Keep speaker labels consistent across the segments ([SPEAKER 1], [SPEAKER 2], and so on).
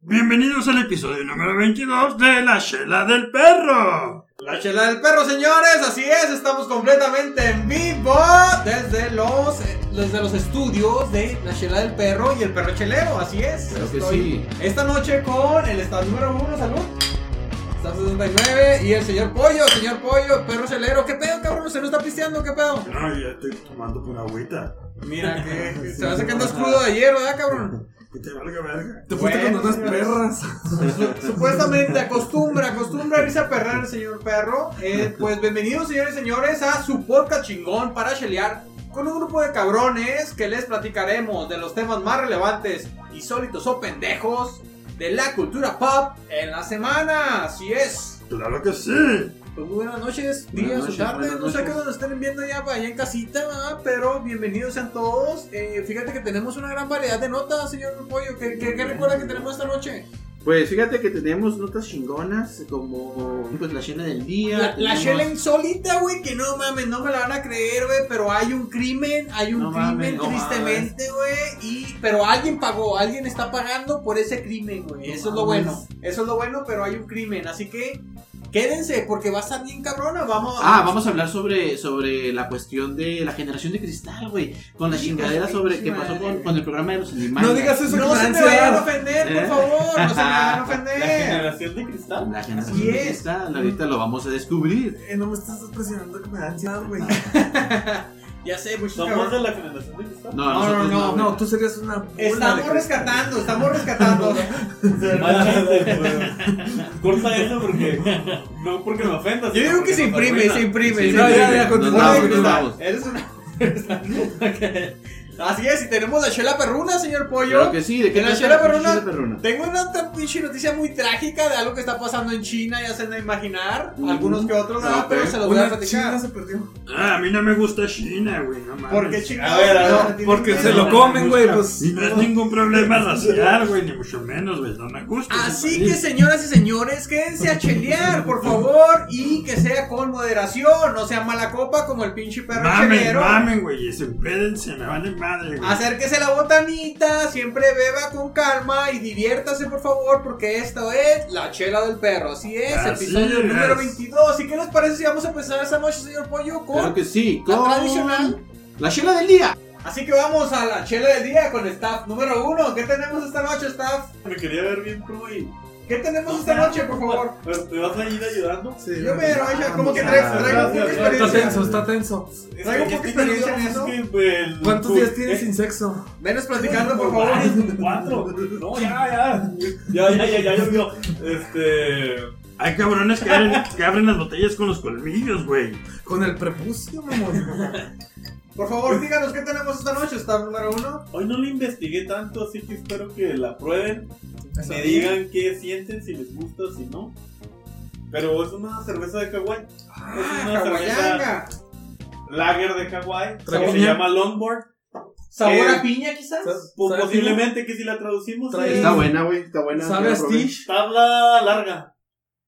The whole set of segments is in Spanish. [SPEAKER 1] Bienvenidos al episodio número 22 de La Chela del Perro.
[SPEAKER 2] La chela del perro, señores, así es, estamos completamente en vivo desde los, desde los estudios de La chela del perro y el perro chelero, así es.
[SPEAKER 3] Claro que
[SPEAKER 2] Estoy
[SPEAKER 3] sí.
[SPEAKER 2] Esta noche con el estado número uno, salud. Estado 69 y el señor Pollo, señor Pollo, perro chelero, ¿qué pedo, cabrón? ¿Se lo está pisteando? ¿Qué pedo?
[SPEAKER 1] No, ya estoy tomando pura agüita.
[SPEAKER 2] Mira, que se va sacando crudo de ayer, ¿verdad, cabrón?
[SPEAKER 1] Que te valga verga.
[SPEAKER 3] Te fuiste
[SPEAKER 2] Bueno,
[SPEAKER 3] con otras
[SPEAKER 2] señores.
[SPEAKER 3] perras.
[SPEAKER 2] Su- Supuestamente acostumbra, acostumbra a irse a perrar el señor perro. Eh, pues bienvenidos, señores y señores, a su podcast chingón para chelear con un grupo de cabrones que les platicaremos de los temas más relevantes, insólitos o pendejos de la cultura pop en la semana. Así es.
[SPEAKER 1] Claro que sí.
[SPEAKER 2] Pues muy buenas noches,
[SPEAKER 3] Buenas
[SPEAKER 2] días
[SPEAKER 3] noches,
[SPEAKER 2] o tardes,
[SPEAKER 3] buenas
[SPEAKER 2] no sé a qué
[SPEAKER 3] noches.
[SPEAKER 2] nos estén viendo ya allá en casita, ¿verdad? pero bienvenidos sean todos. Eh, fíjate que tenemos una gran variedad de notas, señor Pollo. ¿Qué, qué, qué recuerda que tenemos esta noche?
[SPEAKER 3] Pues fíjate que tenemos notas chingonas como pues la llena del día.
[SPEAKER 2] La, la
[SPEAKER 3] tenemos-
[SPEAKER 2] Shela insólita, güey, que no mames, no me la van a creer, güey, pero hay un crimen, hay un
[SPEAKER 3] No
[SPEAKER 2] crimen,
[SPEAKER 3] mames, no
[SPEAKER 2] tristemente, güey, y, pero alguien pagó, alguien está pagando por ese crimen, güey,
[SPEAKER 3] No
[SPEAKER 2] eso es lo
[SPEAKER 3] mames.
[SPEAKER 2] bueno, eso es lo bueno, pero hay un crimen, así que quédense, porque va a estar bien cabrona, vamos.
[SPEAKER 3] Ah, vamos a hablar sobre, sobre la cuestión de la generación de cristal, güey. Con la
[SPEAKER 2] Hijo
[SPEAKER 3] chingadera
[SPEAKER 2] de
[SPEAKER 3] sobre
[SPEAKER 2] pinche
[SPEAKER 3] que pasó
[SPEAKER 2] madre,
[SPEAKER 3] con, con el programa de los animales.
[SPEAKER 2] eh. No digas eso, no
[SPEAKER 3] que
[SPEAKER 2] se
[SPEAKER 3] me
[SPEAKER 2] me
[SPEAKER 3] da
[SPEAKER 2] vayan a
[SPEAKER 3] ansiedad.
[SPEAKER 2] ofender, por
[SPEAKER 3] ¿Eh?
[SPEAKER 2] favor, no se me vayan a ofender.
[SPEAKER 4] generación de cristal?
[SPEAKER 3] La generación de
[SPEAKER 2] Así es.
[SPEAKER 3] cristal, ahorita lo vamos a descubrir.
[SPEAKER 4] no me estás presionando que me da ansiedad, güey.
[SPEAKER 2] Ya sé, güey,
[SPEAKER 4] ¿Somos de la generación de cristal?
[SPEAKER 3] No,
[SPEAKER 2] No,
[SPEAKER 3] nosotros
[SPEAKER 2] no,
[SPEAKER 3] no.
[SPEAKER 2] no,
[SPEAKER 3] güey.
[SPEAKER 4] No, tú serías una. bola
[SPEAKER 2] Estamos
[SPEAKER 4] de cristal.
[SPEAKER 2] rescatando, estamos rescatando.
[SPEAKER 4] Corta eso porque. No porque me ofendas.
[SPEAKER 2] Yo
[SPEAKER 4] sino
[SPEAKER 2] digo que
[SPEAKER 4] porque
[SPEAKER 2] se
[SPEAKER 4] nos
[SPEAKER 2] imprime,
[SPEAKER 4] arruina.
[SPEAKER 2] se imprime.
[SPEAKER 3] Sí,
[SPEAKER 2] se
[SPEAKER 3] no,
[SPEAKER 2] imprime.
[SPEAKER 3] ya, ya,
[SPEAKER 2] Bola de
[SPEAKER 3] continuamos,
[SPEAKER 2] cristal.
[SPEAKER 3] continuamos.
[SPEAKER 2] Eres una- Así es, y tenemos la chela perruna, señor Pollo.
[SPEAKER 3] Claro que sí, ¿de qué
[SPEAKER 2] ¿En la
[SPEAKER 3] trata
[SPEAKER 2] chela
[SPEAKER 3] pinche
[SPEAKER 2] perruna?
[SPEAKER 3] chela perruna?
[SPEAKER 2] Tengo una otra pinche noticia muy trágica de algo que está pasando en China, ya se han de imaginar.
[SPEAKER 3] Mm.
[SPEAKER 2] Algunos que otros,
[SPEAKER 3] Ah,
[SPEAKER 2] no, pero
[SPEAKER 3] ok.
[SPEAKER 2] se los voy a
[SPEAKER 4] Una
[SPEAKER 2] platicar.
[SPEAKER 4] china se perdió.
[SPEAKER 1] Ah, a mí no me gusta China, güey. No mames.
[SPEAKER 2] ¿Por qué chingados?
[SPEAKER 4] A ver, a
[SPEAKER 2] No,
[SPEAKER 4] ver,
[SPEAKER 2] tienen
[SPEAKER 4] porque
[SPEAKER 2] que-
[SPEAKER 4] se lo comen, güey. Pues.
[SPEAKER 1] Y no es ningún problema racial, güey, ni mucho menos, güey. No me gusta.
[SPEAKER 2] Así que señoras y señores, quédense a chelear, por favor, y que sea con moderación, no sea mala copa como el pinche perro
[SPEAKER 1] Mamen,
[SPEAKER 2] chelero.
[SPEAKER 1] mamen, güey. y Desempédense, me vale madre, güey.
[SPEAKER 2] Acérquese la botanita, siempre beba con calma y diviértase por favor porque esto es La Chela del Perro, así es,
[SPEAKER 1] Así
[SPEAKER 2] episodio
[SPEAKER 1] es.
[SPEAKER 2] número 22. ¿Y qué les parece si vamos a empezar esta noche, señor Pollo, con
[SPEAKER 3] Claro que sí,
[SPEAKER 2] la
[SPEAKER 3] con
[SPEAKER 2] tradicional?
[SPEAKER 3] La chela del día.
[SPEAKER 2] Así que vamos a La Chela del Día con staff número 1. ¿Qué tenemos esta noche, staff?
[SPEAKER 4] Me quería ver bien tú, güey.
[SPEAKER 2] ¿Qué tenemos esta noche, por favor?
[SPEAKER 4] Pero, ¿Te vas a ir ayudando? Sí.
[SPEAKER 2] Yo me ya como que
[SPEAKER 3] Vamos
[SPEAKER 2] traes,
[SPEAKER 3] a-
[SPEAKER 2] traigo poca
[SPEAKER 4] Gracias,
[SPEAKER 3] Está
[SPEAKER 2] experiencia.
[SPEAKER 3] tenso, está
[SPEAKER 4] tenso.
[SPEAKER 2] Traigo poca experiencia en eso.
[SPEAKER 4] ¿Cuántos días tienes sin
[SPEAKER 5] sexo.
[SPEAKER 2] Venos platicando, por favor.
[SPEAKER 4] Cuatro. No, ya, ya. Ya, ya, ya, ya llovió. Este.
[SPEAKER 1] Hay cabrones que abren, que abren las botellas con los colmillos, güey.
[SPEAKER 5] Con el prepucio, mamón.
[SPEAKER 2] Por favor, díganos qué tenemos esta noche, staff número 1.
[SPEAKER 4] Hoy no lo investigué tanto, así que espero que la prueben. Me digan qué sienten, si les gusta o si no. Pero es una cerveza de Hawái. Es una cerveza
[SPEAKER 2] Ah, Hawaiiana.
[SPEAKER 4] lager de Hawái. Que se
[SPEAKER 5] Trapiña.
[SPEAKER 4] llama Longboard.
[SPEAKER 2] Sabor
[SPEAKER 4] Eh,
[SPEAKER 2] a piña, quizás.
[SPEAKER 4] Pues Posiblemente que si la traducimos
[SPEAKER 5] Trae-
[SPEAKER 4] es
[SPEAKER 3] Está buena, güey, está buena.
[SPEAKER 5] ¿Sabe a
[SPEAKER 3] sí la probé.
[SPEAKER 5] Stitch?
[SPEAKER 4] tabla larga.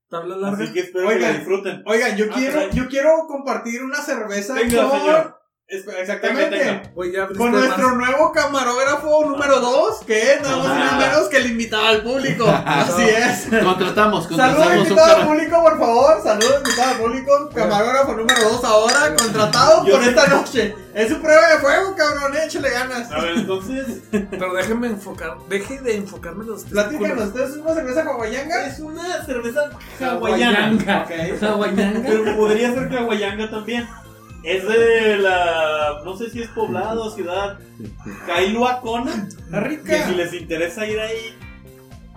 [SPEAKER 5] Tabla
[SPEAKER 4] Así
[SPEAKER 5] larga.
[SPEAKER 4] que espero que
[SPEAKER 2] Oigan.
[SPEAKER 4] la disfruten.
[SPEAKER 2] Oigan, yo
[SPEAKER 4] Ah,
[SPEAKER 2] quiero,
[SPEAKER 4] caray.
[SPEAKER 2] yo quiero compartir una cerveza
[SPEAKER 4] Tenga,
[SPEAKER 2] con,
[SPEAKER 4] señor.
[SPEAKER 2] Espe- exactamente.
[SPEAKER 4] Tenga, tenga.
[SPEAKER 5] Güey, ya abriste
[SPEAKER 2] con
[SPEAKER 5] más.
[SPEAKER 2] nuestro nuevo camarógrafo
[SPEAKER 4] Ah.
[SPEAKER 2] número 2, que es nada más y nada
[SPEAKER 3] Ah.
[SPEAKER 2] menos que el invitado al público. Así es.
[SPEAKER 3] Contratamos,
[SPEAKER 2] Saludos
[SPEAKER 3] contratamos un
[SPEAKER 2] invitado al
[SPEAKER 3] carro.
[SPEAKER 2] público, por favor. Saludos invitado al público. Camarógrafo número 2 ahora, contratado
[SPEAKER 4] Yo
[SPEAKER 2] por
[SPEAKER 4] sé-
[SPEAKER 2] esta noche. Es su prueba de fuego, cabrón. Échale ganas.
[SPEAKER 4] A ver, entonces.
[SPEAKER 5] Pero déjenme enfocar. Deje de enfocarme los
[SPEAKER 2] Platícanos,
[SPEAKER 5] testículos.
[SPEAKER 2] ¿ustedes es una cerveza hawaiana?
[SPEAKER 4] es una cerveza hawaiana. Pero podría ser Cahuayanga también. Es de la. No sé si es poblado o ciudad. Cailuacona. Que
[SPEAKER 2] Rica.
[SPEAKER 4] si les interesa ir ahí,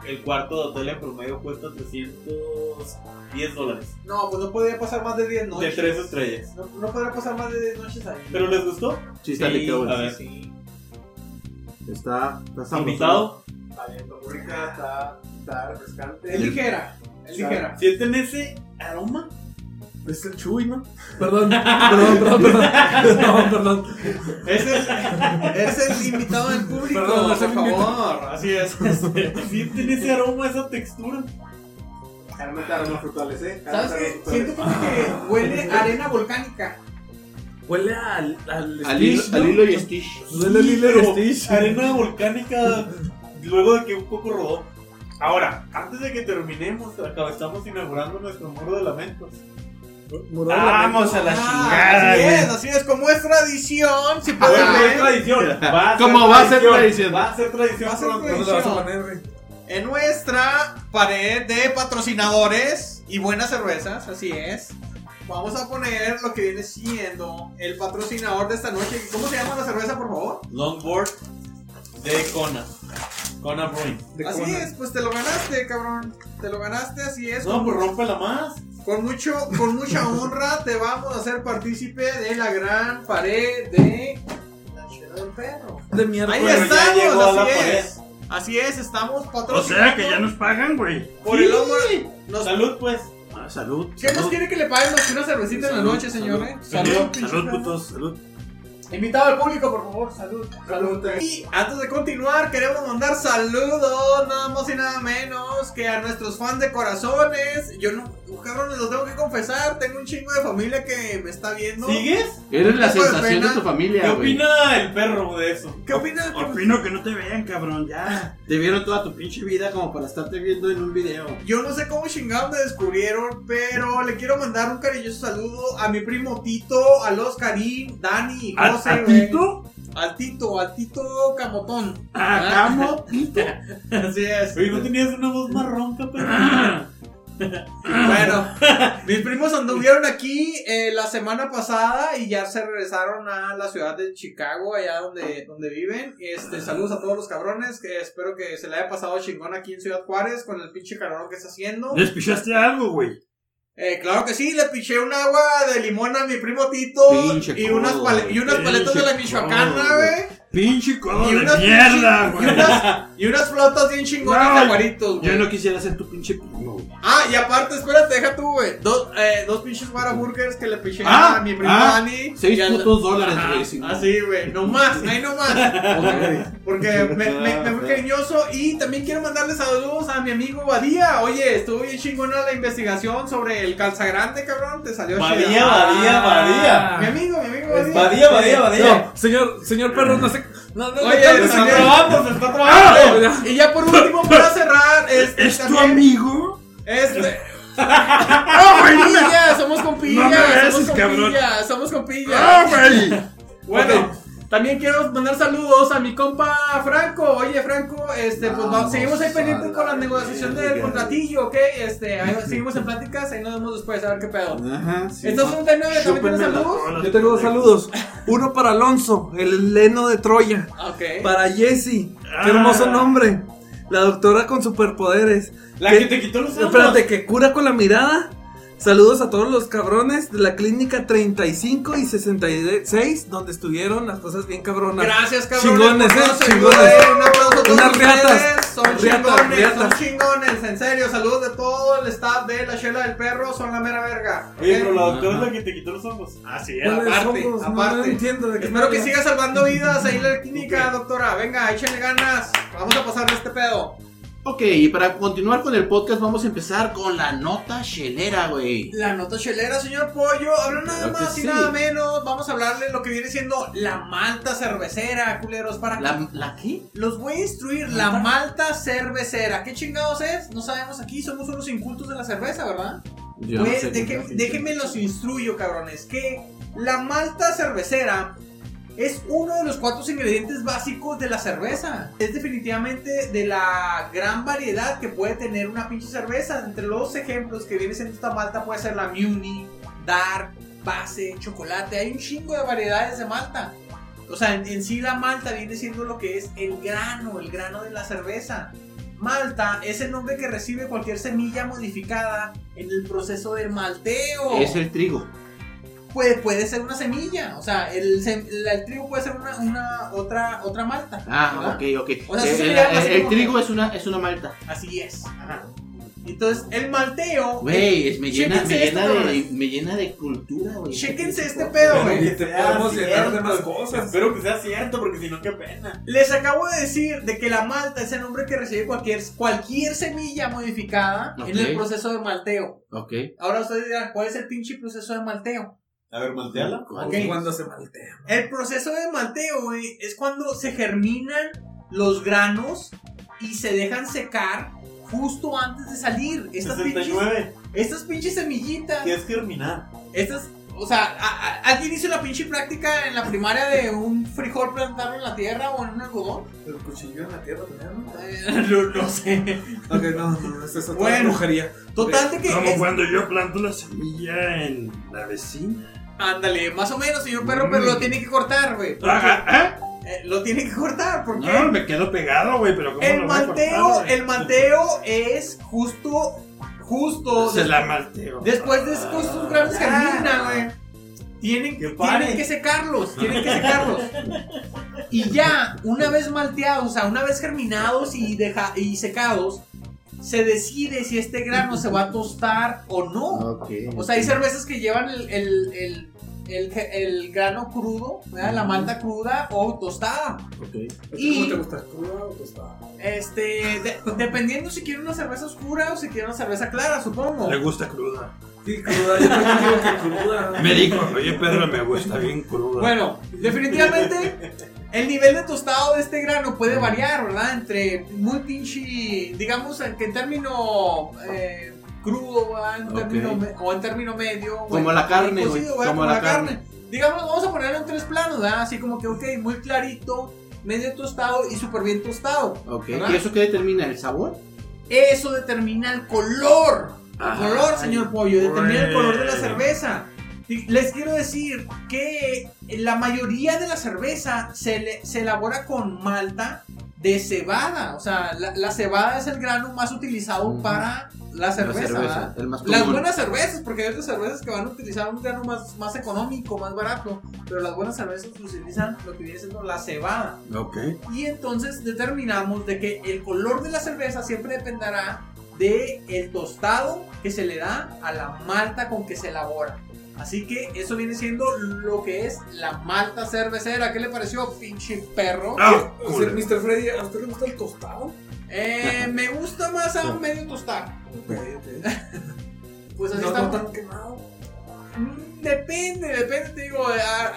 [SPEAKER 4] el cuarto de hotel en promedio cuesta 310 dólares.
[SPEAKER 2] No, pues no podría pasar más de 10
[SPEAKER 4] De
[SPEAKER 2] noches.
[SPEAKER 4] tres estrellas.
[SPEAKER 2] No, no podría pasar más de 10 noches ahí.
[SPEAKER 4] ¿Pero les gustó?
[SPEAKER 3] Sí, está rica,
[SPEAKER 4] a
[SPEAKER 3] güey.
[SPEAKER 4] ver.
[SPEAKER 2] Sí.
[SPEAKER 3] Está, está sabroso.
[SPEAKER 4] ¿Invitado?
[SPEAKER 2] Es ligera. Es ligera.
[SPEAKER 4] ¿Sienten ese aroma?
[SPEAKER 5] Es el chuy, ¿no? Perdón, perdón, perdón, perdón. Perdón, perdón.
[SPEAKER 2] Es el, es el invitado del público,
[SPEAKER 5] Perdón, no
[SPEAKER 2] por
[SPEAKER 5] soy
[SPEAKER 2] favor.
[SPEAKER 5] invitado.
[SPEAKER 2] Así es.
[SPEAKER 4] ¿Sienten ese aroma, esa textura?
[SPEAKER 2] ¿Sabes qué? Siento como que huele a arena volcánica.
[SPEAKER 5] Huele al, al
[SPEAKER 3] Al hilo,
[SPEAKER 5] Stitch.
[SPEAKER 3] al
[SPEAKER 5] ¿no?
[SPEAKER 3] hilo y
[SPEAKER 5] Pues
[SPEAKER 3] Stitch.
[SPEAKER 5] Huele al
[SPEAKER 4] Sí,
[SPEAKER 5] hilo
[SPEAKER 4] pero
[SPEAKER 5] y Stitch.
[SPEAKER 4] Arena volcánica. Luego de que un poco rodó. Ahora, antes de que terminemos, acá estamos inaugurando nuestro muro de lamentos.
[SPEAKER 5] Mudar la
[SPEAKER 1] Vamos a la
[SPEAKER 2] Ah,
[SPEAKER 1] chingada,
[SPEAKER 2] así es,
[SPEAKER 1] güey.
[SPEAKER 2] así es, como es tradición, si
[SPEAKER 4] A ver,
[SPEAKER 2] pueden
[SPEAKER 4] no es
[SPEAKER 2] ver
[SPEAKER 4] tradición. Va a
[SPEAKER 3] ¿Cómo va a ser tradición?
[SPEAKER 4] Va a ser tradición.
[SPEAKER 2] Va a ser
[SPEAKER 4] pronto.
[SPEAKER 5] mente. ¿Dónde la vas a poner, güey?
[SPEAKER 2] en nuestra pared de patrocinadores y buenas cervezas, así es. Vamos a poner lo que viene siendo el patrocinador de esta noche. ¿Cómo se llama la cerveza, por favor?
[SPEAKER 4] Longboard de Kona. Kona Bruin.
[SPEAKER 5] De
[SPEAKER 2] así
[SPEAKER 5] cona.
[SPEAKER 2] es, pues te lo ganaste, cabrón. Te lo ganaste, así es.
[SPEAKER 4] No, pues rómpela más.
[SPEAKER 2] Con mucho, con mucha honra te vamos a hacer partícipe de la gran pared de la chela del perro.
[SPEAKER 5] De mierda.
[SPEAKER 2] Ahí
[SPEAKER 4] Pero ya llegó a
[SPEAKER 2] estamos,
[SPEAKER 4] la
[SPEAKER 2] así
[SPEAKER 4] pared.
[SPEAKER 2] es. Así es, estamos
[SPEAKER 1] O
[SPEAKER 2] patrocinados.
[SPEAKER 1] sea que ya nos pagan, güey.
[SPEAKER 2] por el amor. Nos...
[SPEAKER 4] Salud, pues.
[SPEAKER 3] Ah, salud.
[SPEAKER 2] ¿Qué más
[SPEAKER 3] salud.
[SPEAKER 2] quiere que le paguemos más que una cervecita en la
[SPEAKER 3] Salud,
[SPEAKER 2] noche, señores?
[SPEAKER 1] salud. Salud,
[SPEAKER 2] pinche
[SPEAKER 1] salud,
[SPEAKER 2] perro.
[SPEAKER 3] Putos, salud.
[SPEAKER 2] Invitado al público, por favor, salud. Salud. Y antes de continuar, queremos mandar saludos, nada más y nada menos, que a nuestros fans de corazones. Yo no, cabrón, les los tengo que confesar, tengo un chingo de familia que me está viendo.
[SPEAKER 4] ¿Sigues?
[SPEAKER 3] Eres la
[SPEAKER 2] ¿Qué fue,
[SPEAKER 3] sensación de
[SPEAKER 2] pena?
[SPEAKER 3] tu
[SPEAKER 4] ¿Qué
[SPEAKER 3] familia, güey.
[SPEAKER 4] opina el perro de eso?
[SPEAKER 2] ¿Qué opinas?
[SPEAKER 1] Opino que no te vean, cabrón, ya.
[SPEAKER 3] Te vieron toda tu pinche vida como para estarte viendo en un video.
[SPEAKER 2] Yo no sé cómo chingados me descubrieron, pero le quiero mandar un cariñoso saludo a mi primo Tito, a los Karim, Dani y
[SPEAKER 1] ¿A,
[SPEAKER 2] José,
[SPEAKER 1] a
[SPEAKER 2] güey.
[SPEAKER 1] Tito?
[SPEAKER 2] Al Tito, al Tito Camotón.
[SPEAKER 1] ¿A Camo?
[SPEAKER 2] Así es.
[SPEAKER 4] Oye, ¿no tenías una voz más ronca, perro?
[SPEAKER 2] Bueno, mis primos anduvieron aquí eh, la semana pasada y ya se regresaron a la ciudad de Chicago, allá donde, donde viven. Este, saludos a todos los cabrones, que espero que se le haya pasado chingón aquí en Ciudad Juárez con el pinche calor que está haciendo.
[SPEAKER 1] ¿Les pichaste algo, güey?
[SPEAKER 2] Eh, claro que sí, le piché un agua de limón a mi primo Tito
[SPEAKER 3] Pinche
[SPEAKER 2] y unas,
[SPEAKER 3] codo,
[SPEAKER 2] pale- y unas
[SPEAKER 1] pinche
[SPEAKER 2] paletas de la
[SPEAKER 1] codo,
[SPEAKER 2] Michoacana,
[SPEAKER 1] güey.
[SPEAKER 2] güey.
[SPEAKER 1] Pinche codo
[SPEAKER 2] Y
[SPEAKER 1] de
[SPEAKER 2] unas
[SPEAKER 1] mierda,
[SPEAKER 2] pinche- y
[SPEAKER 1] güey.
[SPEAKER 2] unas- Y unas flotas bien chingonas
[SPEAKER 1] No,
[SPEAKER 2] de guaritos, güey.
[SPEAKER 3] Yo no quisiera ser tu pinche primo, güey.
[SPEAKER 2] Ah, y aparte, espérate, deja tú, güey. Dos, eh, dos pinches Whataburgers que le piché
[SPEAKER 3] Ah,
[SPEAKER 2] a mi primo
[SPEAKER 3] ah,
[SPEAKER 2] Dani.
[SPEAKER 3] Seis
[SPEAKER 2] y al-
[SPEAKER 3] putos dólares,
[SPEAKER 1] Ajá,
[SPEAKER 3] güey. si no.
[SPEAKER 2] Así, Ah, güey. No más, ahí no más.
[SPEAKER 3] Ok.
[SPEAKER 2] Porque me, me, me fue cariñoso. Y también quiero mandarle saludos a mi amigo Badía. Oye, estuvo bien chingona la investigación sobre el calzagrande, cabrón. Te salió chida.
[SPEAKER 4] Badía, Badía, Badía.
[SPEAKER 2] Mi amigo, mi amigo
[SPEAKER 4] Es
[SPEAKER 2] Badía.
[SPEAKER 4] Badía, Badía, Badía.
[SPEAKER 5] No, señor, señor perro, no sé. No, no,
[SPEAKER 2] Oye,
[SPEAKER 5] no, no,
[SPEAKER 4] Se está
[SPEAKER 5] no,
[SPEAKER 2] señor.
[SPEAKER 4] trabando, se está
[SPEAKER 2] Ah.
[SPEAKER 5] no,
[SPEAKER 4] trabando.
[SPEAKER 5] no, ya.
[SPEAKER 2] Y ya por último, para cerrar, este,
[SPEAKER 1] ¿Es tu
[SPEAKER 2] también-
[SPEAKER 1] amigo?
[SPEAKER 2] Este. ¡Ah, güey! Compilla, somos compillas,
[SPEAKER 1] No me beses,
[SPEAKER 2] somos
[SPEAKER 1] cabrón.
[SPEAKER 2] compillas, somos compillas.
[SPEAKER 1] ¡Ah, güey!
[SPEAKER 2] ¡Oh, Bueno, también quiero mandar saludos a mi compa Franco. Oye, Franco, este, pues
[SPEAKER 3] Vamos
[SPEAKER 2] va- seguimos ahí pendientes
[SPEAKER 3] a
[SPEAKER 2] con la
[SPEAKER 3] la
[SPEAKER 2] negociación del
[SPEAKER 3] verga.
[SPEAKER 2] contratillo, ¿ok? Este, ahí seguimos en pláticas, ahí nos vemos después, a ver qué pedo.
[SPEAKER 3] Ajá, sí.
[SPEAKER 2] ¿Estás
[SPEAKER 3] no.
[SPEAKER 2] 39? ¿También tienes
[SPEAKER 3] Chúpenme la
[SPEAKER 2] saludos?
[SPEAKER 5] Yo tengo dos saludos. Uno para Alonso, el leno de Troya.
[SPEAKER 2] Ok.
[SPEAKER 5] Para Jesse, qué hermoso
[SPEAKER 1] Ah.
[SPEAKER 5] nombre. La doctora con superpoderes.
[SPEAKER 4] La que te quitó los ojos.
[SPEAKER 5] Espérate, que cura con la mirada. Saludos a todos los cabrones de la clínica 35 y 66, donde estuvieron las cosas bien cabronas.
[SPEAKER 2] Gracias, cabrón.
[SPEAKER 5] Chingones, eh, chingones.
[SPEAKER 2] Un aplauso a todos
[SPEAKER 5] Unas riatas,
[SPEAKER 2] ustedes. Son
[SPEAKER 5] riatas,
[SPEAKER 2] chingones, son
[SPEAKER 5] riatas.
[SPEAKER 2] chingones, en serio. Saludos de todo el staff de La Chela del Perro, son la mera verga. Eh,
[SPEAKER 4] Oye,
[SPEAKER 2] ¿ok?
[SPEAKER 4] pero la doctora es la que te quitó los ojos. Ah,
[SPEAKER 1] Así es.
[SPEAKER 5] ¿Cuáles
[SPEAKER 2] aparte,
[SPEAKER 5] somos? No,
[SPEAKER 2] aparte.
[SPEAKER 5] No entiendo de qué
[SPEAKER 2] Espero que
[SPEAKER 5] habla.
[SPEAKER 2] siga salvando vidas ahí en la clínica, doctora. Venga, échenle ganas. Vamos a pasar de este pedo.
[SPEAKER 3] Ok, y para continuar con el podcast, vamos a empezar con la nota chelera, güey.
[SPEAKER 2] La nota chelera, señor Pollo. Habla nada
[SPEAKER 3] Claro que
[SPEAKER 2] más y
[SPEAKER 3] sí.
[SPEAKER 2] nada menos. Vamos a hablarle lo que viene siendo la malta cervecera, culeros. Para
[SPEAKER 3] ¿La, ¿La qué?
[SPEAKER 2] Los voy a instruir. La malta cervecera. ¿Qué chingados es? No sabemos aquí. Somos unos incultos de la cerveza, ¿verdad?
[SPEAKER 3] Yo
[SPEAKER 2] Güey,
[SPEAKER 3] no sé
[SPEAKER 2] deje-
[SPEAKER 3] qué es la
[SPEAKER 2] déjenme los instruyo, cabrones, que la malta cervecera es uno de los cuatro ingredientes básicos de la cerveza. Es definitivamente de la gran variedad que puede tener una pinche cerveza. Entre los ejemplos que viene siendo esta malta puede ser la Muni, Dark, Base, Chocolate. Hay un chingo de variedades de malta. O sea, en, en sí la malta viene siendo lo que es el grano, el grano de la cerveza. Malta es el nombre que recibe cualquier semilla modificada en el proceso de malteo.
[SPEAKER 3] Es el trigo.
[SPEAKER 2] Puede, puede ser una semilla, o sea, el, sem- la- el trigo puede ser una, una- otra, otra malta.
[SPEAKER 3] Ah,
[SPEAKER 2] ¿verdad?
[SPEAKER 3] ok, ok.
[SPEAKER 2] O sea, sí
[SPEAKER 3] Eh,
[SPEAKER 2] se
[SPEAKER 3] el,
[SPEAKER 2] le llama así
[SPEAKER 3] el- el
[SPEAKER 2] como-
[SPEAKER 3] trigo es una, es una malta.
[SPEAKER 2] Así es. ajá. Entonces, el malteo. eh,
[SPEAKER 3] Güey, es- me llena, me
[SPEAKER 2] Chéquense
[SPEAKER 3] llena,
[SPEAKER 2] esto,
[SPEAKER 3] de,
[SPEAKER 2] cabrones.
[SPEAKER 3] me llena de cultura, güey.
[SPEAKER 2] Chéquense este
[SPEAKER 3] podcast.
[SPEAKER 2] pedo,
[SPEAKER 5] Pero
[SPEAKER 2] güey.
[SPEAKER 5] que te podemos llenar de más cosas.
[SPEAKER 4] Espero que sea cierto, porque si no, qué pena.
[SPEAKER 2] Les acabo de decir de que la malta es el nombre que recibe cualquier, cualquier semilla modificada en el
[SPEAKER 3] Ok.
[SPEAKER 2] proceso de malteo.
[SPEAKER 3] Ok.
[SPEAKER 2] Ahora ustedes dirán, ¿cuál es el pinche proceso de malteo?
[SPEAKER 4] A ver, manteala.
[SPEAKER 2] Ok.
[SPEAKER 5] Cuando se maltea.
[SPEAKER 2] El proceso de malteo, güey, es cuando se germinan los granos y se dejan secar justo antes de salir. Estas pinches,
[SPEAKER 4] 69,
[SPEAKER 2] estas pinches semillitas.
[SPEAKER 4] que es germinar.
[SPEAKER 2] Estas, o sea, a- a- ¿alguien hizo la pinche práctica en la primaria de un frijol plantarlo en la tierra o en un algodón?
[SPEAKER 5] El cuchillo en la tierra también.
[SPEAKER 2] Eh, No, no sé.
[SPEAKER 5] Ok, no, no, esa es otra
[SPEAKER 2] Bueno.
[SPEAKER 5] brujería.
[SPEAKER 2] Total de que.
[SPEAKER 1] Como
[SPEAKER 2] es-
[SPEAKER 1] cuando yo planto la semilla en la vecina.
[SPEAKER 2] ándale, más o menos, señor perro, pero
[SPEAKER 1] Mm.
[SPEAKER 2] lo tiene que cortar, güey.
[SPEAKER 1] Ah, ah, ah.
[SPEAKER 2] Eh, lo tiene que cortar, porque.
[SPEAKER 1] No, me quedo pegado, güey, pero ¿cómo
[SPEAKER 2] El
[SPEAKER 1] Ah, lo voy a cortar,
[SPEAKER 2] manteo,
[SPEAKER 1] güey?
[SPEAKER 2] el manteo es justo, justo
[SPEAKER 1] Se
[SPEAKER 2] des-
[SPEAKER 1] la Ah. malteo.
[SPEAKER 2] después de estos estos grandes germinan, güey. Tienen
[SPEAKER 4] Que
[SPEAKER 2] que,
[SPEAKER 4] pare.
[SPEAKER 2] tienen que secarlos, tienen que secarlos. Y ya, una vez malteados, o sea, una vez germinados y, deja, y secados, se decide si este grano se va a tostar o no.
[SPEAKER 6] Ok.
[SPEAKER 2] O sea, hay cervezas que llevan el, el- el- el ge- el grano crudo, ¿verdad? la malta cruda o tostada. Y-
[SPEAKER 5] ¿Cómo te gusta? ¿Cruda o tostada?
[SPEAKER 2] Este, de- dependiendo si quieren una cerveza oscura o si quieren una cerveza clara, supongo.
[SPEAKER 1] Le gusta cruda.
[SPEAKER 5] Sí, cruda, yo también digo que cruda. Pues, eh,
[SPEAKER 1] Me dijo, oye, Pedro, me gusta bien cruda.
[SPEAKER 2] Bueno, definitivamente el nivel de tostado de este grano puede variar, ¿verdad? Entre muy pinche, digamos que en término eh, crudo, ¿verdad? En
[SPEAKER 3] Ok.
[SPEAKER 2] término me- o en término medio. güey.
[SPEAKER 3] Como la carne,
[SPEAKER 2] Y
[SPEAKER 3] güey.
[SPEAKER 2] cocido, ¿verdad? Como la carne. Digamos, vamos a ponerlo en tres planos, ¿verdad? Así como que, ok, muy clarito, medio tostado y súper bien tostado.
[SPEAKER 3] Ok.
[SPEAKER 2] ¿Verdad?
[SPEAKER 3] ¿Y eso qué determina? ¿El sabor?
[SPEAKER 2] Eso determina el color. El
[SPEAKER 1] Ay,
[SPEAKER 2] color, señor Pollo, determina el color de la
[SPEAKER 1] güey.
[SPEAKER 2] cerveza. Y Les quiero decir que la mayoría de la cerveza se, le- se elabora con malta de cebada. O sea, la, la cebada es el grano más utilizado
[SPEAKER 3] Ujú.
[SPEAKER 2] para la cerveza.
[SPEAKER 3] la cerveza.
[SPEAKER 2] ¿verdad?
[SPEAKER 3] El más común.
[SPEAKER 2] Las buenas cervezas, porque hay otras cervezas que van a utilizar un grano más, más económico, más barato. Pero las buenas cervezas utilizan lo que viene siendo la cebada.
[SPEAKER 1] Ok.
[SPEAKER 2] Y entonces determinamos de que el color de la cerveza siempre dependerá de el tostado que se le da a la malta con que se elabora. Así que eso viene siendo lo que es la malta cervecera. ¿Qué le pareció, pinche perro?
[SPEAKER 1] No,
[SPEAKER 5] O sea, Mr. Freddy, ¿a usted le gusta el tostado?
[SPEAKER 2] Eh, me gusta más a medio tostar.
[SPEAKER 5] Ok, ok.
[SPEAKER 2] Pues así
[SPEAKER 5] No,
[SPEAKER 2] está.
[SPEAKER 5] no tan quemado.
[SPEAKER 2] Mm, Depende, depende, te digo, a-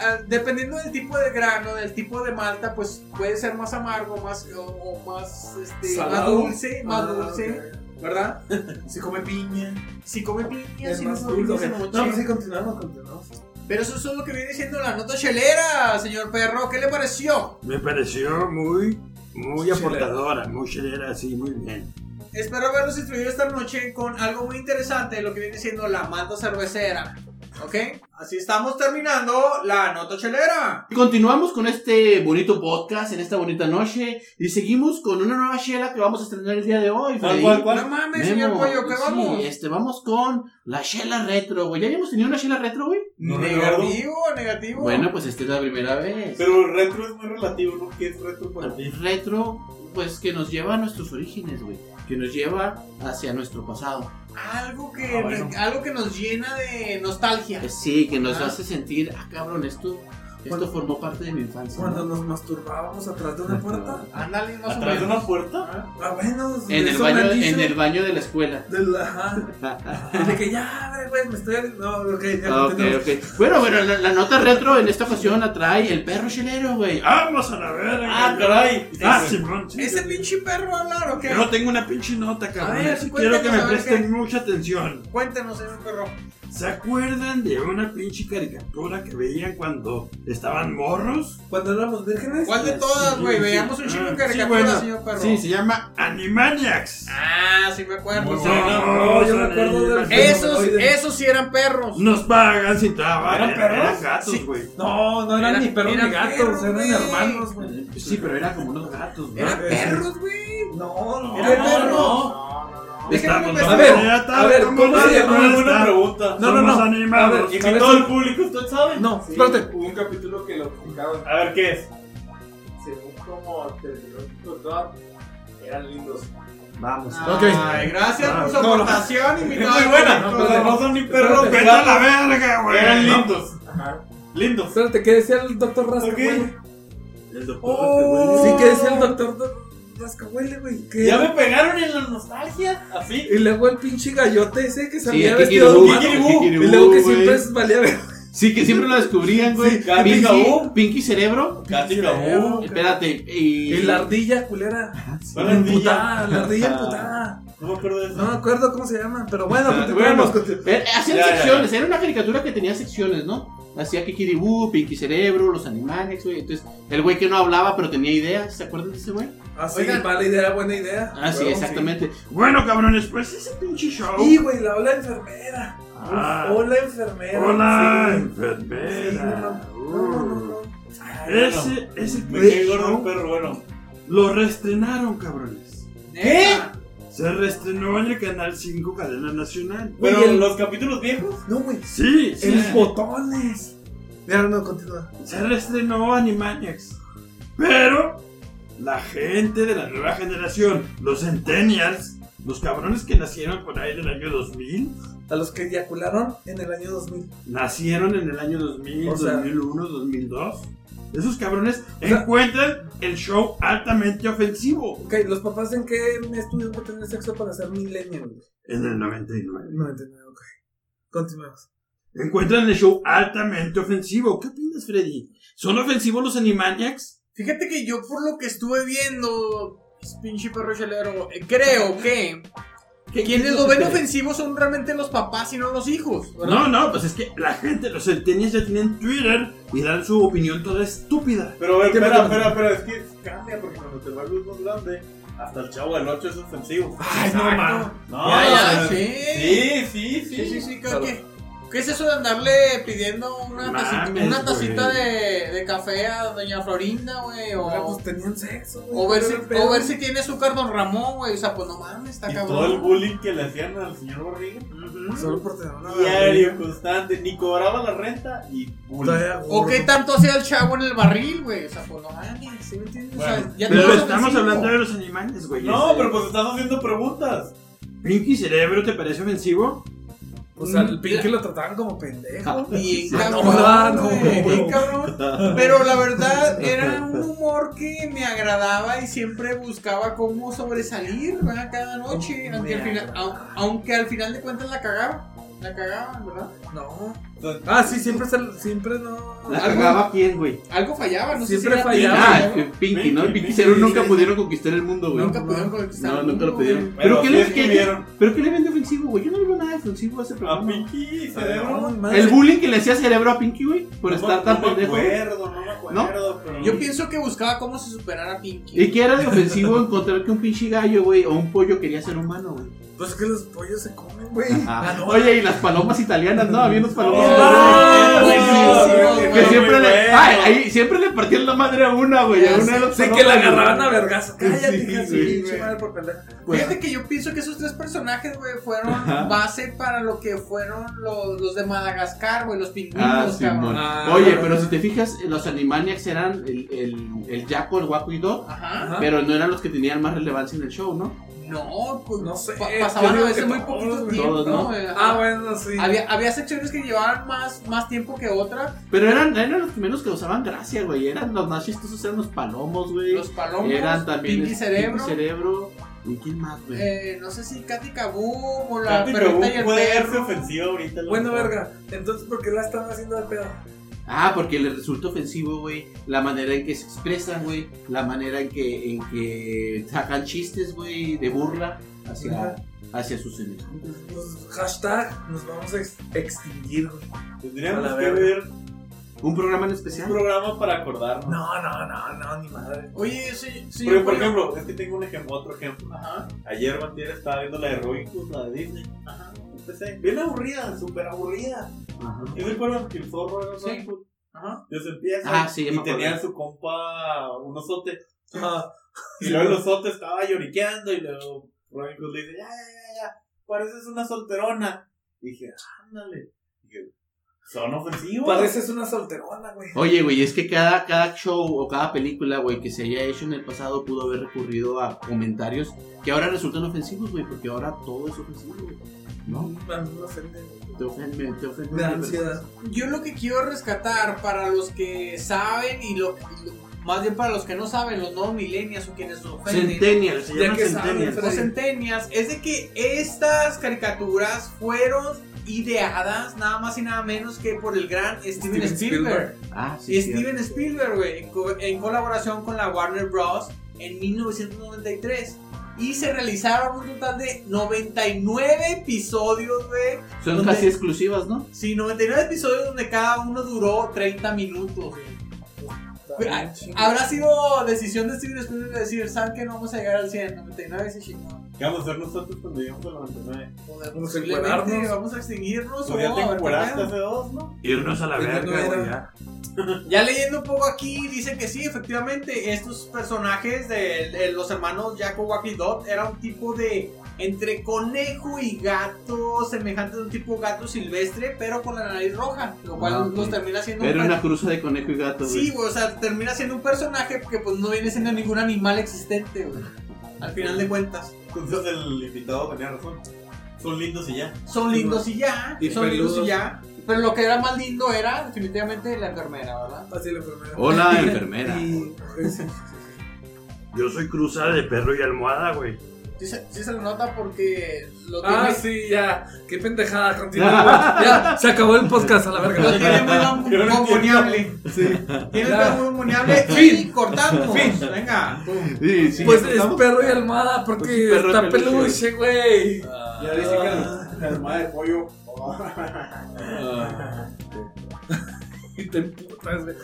[SPEAKER 2] a- dependiendo del tipo de grano, del tipo de malta, pues puede ser más amargo, más, o, o más, este, más
[SPEAKER 5] ¿Salado?
[SPEAKER 2] dulce, más
[SPEAKER 5] Ah,
[SPEAKER 2] dulce.
[SPEAKER 5] ok.
[SPEAKER 2] ¿Verdad?
[SPEAKER 5] Si come piña.
[SPEAKER 2] Si come piña,
[SPEAKER 5] Es
[SPEAKER 2] si
[SPEAKER 5] más
[SPEAKER 2] no
[SPEAKER 5] dulce.
[SPEAKER 2] come
[SPEAKER 5] No,
[SPEAKER 2] piña,
[SPEAKER 5] pues sí, continuamos, continuamos.
[SPEAKER 2] Pero eso es lo que viene siendo la nota chelera, señor perro. ¿Qué le pareció?
[SPEAKER 1] Me pareció muy, muy
[SPEAKER 5] Chilera.
[SPEAKER 1] aportadora, muy chilera, sí, muy bien.
[SPEAKER 2] Espero haberlos instruido esta noche con algo muy interesante, lo que viene siendo la manta cervecera. ¿Ok? Así estamos terminando la nota chelera.
[SPEAKER 3] Y Continuamos con este bonito podcast en esta bonita noche y seguimos con una nueva chela que vamos a estrenar el día de hoy.
[SPEAKER 4] ¿Cuál,
[SPEAKER 3] Freddy.
[SPEAKER 4] cuál, cuál?
[SPEAKER 2] No mames,
[SPEAKER 3] Memo,
[SPEAKER 2] señor pollo, ¿qué
[SPEAKER 3] sí,
[SPEAKER 2] vamos?
[SPEAKER 3] este, vamos con la chela retro, güey. ¿Ya habíamos tenido una chela retro, güey?
[SPEAKER 4] No recuerdo.
[SPEAKER 2] negativo, negativo.
[SPEAKER 3] Bueno, pues esta es la primera vez.
[SPEAKER 4] Pero retro es muy relativo, ¿no? ¿Qué es retro para ti?
[SPEAKER 3] El retro, pues que nos lleva a nuestros orígenes, güey. Que nos lleva hacia nuestro pasado.
[SPEAKER 2] Algo que,
[SPEAKER 4] Ah, bueno.
[SPEAKER 2] algo que nos llena de nostalgia.
[SPEAKER 3] Eh, Sí, que nos
[SPEAKER 2] Ah.
[SPEAKER 3] hace sentir, ah, cabrón, esto, esto
[SPEAKER 5] Cuando-
[SPEAKER 3] formó parte de mi infancia.
[SPEAKER 5] Cuando
[SPEAKER 3] ¿no?
[SPEAKER 5] nos masturbábamos atrás de una puerta.
[SPEAKER 2] Ándale, más o
[SPEAKER 4] ¿Atrás de
[SPEAKER 2] menos.
[SPEAKER 4] una puerta?
[SPEAKER 5] Ah, bueno.
[SPEAKER 3] En el,
[SPEAKER 5] eso
[SPEAKER 3] baño,
[SPEAKER 5] me han
[SPEAKER 3] en
[SPEAKER 5] dicho.
[SPEAKER 3] el baño de la escuela.
[SPEAKER 5] Del, ajá. De que ya, abre, güey, me estoy. No, ok, ya
[SPEAKER 3] Ah, ok,
[SPEAKER 5] continuamos.
[SPEAKER 3] ok. Bueno, pero la, la nota retro en esta ocasión la trae el perro chelero, güey.
[SPEAKER 5] Ah,
[SPEAKER 1] ¡Vamos a la verga!
[SPEAKER 4] Ah, caray.
[SPEAKER 1] Ah, Simón, sí.
[SPEAKER 2] Ese pinche perro va a hablar, ¿o qué?
[SPEAKER 1] Yo tengo una pinche nota, cabrón.
[SPEAKER 2] A ver,
[SPEAKER 1] así
[SPEAKER 2] cuéntanos,
[SPEAKER 1] quiero que me
[SPEAKER 2] a ver
[SPEAKER 1] presten
[SPEAKER 2] qué.
[SPEAKER 1] mucha atención.
[SPEAKER 2] Cuéntanos, señor perro.
[SPEAKER 1] ¿Se acuerdan de una pinche caricatura que veían cuando estaban morros?
[SPEAKER 5] Cuando éramos vírgenes. pues,
[SPEAKER 2] ¿Cuál de todas,
[SPEAKER 1] sí,
[SPEAKER 2] güey?
[SPEAKER 1] sí.
[SPEAKER 2] Veíamos un chingo de
[SPEAKER 1] Ah, sí,
[SPEAKER 2] caricaturas,
[SPEAKER 1] bueno.
[SPEAKER 2] señor perro.
[SPEAKER 1] Sí, se llama Animaniacs.
[SPEAKER 2] Ah, sí me acuerdo.
[SPEAKER 4] Muy
[SPEAKER 2] sí.
[SPEAKER 4] bueno.
[SPEAKER 5] No, yo me acuerdo del-
[SPEAKER 2] Esos,
[SPEAKER 5] Fenomenaloide.
[SPEAKER 2] esos sí eran perros.
[SPEAKER 1] Nos pagan sin trabajo.
[SPEAKER 4] ¿Eran perros?
[SPEAKER 1] gatos,
[SPEAKER 2] Sí.
[SPEAKER 1] güey.
[SPEAKER 5] No, no eran
[SPEAKER 2] Era-
[SPEAKER 5] ni perros
[SPEAKER 2] eran
[SPEAKER 5] ni gatos,
[SPEAKER 2] perros,
[SPEAKER 5] eran
[SPEAKER 2] güey.
[SPEAKER 5] hermanos, güey.
[SPEAKER 3] Sí, pero era como unos gatos, ¿no?
[SPEAKER 2] Eran
[SPEAKER 5] Ah,
[SPEAKER 2] perros, güey.
[SPEAKER 5] No, no,
[SPEAKER 2] Era perro.
[SPEAKER 1] Estamos
[SPEAKER 2] Déjenme
[SPEAKER 5] A ver,
[SPEAKER 1] ya está,
[SPEAKER 5] a ver,
[SPEAKER 1] ¿cómo
[SPEAKER 5] ¿cómo
[SPEAKER 1] se
[SPEAKER 5] se
[SPEAKER 1] llama
[SPEAKER 5] llama?
[SPEAKER 1] esta?
[SPEAKER 4] Buena pregunta.
[SPEAKER 5] No, no, no.
[SPEAKER 1] Somos
[SPEAKER 5] A ver,
[SPEAKER 1] animados.
[SPEAKER 4] Y
[SPEAKER 5] A ver,
[SPEAKER 4] todo
[SPEAKER 5] sí.
[SPEAKER 4] el público, ¿usted sabe?
[SPEAKER 5] No, espérate.
[SPEAKER 6] Hubo un capítulo que lo explicaban.
[SPEAKER 4] A ver, ¿qué es?
[SPEAKER 6] Según como terminó el doctor, eran lindos.
[SPEAKER 3] Vamos.
[SPEAKER 5] Ok.
[SPEAKER 2] Ay, gracias
[SPEAKER 1] Ah,
[SPEAKER 2] por su
[SPEAKER 5] no, no.
[SPEAKER 2] aportación,
[SPEAKER 4] Es
[SPEAKER 2] invitado.
[SPEAKER 4] muy buena,
[SPEAKER 5] no,
[SPEAKER 4] pero
[SPEAKER 5] no,
[SPEAKER 4] no
[SPEAKER 5] no.
[SPEAKER 4] son ni perros ni
[SPEAKER 1] Vete a la
[SPEAKER 4] gatos.
[SPEAKER 1] verga, güey.
[SPEAKER 4] Eran lindos.
[SPEAKER 6] Ajá.
[SPEAKER 4] Lindos.
[SPEAKER 5] Espérate, ¿qué decía el doctor
[SPEAKER 4] Ok.
[SPEAKER 5] Rascahuele?
[SPEAKER 1] El doctor
[SPEAKER 2] Oh.
[SPEAKER 5] Sí, ¿qué decía el doctor Do- Rascahuele, güey? Que-
[SPEAKER 4] Ya me pegaron en la nostalgia. Así.
[SPEAKER 5] Y luego el pinche gallote ese que
[SPEAKER 3] Sí,
[SPEAKER 5] salía
[SPEAKER 3] el
[SPEAKER 5] vestido de
[SPEAKER 3] Kikiribú.
[SPEAKER 5] humano.
[SPEAKER 4] Kikiribú.
[SPEAKER 5] Y luego que siempre es- valía ver.
[SPEAKER 3] Sí, que siempre lo descubrían, güey.
[SPEAKER 4] Gabi
[SPEAKER 3] Pinky,
[SPEAKER 4] Gaú.
[SPEAKER 3] Pinky Cerebro.
[SPEAKER 4] Casi uh, cabú.
[SPEAKER 3] Espérate. Y,
[SPEAKER 5] Y la ardilla culera.
[SPEAKER 4] Bueno, ardilla.
[SPEAKER 5] Emputada, la ardilla
[SPEAKER 4] Ah.
[SPEAKER 5] emputada.
[SPEAKER 4] No me acuerdo de
[SPEAKER 5] No
[SPEAKER 4] eso.
[SPEAKER 5] me acuerdo cómo se llama, pero bueno,
[SPEAKER 3] Ah,
[SPEAKER 5] continuemos.
[SPEAKER 3] bueno.
[SPEAKER 5] continu-
[SPEAKER 3] Eh, Hacían
[SPEAKER 4] Ya, ya,
[SPEAKER 3] secciones, era una caricatura que tenía secciones, ¿no? Hacía Kiki Dibu, Pinky Cerebro, los animales, güey. Entonces, el güey que no hablaba pero tenía ideas, ¿se acuerdan de ese güey?
[SPEAKER 5] Ah, sí,
[SPEAKER 2] Oigan.
[SPEAKER 5] mala idea, buena idea.
[SPEAKER 3] Ah, sí,
[SPEAKER 5] Huevo,
[SPEAKER 3] exactamente.
[SPEAKER 1] Bueno, cabrones, pues ese pinche show.
[SPEAKER 5] Y, güey, la hola enfermera.
[SPEAKER 1] Ah,
[SPEAKER 5] Hola enfermera.
[SPEAKER 1] hola,
[SPEAKER 5] Sí. Sí,
[SPEAKER 1] enfermera.
[SPEAKER 5] no, no, no, no.
[SPEAKER 1] Ese, ese
[SPEAKER 4] Me quedé
[SPEAKER 1] pinche
[SPEAKER 4] gordo
[SPEAKER 1] show
[SPEAKER 4] un perro, bueno.
[SPEAKER 1] lo reestrenaron, cabrones.
[SPEAKER 2] ¿Qué?
[SPEAKER 1] Se reestrenó en el Canal 5, cadena nacional.
[SPEAKER 4] Pero
[SPEAKER 5] Güey, el-
[SPEAKER 4] los capítulos viejos.
[SPEAKER 5] No, güey.
[SPEAKER 1] Sí, sí.
[SPEAKER 5] En los botones. Mira, no, continúa.
[SPEAKER 1] Se reestrenó Animaniacs. Pero la gente de la nueva generación, los Centennials, los cabrones que nacieron por ahí del año 2000,
[SPEAKER 5] A los que eyacularon en el año 2000.
[SPEAKER 1] nacieron en el año 2000,
[SPEAKER 5] O sea-
[SPEAKER 1] 2001, 2002. Esos cabrones encuentran el show altamente ofensivo
[SPEAKER 5] Ok, ¿los papás en qué estudian que tener sexo para ser millennial? güey?
[SPEAKER 1] en el 99.
[SPEAKER 5] No entiendo, ok. Continuemos.
[SPEAKER 1] Encuentran el show altamente ofensivo. ¿Qué opinas, Freddy? ¿Son ofensivos los Animaniacs?
[SPEAKER 2] Fíjate que yo por lo que estuve viendo, pinche perro chelero, eh, creo que quienes lo ven ofensivo son realmente los papás y no los hijos. ¿verdad?
[SPEAKER 1] No, no, pues es que la gente, los Centennials ya tienen Twitter y dan su opinión toda estúpida.
[SPEAKER 4] Pero a ver,
[SPEAKER 5] ¿Qué
[SPEAKER 4] espera,
[SPEAKER 5] pasa?
[SPEAKER 4] espera, espera. Es que cambia porque cuando te va el más grande, hasta el chavo del 8 es ofensivo.
[SPEAKER 1] Ay, no, mano.
[SPEAKER 4] No,
[SPEAKER 2] Ya, ya,
[SPEAKER 4] o sea,
[SPEAKER 2] Ah, sí.
[SPEAKER 4] Sí, sí,
[SPEAKER 2] Sí, sí,
[SPEAKER 4] sí.
[SPEAKER 2] sí, creo que. ¿Qué es eso de andarle pidiendo una tacita,
[SPEAKER 1] Mames,
[SPEAKER 2] una tacita
[SPEAKER 1] güey.
[SPEAKER 2] de, de café a Doña Florinda, güey?
[SPEAKER 5] Ahora, pues
[SPEAKER 2] O,
[SPEAKER 5] tenían sexo, güey.
[SPEAKER 2] o ver si,
[SPEAKER 5] ¿Cuál era el
[SPEAKER 2] o ver
[SPEAKER 5] pedo?
[SPEAKER 2] si tiene azúcar Don Ramón, güey. O sea, pues no mames, está
[SPEAKER 4] Y
[SPEAKER 2] cabrón.
[SPEAKER 4] todo el bullying que le hacían al señor Borriga.
[SPEAKER 5] Solo por tener una
[SPEAKER 4] Diario,
[SPEAKER 5] barriga.
[SPEAKER 4] constante. Ni cobraba la renta y bullying.
[SPEAKER 5] Todavía
[SPEAKER 2] O
[SPEAKER 5] gordo.
[SPEAKER 2] qué tanto hacía el chavo en el barril, güey. O sea, pues no mames, ¿sí me entiendes? o
[SPEAKER 4] Bueno,
[SPEAKER 2] sea, ya
[SPEAKER 1] Pero
[SPEAKER 2] todo es
[SPEAKER 1] estamos
[SPEAKER 2] ofensivo.
[SPEAKER 1] hablando de los animales, güey.
[SPEAKER 4] No,
[SPEAKER 1] Este,
[SPEAKER 4] pero pues estás haciendo preguntas.
[SPEAKER 1] ¿Pinky Cerebro te parece ofensivo?
[SPEAKER 5] O sea, el Pinky lo trataban como pendejo.
[SPEAKER 2] Ah. Bien
[SPEAKER 5] Sí,
[SPEAKER 2] cabrón,
[SPEAKER 5] no, no, no,
[SPEAKER 2] güey,
[SPEAKER 5] no.
[SPEAKER 2] bien cabrón. Pero la verdad era un humor que me agradaba y siempre buscaba cómo sobresalir ¿verdad? cada
[SPEAKER 3] Oh,
[SPEAKER 2] noche. Aunque al, final, au- aunque al final de cuentas la cagaba. La cagaban, ¿verdad?
[SPEAKER 5] No.
[SPEAKER 4] Entonces,
[SPEAKER 5] Ah, sí, siempre, se- siempre no. Ah,
[SPEAKER 3] ¿La cagaba quién, güey?
[SPEAKER 2] Algo fallaba, no
[SPEAKER 5] Siempre
[SPEAKER 2] sé si
[SPEAKER 5] fallaba.
[SPEAKER 3] Ah,
[SPEAKER 2] Era,
[SPEAKER 3] Pinky, Pinky, ¿no?
[SPEAKER 4] Pinky,
[SPEAKER 3] Pinky
[SPEAKER 4] Pinky.
[SPEAKER 3] Cerebro nunca pudieron conquistar el mundo, güey.
[SPEAKER 2] Nunca pudieron conquistar
[SPEAKER 3] No,
[SPEAKER 2] el
[SPEAKER 3] nunca lo
[SPEAKER 2] mundo,
[SPEAKER 3] pidieron.
[SPEAKER 2] güey.
[SPEAKER 3] ¿Pero
[SPEAKER 4] Bueno,
[SPEAKER 3] qué
[SPEAKER 4] sí
[SPEAKER 3] le
[SPEAKER 4] es que
[SPEAKER 3] qué-
[SPEAKER 4] vieron.
[SPEAKER 3] pero qué le ven de ofensivo, güey? Yo no le veo nada de ofensivo a ese
[SPEAKER 4] A
[SPEAKER 3] programa.
[SPEAKER 4] Pinky
[SPEAKER 5] ¿eh?
[SPEAKER 4] Cerebro.
[SPEAKER 5] Ay, madre.
[SPEAKER 3] El bullying que le hacía cerebro a Pinky, güey, por
[SPEAKER 4] No
[SPEAKER 3] estar
[SPEAKER 4] me-
[SPEAKER 3] tan
[SPEAKER 4] no me
[SPEAKER 3] pendejo.
[SPEAKER 4] acuerdo, no me acuerdo. pero-
[SPEAKER 2] Yo pienso que buscaba cómo se superara Pinky.
[SPEAKER 3] ¿Y qué era de ofensivo encontrar que un pinche gallo, güey, o un pollo quería ser humano, güey?
[SPEAKER 5] Pues es que los pollos se comen, güey.
[SPEAKER 3] Ah, Oye, y las palomas italianas, no, había unos palomas.
[SPEAKER 4] Ah,
[SPEAKER 3] güey,
[SPEAKER 4] buenísimo,
[SPEAKER 3] que
[SPEAKER 4] güey,
[SPEAKER 3] siempre
[SPEAKER 4] muy
[SPEAKER 3] le,
[SPEAKER 4] bueno.
[SPEAKER 3] ay, ahí, siempre le partían la madre a una, güey, a
[SPEAKER 2] Ya
[SPEAKER 3] una de
[SPEAKER 2] sé,
[SPEAKER 3] los
[SPEAKER 5] Sí, que la agarraban a vergas. Cállate, hija de su
[SPEAKER 3] güey.
[SPEAKER 5] pinche madre por pendeja.
[SPEAKER 2] Fíjate que yo pienso que esos tres personajes, güey, fueron base para lo que fueron los, los de Madagascar, güey, los pingüinos,
[SPEAKER 3] Ah,
[SPEAKER 2] cabrón.
[SPEAKER 3] Simón.
[SPEAKER 5] Ah.
[SPEAKER 3] Oye, pero si te fijas, los Animaniacs eran el, el, el Jaco, el Guaco y Dot,
[SPEAKER 2] Ajá.
[SPEAKER 5] Ajá.
[SPEAKER 3] pero no eran los que tenían más relevancia en el show, ¿no?
[SPEAKER 2] No, pues
[SPEAKER 5] No sé,
[SPEAKER 2] pa-
[SPEAKER 5] yo
[SPEAKER 2] pasaban a
[SPEAKER 5] digo
[SPEAKER 2] veces
[SPEAKER 5] que
[SPEAKER 2] muy
[SPEAKER 5] todos,
[SPEAKER 2] poquito
[SPEAKER 5] güey.
[SPEAKER 2] tiempo.
[SPEAKER 3] Todos, ¿no?
[SPEAKER 2] güey, ajá.
[SPEAKER 5] Ah, bueno, sí.
[SPEAKER 2] había, había secciones que llevaban más, más tiempo que otras.
[SPEAKER 3] Pero eran, eran los primeros que usaban gracia, güey. Eran los más chistosos, eran los palomos, güey.
[SPEAKER 2] Los palomos,
[SPEAKER 3] eran también
[SPEAKER 2] Pinky
[SPEAKER 3] este,
[SPEAKER 2] Cerebro.
[SPEAKER 3] Pinky Cerebro. ¿Y quién más, güey?
[SPEAKER 2] eh, no sé si Katy Kaboom o la
[SPEAKER 4] Katy
[SPEAKER 2] perrita y
[SPEAKER 4] Perú
[SPEAKER 2] el
[SPEAKER 4] puede verse
[SPEAKER 2] perro.
[SPEAKER 4] ofensiva ahorita. la
[SPEAKER 5] Bueno,
[SPEAKER 4] verdad.
[SPEAKER 5] verga. Entonces, ¿por qué la están haciendo de pedo?
[SPEAKER 3] Ah, porque les resulta ofensivo, güey, la manera en que se expresan, güey, la manera en que, en que sacan chistes, güey, de burla hacia,
[SPEAKER 5] Ajá.
[SPEAKER 3] hacia sus semejantes.
[SPEAKER 5] Pues, hashtag, nos vamos a ex- extinguir, güey.
[SPEAKER 4] Tendríamos
[SPEAKER 5] A la
[SPEAKER 4] que
[SPEAKER 5] verga.
[SPEAKER 4] ver
[SPEAKER 3] Un programa en
[SPEAKER 4] un
[SPEAKER 3] especial.
[SPEAKER 4] programa para acordarnos.
[SPEAKER 5] No, no, no, no, ni madre.
[SPEAKER 2] Oye, sí, sí,
[SPEAKER 4] Porque, por
[SPEAKER 2] güey.
[SPEAKER 4] ejemplo, es que tengo un ejemplo, otro ejemplo.
[SPEAKER 2] Ajá.
[SPEAKER 4] Ayer Matier estaba viendo la de Robin Hood, la de Disney. Ajá. Empecé. Bien aburrida, súper aburrida.
[SPEAKER 3] Ajá.
[SPEAKER 4] ¿Y se acuerdan que el zorro era
[SPEAKER 2] Sí.
[SPEAKER 4] Robin Hood?
[SPEAKER 2] Ajá.
[SPEAKER 4] Yo sentía eso.
[SPEAKER 3] Ah, sí, ya me
[SPEAKER 4] y
[SPEAKER 3] acordé.
[SPEAKER 4] tenía su compa un osote.
[SPEAKER 5] Ah,
[SPEAKER 4] Y luego el osote estaba lloriqueando y luego Robin Hood le dice, ya, ya, ya, ya, pareces una solterona. Y dije, ándale. Y dije, son ofensivos.
[SPEAKER 5] pareces una solterona, güey.
[SPEAKER 3] Oye, güey, es que cada, cada show o cada película, güey, que se haya hecho en el pasado pudo haber recurrido a comentarios que ahora resultan ofensivos, güey, porque ahora todo es ofensivo, güey. ¿No?
[SPEAKER 5] A mí me ofende. güey.
[SPEAKER 3] Te ofende, te ofende.
[SPEAKER 5] Me da ansiedad.
[SPEAKER 2] Yo lo que quiero rescatar para los que saben y lo, y lo- más bien para los que no saben, los no millennials o quienes lo ofenden.
[SPEAKER 1] Centennials, se
[SPEAKER 5] Ya
[SPEAKER 1] llaman
[SPEAKER 5] que saben,
[SPEAKER 1] Centennials.
[SPEAKER 2] los centenias es de que estas caricaturas fueron ideadas nada más y nada menos que por el gran Steven,
[SPEAKER 5] Steven
[SPEAKER 2] Spielberg.
[SPEAKER 3] Ah, sí. cierto.
[SPEAKER 2] Steven Spielberg, güey, en, co- en colaboración con la Warner Bros. en 1993. Y se realizaron un total de 99 episodios, güey.
[SPEAKER 3] Son
[SPEAKER 2] ¿Dónde?
[SPEAKER 3] casi exclusivas, ¿no?
[SPEAKER 2] Sí, 99 episodios donde cada uno duró 30 minutos. güey. Ah, Habrá sido decisión de Steven Spielberg decir, ¿saben que no vamos a llegar al 100? 99 ese chingón.
[SPEAKER 4] ¿Qué vamos a hacer nosotros cuando lleguemos a 99?
[SPEAKER 2] Vamos
[SPEAKER 5] a encuerarnos.
[SPEAKER 2] Vamos a extinguirnos.
[SPEAKER 4] Pues ya
[SPEAKER 2] o
[SPEAKER 4] te
[SPEAKER 2] a ver qué
[SPEAKER 4] encueraste
[SPEAKER 2] pedo.
[SPEAKER 4] hace dos, ¿no?
[SPEAKER 1] Irnos a la
[SPEAKER 5] Pues yo no
[SPEAKER 1] verga, güey,
[SPEAKER 5] era.
[SPEAKER 1] ya.
[SPEAKER 2] Ya leyendo un poco aquí, dicen que sí, efectivamente, estos personajes de, de los hermanos Jacob Wacky Dot era un tipo de entre conejo y gato, semejante a un tipo gato silvestre, pero con la nariz roja, lo cual
[SPEAKER 3] Ah, ok.
[SPEAKER 2] los termina siendo un
[SPEAKER 3] Era
[SPEAKER 2] per-
[SPEAKER 3] una cruza de conejo y gato, güey.
[SPEAKER 2] Sí, güey, o sea, termina siendo un personaje que pues no viene siendo ningún animal existente, güey. Al final de cuentas,
[SPEAKER 4] Entonces el invitado tenía razón. Son lindos y ya.
[SPEAKER 2] son lindos y ya,
[SPEAKER 5] Y
[SPEAKER 2] son lindos
[SPEAKER 5] peludos.
[SPEAKER 2] y ya. Pero lo que era más lindo era definitivamente la enfermera, ¿verdad?
[SPEAKER 5] Así la enfermera.
[SPEAKER 3] Hola, enfermera.
[SPEAKER 5] Y-
[SPEAKER 1] Yo soy cruzada de perro y almohada, güey.
[SPEAKER 2] Sí se, sí se lo nota porque lo
[SPEAKER 5] Ah,
[SPEAKER 2] tiene-
[SPEAKER 5] sí, ya. Qué pendejada, continúa. güey. Ya, se acabó el podcast a la
[SPEAKER 2] Lo
[SPEAKER 5] verga.
[SPEAKER 2] tiene muy
[SPEAKER 4] Yo no
[SPEAKER 2] moniable. Tiene el
[SPEAKER 5] Ya.
[SPEAKER 2] pelo muy moniable. Y cortamos. Venga.
[SPEAKER 3] Sí, sí.
[SPEAKER 5] Pues es perro y almada porque
[SPEAKER 3] Pues perro
[SPEAKER 5] está
[SPEAKER 3] y peluche.
[SPEAKER 5] peluche, güey.
[SPEAKER 6] Ya dice que la-
[SPEAKER 4] Ah.
[SPEAKER 6] la almohada de pollo.
[SPEAKER 5] Y te emputas, güey.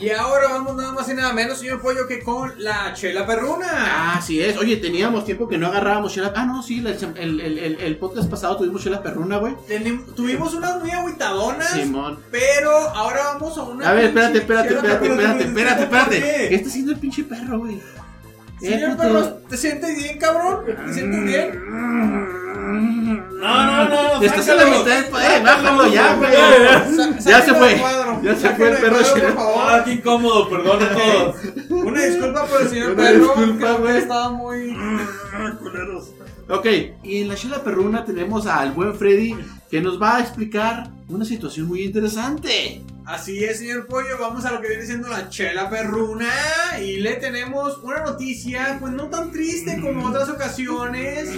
[SPEAKER 2] Y ahora vamos nada más y nada menos, señor Pollo, que con la chela perruna.
[SPEAKER 3] Ah, así es. Oye, teníamos tiempo que no agarrábamos chela. Ah, no, sí, la- el, el- el- el podcast pasado tuvimos chela perruna, güey.
[SPEAKER 2] Tenem- tuvimos unas muy aguitadonas,
[SPEAKER 3] Simón.
[SPEAKER 2] pero ahora vamos a una.
[SPEAKER 3] A ver,
[SPEAKER 2] pinche
[SPEAKER 3] espérate, espérate,
[SPEAKER 2] chela
[SPEAKER 3] espérate,
[SPEAKER 2] perruna.
[SPEAKER 3] espérate, espérate, espérate.
[SPEAKER 4] ¿Qué?
[SPEAKER 3] ¿Qué está haciendo el pinche perro, güey?
[SPEAKER 2] Señor perro, ¿te sientes bien, cabrón? ¿Te sientes bien?
[SPEAKER 4] No, no, no, no.
[SPEAKER 3] Estás a la
[SPEAKER 4] sácalo.
[SPEAKER 3] mitad del eh, bájalo ya, güey.
[SPEAKER 2] Sa-
[SPEAKER 3] Mm, Ya se
[SPEAKER 2] sáquenlo
[SPEAKER 3] fue.
[SPEAKER 2] del cuadro.
[SPEAKER 3] Ya se
[SPEAKER 2] Sáquenlo
[SPEAKER 3] fue el
[SPEAKER 2] del
[SPEAKER 3] perro
[SPEAKER 2] cuadro,
[SPEAKER 3] chela.
[SPEAKER 2] Por
[SPEAKER 4] Ah,
[SPEAKER 2] favor.
[SPEAKER 4] qué incómodo, perdón a todos.
[SPEAKER 2] Una disculpa por el señor
[SPEAKER 3] Una
[SPEAKER 2] perro.
[SPEAKER 3] disculpa,
[SPEAKER 2] creo que
[SPEAKER 3] güey.
[SPEAKER 2] Estaba muy.
[SPEAKER 3] Ok, y en la chela perruna tenemos al buen Freddy que nos va a explicar una situación muy interesante.
[SPEAKER 2] Así es, señor Pollo, vamos a lo que viene siendo la chela perruna y le tenemos una noticia, pues no tan triste como otras ocasiones,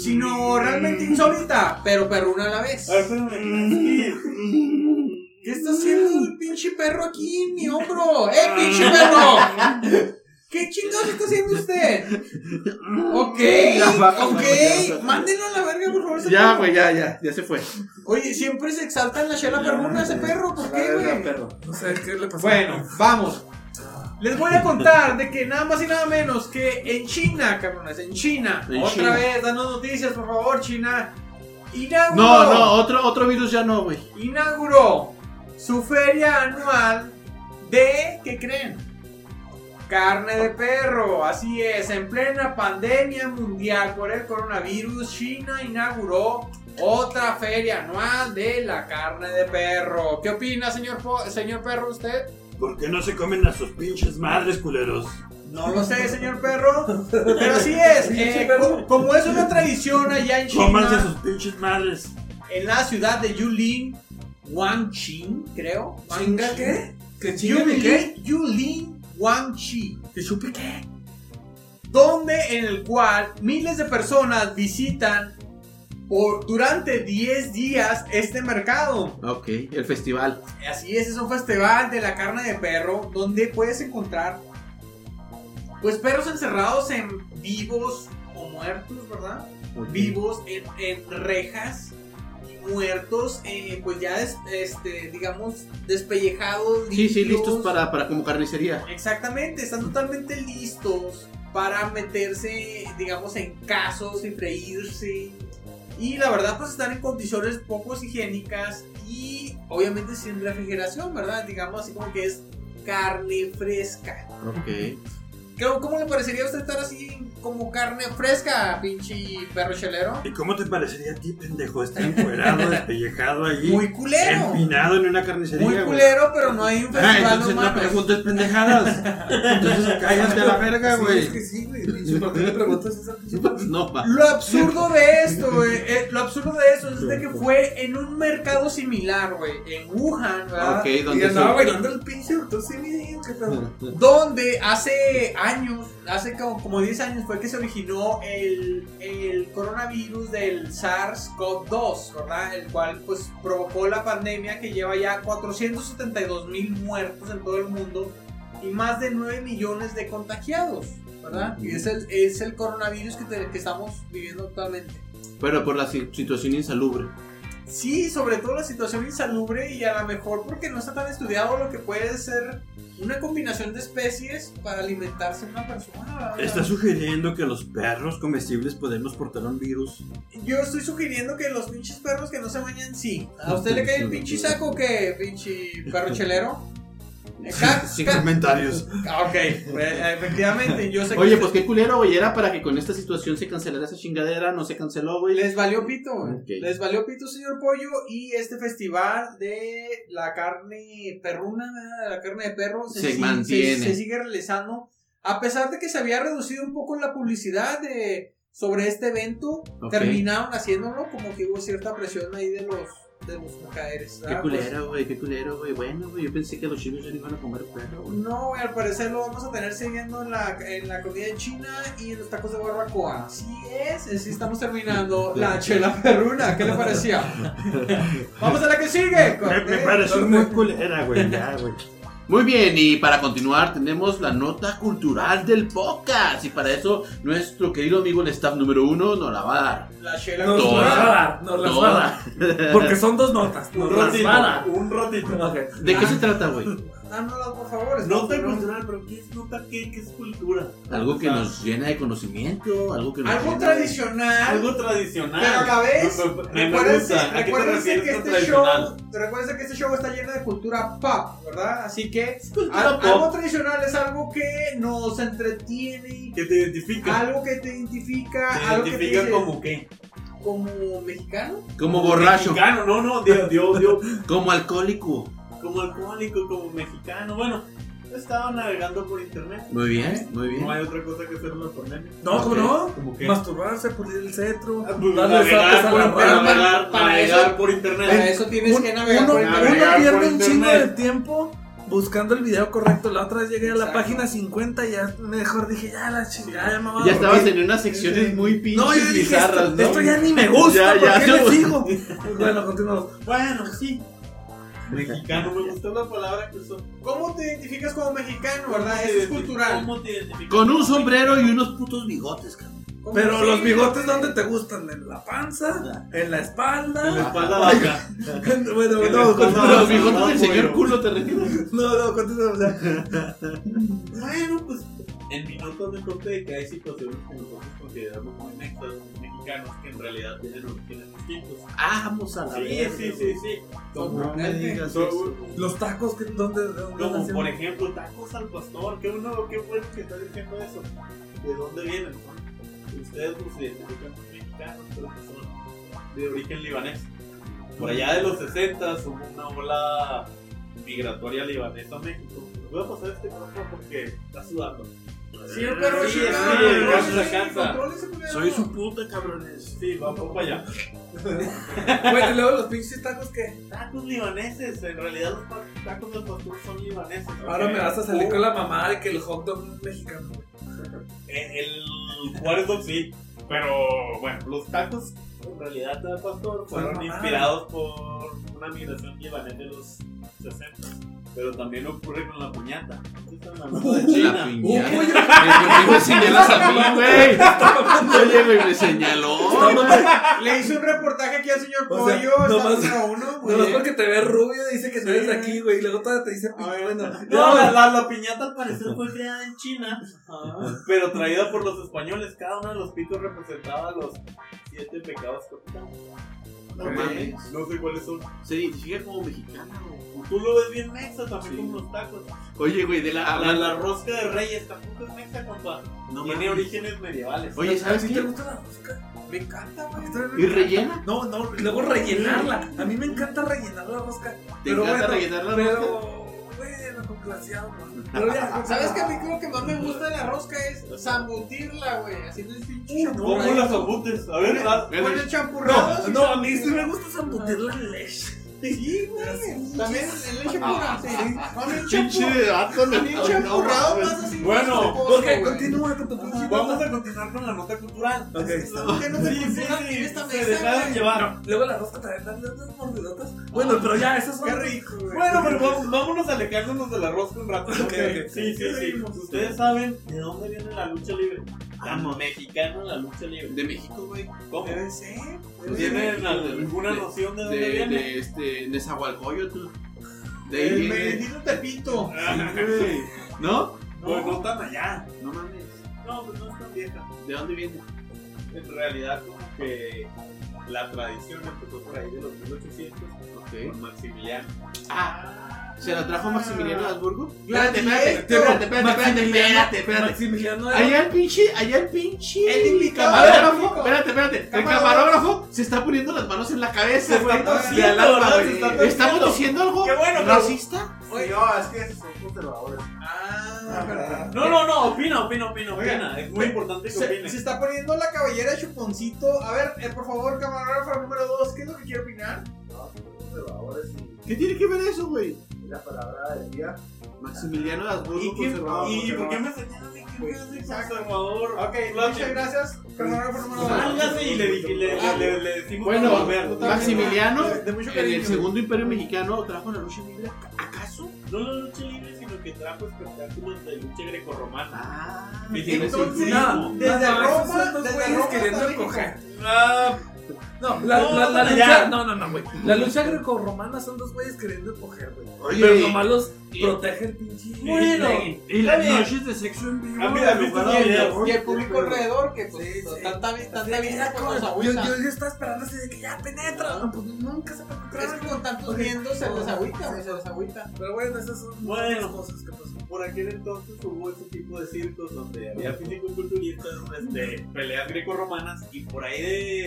[SPEAKER 2] sino realmente insólita, pero perruna a la vez.
[SPEAKER 4] A ver,
[SPEAKER 2] Mm.
[SPEAKER 4] espérame.
[SPEAKER 2] ¿Qué está haciendo el pinche perro aquí en mi hombro? ¡Eh, pinche perro! ¿Qué chingados está haciendo usted? Ok,
[SPEAKER 3] Ya, baja,
[SPEAKER 2] ok,
[SPEAKER 3] baja.
[SPEAKER 2] mándenlo a la verga, por favor. ese
[SPEAKER 3] Ya,
[SPEAKER 2] perro.
[SPEAKER 3] güey, ya, ya, ya se fue.
[SPEAKER 2] Oye, siempre se exalta en la chela perruna ese perro, ¿por qué,
[SPEAKER 3] Verga,
[SPEAKER 2] güey? Pues,
[SPEAKER 3] perro.
[SPEAKER 5] No sé qué le pasó.
[SPEAKER 2] Bueno, vamos. Les voy a contar de que nada más y nada menos que en China, cabrones, en China.
[SPEAKER 3] En
[SPEAKER 2] otra
[SPEAKER 3] China.
[SPEAKER 2] vez, danos noticias, por favor, China. Inauguró,
[SPEAKER 3] No, no, otro, otro virus ya no, güey.
[SPEAKER 2] inauguró su feria anual de, ¿qué creen? Carne de perro, así es, en plena pandemia mundial por el coronavirus, China inauguró otra feria anual de la carne de perro. ¿Qué opina, señor, po- señor perro, usted?
[SPEAKER 1] ¿Por qué no se comen a sus pinches madres, culeros?
[SPEAKER 2] No lo sé, señor perro. Pero así es. eh, co- como es una tradición allá en
[SPEAKER 1] Cómanse a sus
[SPEAKER 2] China,
[SPEAKER 1] pinches madres.
[SPEAKER 2] en la ciudad de Yulin, Guangxi, creo.
[SPEAKER 5] ¿Chinga qué? ¿Que chinga mi
[SPEAKER 2] Yulin,
[SPEAKER 5] qué?
[SPEAKER 2] Yulin, Guangxi.
[SPEAKER 5] ¿Que chupe qué?
[SPEAKER 2] Donde en el cual miles de personas visitan por, durante 10 días este mercado.
[SPEAKER 3] Ok, el festival.
[SPEAKER 2] Así es, es un festival de la carne de perro donde puedes encontrar pues perros encerrados en vivos o muertos, ¿verdad? Vivos en, en rejas y muertos eh, pues ya des- este digamos despellejados,
[SPEAKER 3] Sí, sí,
[SPEAKER 2] limpios.
[SPEAKER 3] listos para, para como carnicería.
[SPEAKER 2] Exactamente, están totalmente listos para meterse, digamos, en casos y freírse. Y la verdad, pues están en condiciones poco higiénicas y obviamente sin refrigeración, ¿verdad? Digamos así como que es carne fresca.
[SPEAKER 3] Ok.
[SPEAKER 2] ¿Cómo, cómo le parecería a usted estar así como carne fresca, pinche perro chelero?
[SPEAKER 1] ¿Y cómo te parecería a ti, pendejo? Está encuerado, despellejado ahí.
[SPEAKER 2] Muy culero.
[SPEAKER 1] Empinado en una carnicería.
[SPEAKER 2] Muy
[SPEAKER 1] güey.
[SPEAKER 2] culero, pero no hay un
[SPEAKER 1] Ah,
[SPEAKER 2] festival pues. de
[SPEAKER 1] entonces no
[SPEAKER 2] humanos.
[SPEAKER 1] preguntes pendejadas. Entonces cállate a la verga,
[SPEAKER 3] Ah,
[SPEAKER 5] Sí,
[SPEAKER 1] güey.
[SPEAKER 5] es que sí, güey. pinche, ¿Por qué le preguntas eso? al pinche perro?
[SPEAKER 3] No, va.
[SPEAKER 2] Lo absurdo de esto, güey, eh, lo absurdo de esto es de que fue en un mercado similar, güey, en Wuhan,
[SPEAKER 1] Ah,
[SPEAKER 2] ¿verdad?
[SPEAKER 3] Ok,
[SPEAKER 5] Y
[SPEAKER 3] donde
[SPEAKER 5] andaba
[SPEAKER 3] se...
[SPEAKER 5] bailando el pinche doctor Simi, ¿qué pedo?
[SPEAKER 2] Donde hace años, hace como, como 10 años, fue que se originó el, el coronavirus del SARS-CoV-2, ¿verdad? El cual pues provocó la pandemia que lleva ya 472 mil muertos en todo el mundo y más de 9 millones de contagiados, ¿verdad? Y es el, es el coronavirus que, te- que estamos viviendo actualmente.
[SPEAKER 3] Pero por la si- situación insalubre.
[SPEAKER 2] Sí, sobre todo la situación insalubre y a lo mejor porque no está tan estudiado lo que puede ser una combinación de especies para alimentarse una persona. ¿verdad?
[SPEAKER 1] ¿Estás sugiriendo que los perros comestibles podemos portar un virus?
[SPEAKER 2] Yo estoy sugiriendo que los pinches perros que no se bañan, sí. ¿A usted le cae el pinche saco que pinche perro chelero? Eh, ca-
[SPEAKER 1] Sin
[SPEAKER 2] ca-
[SPEAKER 1] comentarios.
[SPEAKER 2] Ah, Ok, eh, efectivamente, yo sé que
[SPEAKER 3] Oye,
[SPEAKER 2] usted-
[SPEAKER 3] pues qué culero, güey. Era para que con esta situación se cancelara esa chingadera. No se canceló, güey.
[SPEAKER 2] les valió pito, güey.
[SPEAKER 3] Ok.
[SPEAKER 2] les valió pito, señor Pollo, y este festival de la carne perruna, ¿verdad? de la carne de perro,
[SPEAKER 3] Se
[SPEAKER 2] sig-
[SPEAKER 3] mantiene.
[SPEAKER 2] se sigue realizando, a pesar de que se había reducido un poco la publicidad de, sobre este evento,
[SPEAKER 3] Ok.
[SPEAKER 2] terminaron haciéndolo, como que hubo cierta presión ahí de los, de los mercaderes.
[SPEAKER 3] Qué
[SPEAKER 1] ah,
[SPEAKER 2] ¿verdad? Pues,
[SPEAKER 3] culero, güey. Qué culero, güey. Bueno, güey. Yo pensé que los chinos ya no iban a comer perro, güey.
[SPEAKER 2] No, güey, al parecer lo vamos a tener siguiendo en la, en la comida en china y en los tacos de barbacoa. Así es, así estamos terminando la chela perruna. ¿Qué le parecía? vamos a la que sigue.
[SPEAKER 1] Me, me
[SPEAKER 2] Cortés.
[SPEAKER 1] pareció muy culera, güey. Ya, güey.
[SPEAKER 3] Muy bien, y para continuar tenemos la nota cultural del podcast. Y para eso nuestro querido amigo el staff número uno nos la va a dar.
[SPEAKER 2] La chela
[SPEAKER 5] Nos las
[SPEAKER 3] Toda.
[SPEAKER 5] va a
[SPEAKER 2] perruna.
[SPEAKER 5] dar, nos las va a dar.
[SPEAKER 3] Toda.
[SPEAKER 5] Porque son dos notas. Nos
[SPEAKER 4] Un
[SPEAKER 5] las
[SPEAKER 4] ratito.
[SPEAKER 5] va a dar.
[SPEAKER 4] Un ratito.
[SPEAKER 5] Ok.
[SPEAKER 3] ¿De qué se trata, güey?
[SPEAKER 2] Dámosla, por favor.
[SPEAKER 4] Nota
[SPEAKER 2] espero.
[SPEAKER 4] cultural, pero ¿qué es nota qué? ¿Qué es cultura?
[SPEAKER 3] Algo que
[SPEAKER 4] O sea,
[SPEAKER 3] nos llena de conocimiento, algo que nos
[SPEAKER 2] Algo
[SPEAKER 3] llena de-
[SPEAKER 2] tradicional.
[SPEAKER 4] Algo tradicional.
[SPEAKER 2] Pero a la vez,
[SPEAKER 4] Me- me- me
[SPEAKER 2] Recuérdense,
[SPEAKER 4] gusta. ¿A qué te
[SPEAKER 2] recuérdense
[SPEAKER 4] refieres
[SPEAKER 2] que
[SPEAKER 4] con
[SPEAKER 2] este
[SPEAKER 4] tradicional?
[SPEAKER 2] show, recuérdense que este show está lleno de cultura pop, ¿verdad? Así que
[SPEAKER 4] cultura
[SPEAKER 2] al-
[SPEAKER 4] pop.
[SPEAKER 2] algo tradicional es algo que nos entretiene,
[SPEAKER 4] Que te identifica.
[SPEAKER 2] algo que te identifica,
[SPEAKER 4] te
[SPEAKER 2] algo que te
[SPEAKER 4] identifica
[SPEAKER 2] dice,
[SPEAKER 4] como qué.
[SPEAKER 2] como mexicano.
[SPEAKER 3] Como borracho,
[SPEAKER 4] Mexicano, no, no, dio, dio, dio.
[SPEAKER 3] como alcohólico.
[SPEAKER 4] Como alcohólico, como mexicano. Bueno, estaba navegando por internet.
[SPEAKER 3] Muy bien, muy bien.
[SPEAKER 4] No hay otra cosa que hacer en la pandemia.
[SPEAKER 5] No, ¿cómo
[SPEAKER 3] Ok.
[SPEAKER 5] no?
[SPEAKER 4] Como que.
[SPEAKER 5] Masturbarse, pulir el cetro,
[SPEAKER 4] Ah, pues,
[SPEAKER 5] darle zapes a la
[SPEAKER 4] navegar, por,
[SPEAKER 5] mano.
[SPEAKER 4] navegar,
[SPEAKER 2] para
[SPEAKER 4] navegar
[SPEAKER 2] eso-
[SPEAKER 4] por
[SPEAKER 2] Para
[SPEAKER 4] internet.
[SPEAKER 2] eso tienes
[SPEAKER 5] Un-
[SPEAKER 2] que navegar
[SPEAKER 5] uno,
[SPEAKER 2] por
[SPEAKER 5] uno
[SPEAKER 2] internet.
[SPEAKER 4] por
[SPEAKER 5] pierde un chingo de
[SPEAKER 4] internet.
[SPEAKER 5] tiempo buscando el video correcto. La otra vez llegué a la
[SPEAKER 2] Exacto.
[SPEAKER 5] página 50 y ya mejor dije, ya la chingada, ya me voy a
[SPEAKER 3] Ya
[SPEAKER 5] dormir.
[SPEAKER 3] estabas en unas secciones muy
[SPEAKER 5] No, yo
[SPEAKER 3] pinches
[SPEAKER 5] dije, esto,
[SPEAKER 3] bizarras, ¿no?
[SPEAKER 5] esto ya ni me gusta,
[SPEAKER 3] Ya,
[SPEAKER 5] ¿por
[SPEAKER 3] ya,
[SPEAKER 5] qué
[SPEAKER 3] no.
[SPEAKER 5] le sigo? bueno, continuamos.
[SPEAKER 4] Bueno, sí. Mexicano, me gustó la palabra que usó.
[SPEAKER 2] ¿Cómo te identificas como mexicano,
[SPEAKER 4] ¿Cómo
[SPEAKER 2] verdad?
[SPEAKER 4] te
[SPEAKER 2] Eso es
[SPEAKER 4] identificas?
[SPEAKER 2] cultural.
[SPEAKER 4] ¿Cómo te identificas?
[SPEAKER 3] Con un sombrero y unos putos bigotes, cabrón.
[SPEAKER 2] ¿Cómo-
[SPEAKER 5] Pero
[SPEAKER 2] sí,
[SPEAKER 5] los bigotes, ¿dónde te gustan? ¿En la panza? ¿En la
[SPEAKER 4] En la
[SPEAKER 5] espalda?
[SPEAKER 4] espalda baja.
[SPEAKER 5] bueno,
[SPEAKER 4] En la
[SPEAKER 5] no,
[SPEAKER 4] espalda
[SPEAKER 5] continuamos.
[SPEAKER 3] Los
[SPEAKER 4] baja, ¿no,
[SPEAKER 3] bigotes del señor
[SPEAKER 4] güero?
[SPEAKER 3] culo te refieres.
[SPEAKER 5] No, no, continuamos. ya.
[SPEAKER 4] Bueno, pues en mi nota me conté de que hay situaciones que nosotros consideramos muy nexas, muy mexicanos, que en realidad tienen orígenes distintos.
[SPEAKER 3] Vamos a la
[SPEAKER 4] Sí,
[SPEAKER 3] verga,
[SPEAKER 4] sí, sí,
[SPEAKER 3] güey.
[SPEAKER 4] sí.
[SPEAKER 3] No me digas
[SPEAKER 4] Son-
[SPEAKER 3] eso.
[SPEAKER 5] Los tacos, que- ¿dónde? de dónde
[SPEAKER 4] Como
[SPEAKER 5] nacieron?
[SPEAKER 4] por ejemplo tacos al pastor, qué bueno, qué bueno que estás diciendo eso. ¿De dónde vienen? Ustedes los identifican como mexicanos, pero que son de origen libanés. Por allá de los 60 hubo una ola migratoria libanesa a México. Voy a pasar este programa porque está sudando.
[SPEAKER 2] Sí, el perro
[SPEAKER 4] Sí,
[SPEAKER 2] chingado,
[SPEAKER 4] sí,
[SPEAKER 2] controles,
[SPEAKER 4] casi la
[SPEAKER 2] sí,
[SPEAKER 4] cansa.
[SPEAKER 2] controles, culero.
[SPEAKER 1] Soy su puta, cabrones.
[SPEAKER 4] Sí, vamos para allá.
[SPEAKER 5] Bueno, y luego los pinches tacos que
[SPEAKER 4] Tacos libaneses, en realidad los pa- tacos del pastor son libaneses.
[SPEAKER 5] ahora me vas a salir
[SPEAKER 4] Oh.
[SPEAKER 5] con la mamá de que el hot dog es mexicano. güey.
[SPEAKER 4] El, Eh, el Juárez Dog sí, pero bueno, los tacos en realidad del pastor fueron
[SPEAKER 5] Son mamadas.
[SPEAKER 4] inspirados por una migración libanesa de los 60. Pero también ocurre con la piñata. Están hablando de
[SPEAKER 3] Uh, La Eh,
[SPEAKER 4] China.
[SPEAKER 3] piñata. Oye, ¿por qué me señalas a mí, güey? Oye, güey, me señaló.
[SPEAKER 2] Le hice un reportaje aquí al señor
[SPEAKER 5] O sea,
[SPEAKER 2] Pollo,
[SPEAKER 5] nomás-
[SPEAKER 2] está número uno. muy
[SPEAKER 5] Nomás
[SPEAKER 2] bien.
[SPEAKER 5] porque te ve rubio dice que no eres de
[SPEAKER 2] Sí.
[SPEAKER 5] aquí, güey. Y luego todavía te dice,
[SPEAKER 2] A ver,
[SPEAKER 5] bueno,
[SPEAKER 4] No,
[SPEAKER 5] ya,
[SPEAKER 4] la, la- la piñata al parecer fue creada en China, pero traída por los españoles. Cada uno de los picos representaba los siete pecados capitales.
[SPEAKER 3] No mames.
[SPEAKER 4] No sé cuáles son.
[SPEAKER 3] Se identifica como mexicana, güey.
[SPEAKER 4] Tú lo ves bien mexa también
[SPEAKER 3] Sí.
[SPEAKER 4] con los tacos.
[SPEAKER 3] Oye, güey, de la.
[SPEAKER 4] La, la rosca de reyes tampoco es mexa, compa.
[SPEAKER 3] Ah, No
[SPEAKER 4] Tiene
[SPEAKER 3] mames.
[SPEAKER 4] orígenes medievales.
[SPEAKER 3] Oye, ¿sabes
[SPEAKER 5] ¿Sí te
[SPEAKER 3] qué?
[SPEAKER 5] gusta la rosca?
[SPEAKER 2] Me encanta, güey.
[SPEAKER 3] ¿Y rellena?
[SPEAKER 5] No, no, y luego rellenarla. A mí me encanta rellenar la rosca.
[SPEAKER 3] ¿Te encanta rellenar la rosca?
[SPEAKER 5] Pero, bueno, con glaseado, güey. Pero ya,
[SPEAKER 2] ¿Sabes que a mí lo que más me gusta de la rosca es zambutirla, güey? Haciendo el pinche
[SPEAKER 4] ¿Cómo
[SPEAKER 2] champurrado.
[SPEAKER 4] las apuntes? A ver, haz-
[SPEAKER 2] Ponen
[SPEAKER 3] Bueno,
[SPEAKER 2] champurrados
[SPEAKER 5] No,
[SPEAKER 2] y
[SPEAKER 5] no, a mí sí
[SPEAKER 2] zambutirla.
[SPEAKER 5] me gusta zambutir la leche.
[SPEAKER 2] Sí, güey. También el leche pura. Sí. No, leche
[SPEAKER 4] Pinche
[SPEAKER 2] pura.
[SPEAKER 4] vato, no,
[SPEAKER 2] Leche
[SPEAKER 4] no,
[SPEAKER 2] pura.
[SPEAKER 4] no,
[SPEAKER 2] más así.
[SPEAKER 4] Bueno,
[SPEAKER 2] más esponjoso,
[SPEAKER 5] Jorge,
[SPEAKER 2] güey.
[SPEAKER 5] continúa con tu pinche.
[SPEAKER 4] Vamos a continuar con la nota cultural.
[SPEAKER 2] Esta mujer no se
[SPEAKER 4] Sí, sí,
[SPEAKER 2] funciona en
[SPEAKER 4] sí,
[SPEAKER 2] esta
[SPEAKER 4] se
[SPEAKER 2] mesa,
[SPEAKER 4] dejaron
[SPEAKER 2] güey.
[SPEAKER 4] llevar.
[SPEAKER 5] Luego la rosca trae tantas mordidotas. Bueno, pero ya, eso es
[SPEAKER 2] Qué rico, güey.
[SPEAKER 4] Bueno, pero vamos- vámonos alejándonos del arroz un rato.
[SPEAKER 5] Ok, ok.
[SPEAKER 4] Sí, sí, sí. Ustedes saben de dónde viene la lucha libre. Tan mexicana la lucha libre.
[SPEAKER 3] De México, güey.
[SPEAKER 4] ¿Cómo?
[SPEAKER 2] Debe ser.
[SPEAKER 4] ¿Tienen alguna
[SPEAKER 3] De-
[SPEAKER 4] noción de dónde
[SPEAKER 3] De,
[SPEAKER 4] viene?
[SPEAKER 3] de este. Nezahualcóyotl. De ahí
[SPEAKER 2] El
[SPEAKER 3] viene.
[SPEAKER 2] bendito Tepito.
[SPEAKER 3] Sí, güey. ¿No?
[SPEAKER 4] Pues no tan allá.
[SPEAKER 3] No mames.
[SPEAKER 4] No, pues no es tan vieja.
[SPEAKER 3] ¿De dónde viene?
[SPEAKER 4] En realidad, como que la tradición empezó por ahí de los 1800
[SPEAKER 3] Ok.
[SPEAKER 4] con Maximiliano.
[SPEAKER 3] Ah, ¿se la trajo Maximiliano de Habsburgo?
[SPEAKER 2] Gladiator.
[SPEAKER 3] espérate, espérate, espérate, espérate, espérate.
[SPEAKER 5] Maximiliano de-
[SPEAKER 3] Allá el pinche, allá el pinche.
[SPEAKER 2] El invitado.
[SPEAKER 3] camarógrafo. Espérate, espérate. El
[SPEAKER 2] Camarógrafo.
[SPEAKER 3] camarógrafo se está poniendo las manos en la cabeza, güey.
[SPEAKER 2] torciendo,
[SPEAKER 3] Y al alma,
[SPEAKER 4] ¿verdad?
[SPEAKER 3] güey.
[SPEAKER 4] Se está
[SPEAKER 3] ¿Estamos
[SPEAKER 4] torciendo.
[SPEAKER 3] diciendo algo
[SPEAKER 4] Qué bueno, pero-
[SPEAKER 3] racista?
[SPEAKER 2] Oye.
[SPEAKER 6] No, es que son conservadores.
[SPEAKER 2] Ah, verdad.
[SPEAKER 4] No, no, no, opina, opina, opina,
[SPEAKER 2] Oigan,
[SPEAKER 4] opina. Es muy importante que
[SPEAKER 2] Se, se
[SPEAKER 4] opine.
[SPEAKER 2] está poniendo la cabellera de chuponcito. A ver, eh, por favor, camarógrafo número 2, ¿qué es lo que quiere opinar?
[SPEAKER 6] No, son conservadores y
[SPEAKER 3] ¿Qué tiene que ver eso, güey?
[SPEAKER 6] y la palabra del día.
[SPEAKER 3] Maximiliano de
[SPEAKER 4] ¿Y,
[SPEAKER 3] Habsburgo
[SPEAKER 4] qué-
[SPEAKER 3] conservador.
[SPEAKER 4] y por qué
[SPEAKER 3] conservador.
[SPEAKER 4] me señalas de que
[SPEAKER 2] Pues,
[SPEAKER 4] eres
[SPEAKER 2] exacto.
[SPEAKER 4] conservador?
[SPEAKER 2] Ok,
[SPEAKER 4] Platín.
[SPEAKER 2] muchas gracias, camarógrafo número 2.
[SPEAKER 4] Sálgase y le, y le, le, le, le decimos
[SPEAKER 3] Bueno,
[SPEAKER 4] para volver.
[SPEAKER 2] totalmente.
[SPEAKER 3] Maximiliano,
[SPEAKER 2] De- de mucho
[SPEAKER 3] en
[SPEAKER 2] cariño.
[SPEAKER 3] el segundo imperio mexicano, trajo la lucha libre. ¿Acaso?
[SPEAKER 4] No la lucha libre, sino que trajo espectáculos de lucha grecorromana.
[SPEAKER 3] Ah,
[SPEAKER 4] Sí, sí,
[SPEAKER 2] Entonces,
[SPEAKER 5] No,
[SPEAKER 2] desde
[SPEAKER 5] no,
[SPEAKER 2] Roma,
[SPEAKER 5] esos son dos
[SPEAKER 2] desde
[SPEAKER 5] güeyes
[SPEAKER 2] Roma hasta
[SPEAKER 5] queriendo
[SPEAKER 2] México.
[SPEAKER 5] coger.
[SPEAKER 4] Ah,
[SPEAKER 5] No, la,
[SPEAKER 4] No,
[SPEAKER 5] la, la
[SPEAKER 4] ya.
[SPEAKER 5] lucha. No, no, no, güey. La lucha grecorromana son dos güeyes queriendo coger, güey.
[SPEAKER 3] Oye,
[SPEAKER 5] Pero nomás los
[SPEAKER 3] y-
[SPEAKER 5] protege el pinche.
[SPEAKER 4] Bueno,
[SPEAKER 1] Y las
[SPEAKER 4] Está bien.
[SPEAKER 1] noches de sexo en vivo.
[SPEAKER 4] Ah, mira,
[SPEAKER 1] en el
[SPEAKER 4] viste
[SPEAKER 1] lugar
[SPEAKER 4] bien,
[SPEAKER 1] donde
[SPEAKER 4] ya.
[SPEAKER 1] voy.
[SPEAKER 2] Y el público alrededor que pues
[SPEAKER 5] Sí, sí.
[SPEAKER 2] tanta vi- tanta vista
[SPEAKER 5] Era
[SPEAKER 2] pues,
[SPEAKER 5] como-
[SPEAKER 2] nos
[SPEAKER 5] yo,
[SPEAKER 2] agüita.
[SPEAKER 5] yo, yo estaba esperando así de que ya penetra. No, pues nunca se
[SPEAKER 2] Es
[SPEAKER 5] penetraron.
[SPEAKER 2] que con tantos
[SPEAKER 5] Ok.
[SPEAKER 2] vientos se les agüita, güey,
[SPEAKER 5] Sí. Ah,
[SPEAKER 2] se les agüita.
[SPEAKER 5] Pero bueno, esas son
[SPEAKER 4] Bueno.
[SPEAKER 5] las cosas que pasan.
[SPEAKER 4] por aquel entonces hubo ese tipo de circos donde había físico-culturistas, este, peleas grecorromanas y por ahí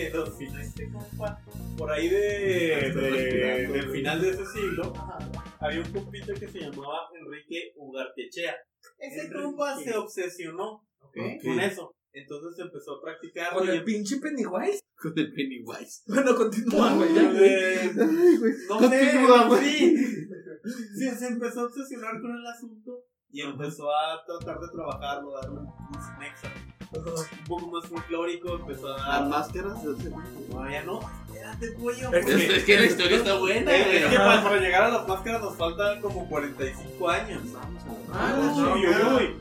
[SPEAKER 4] de los finales de compa, por ahí de, de- del final de ese siglo, había un compito que se llamaba Enrique Ugartechea. Ese compa se obsesionó con eso. Entonces empezó a practicar
[SPEAKER 5] Con
[SPEAKER 4] y
[SPEAKER 5] el pinche Pennywise.
[SPEAKER 3] Con el Pennywise.
[SPEAKER 5] Bueno, continúa, güey. ya, güey.
[SPEAKER 4] Eh, No
[SPEAKER 3] Continúa,
[SPEAKER 4] sé,
[SPEAKER 3] güey.
[SPEAKER 4] sí. Sí, se empezó a obsesionar con el asunto y empezó a tratar de trabajarlo, darle un un nexa, un poco más folclórico, empezó a
[SPEAKER 3] Las
[SPEAKER 4] dar...
[SPEAKER 3] máscaras.
[SPEAKER 4] No, ya no, espérate, pollo.
[SPEAKER 5] Es
[SPEAKER 3] Es, es que la historia está buena,
[SPEAKER 4] Eh,
[SPEAKER 3] güey.
[SPEAKER 4] es que para, para llegar a las máscaras nos faltan como 45 años.
[SPEAKER 2] Ah,
[SPEAKER 4] Uy,
[SPEAKER 2] la
[SPEAKER 4] uy,
[SPEAKER 2] chingada.
[SPEAKER 4] uy.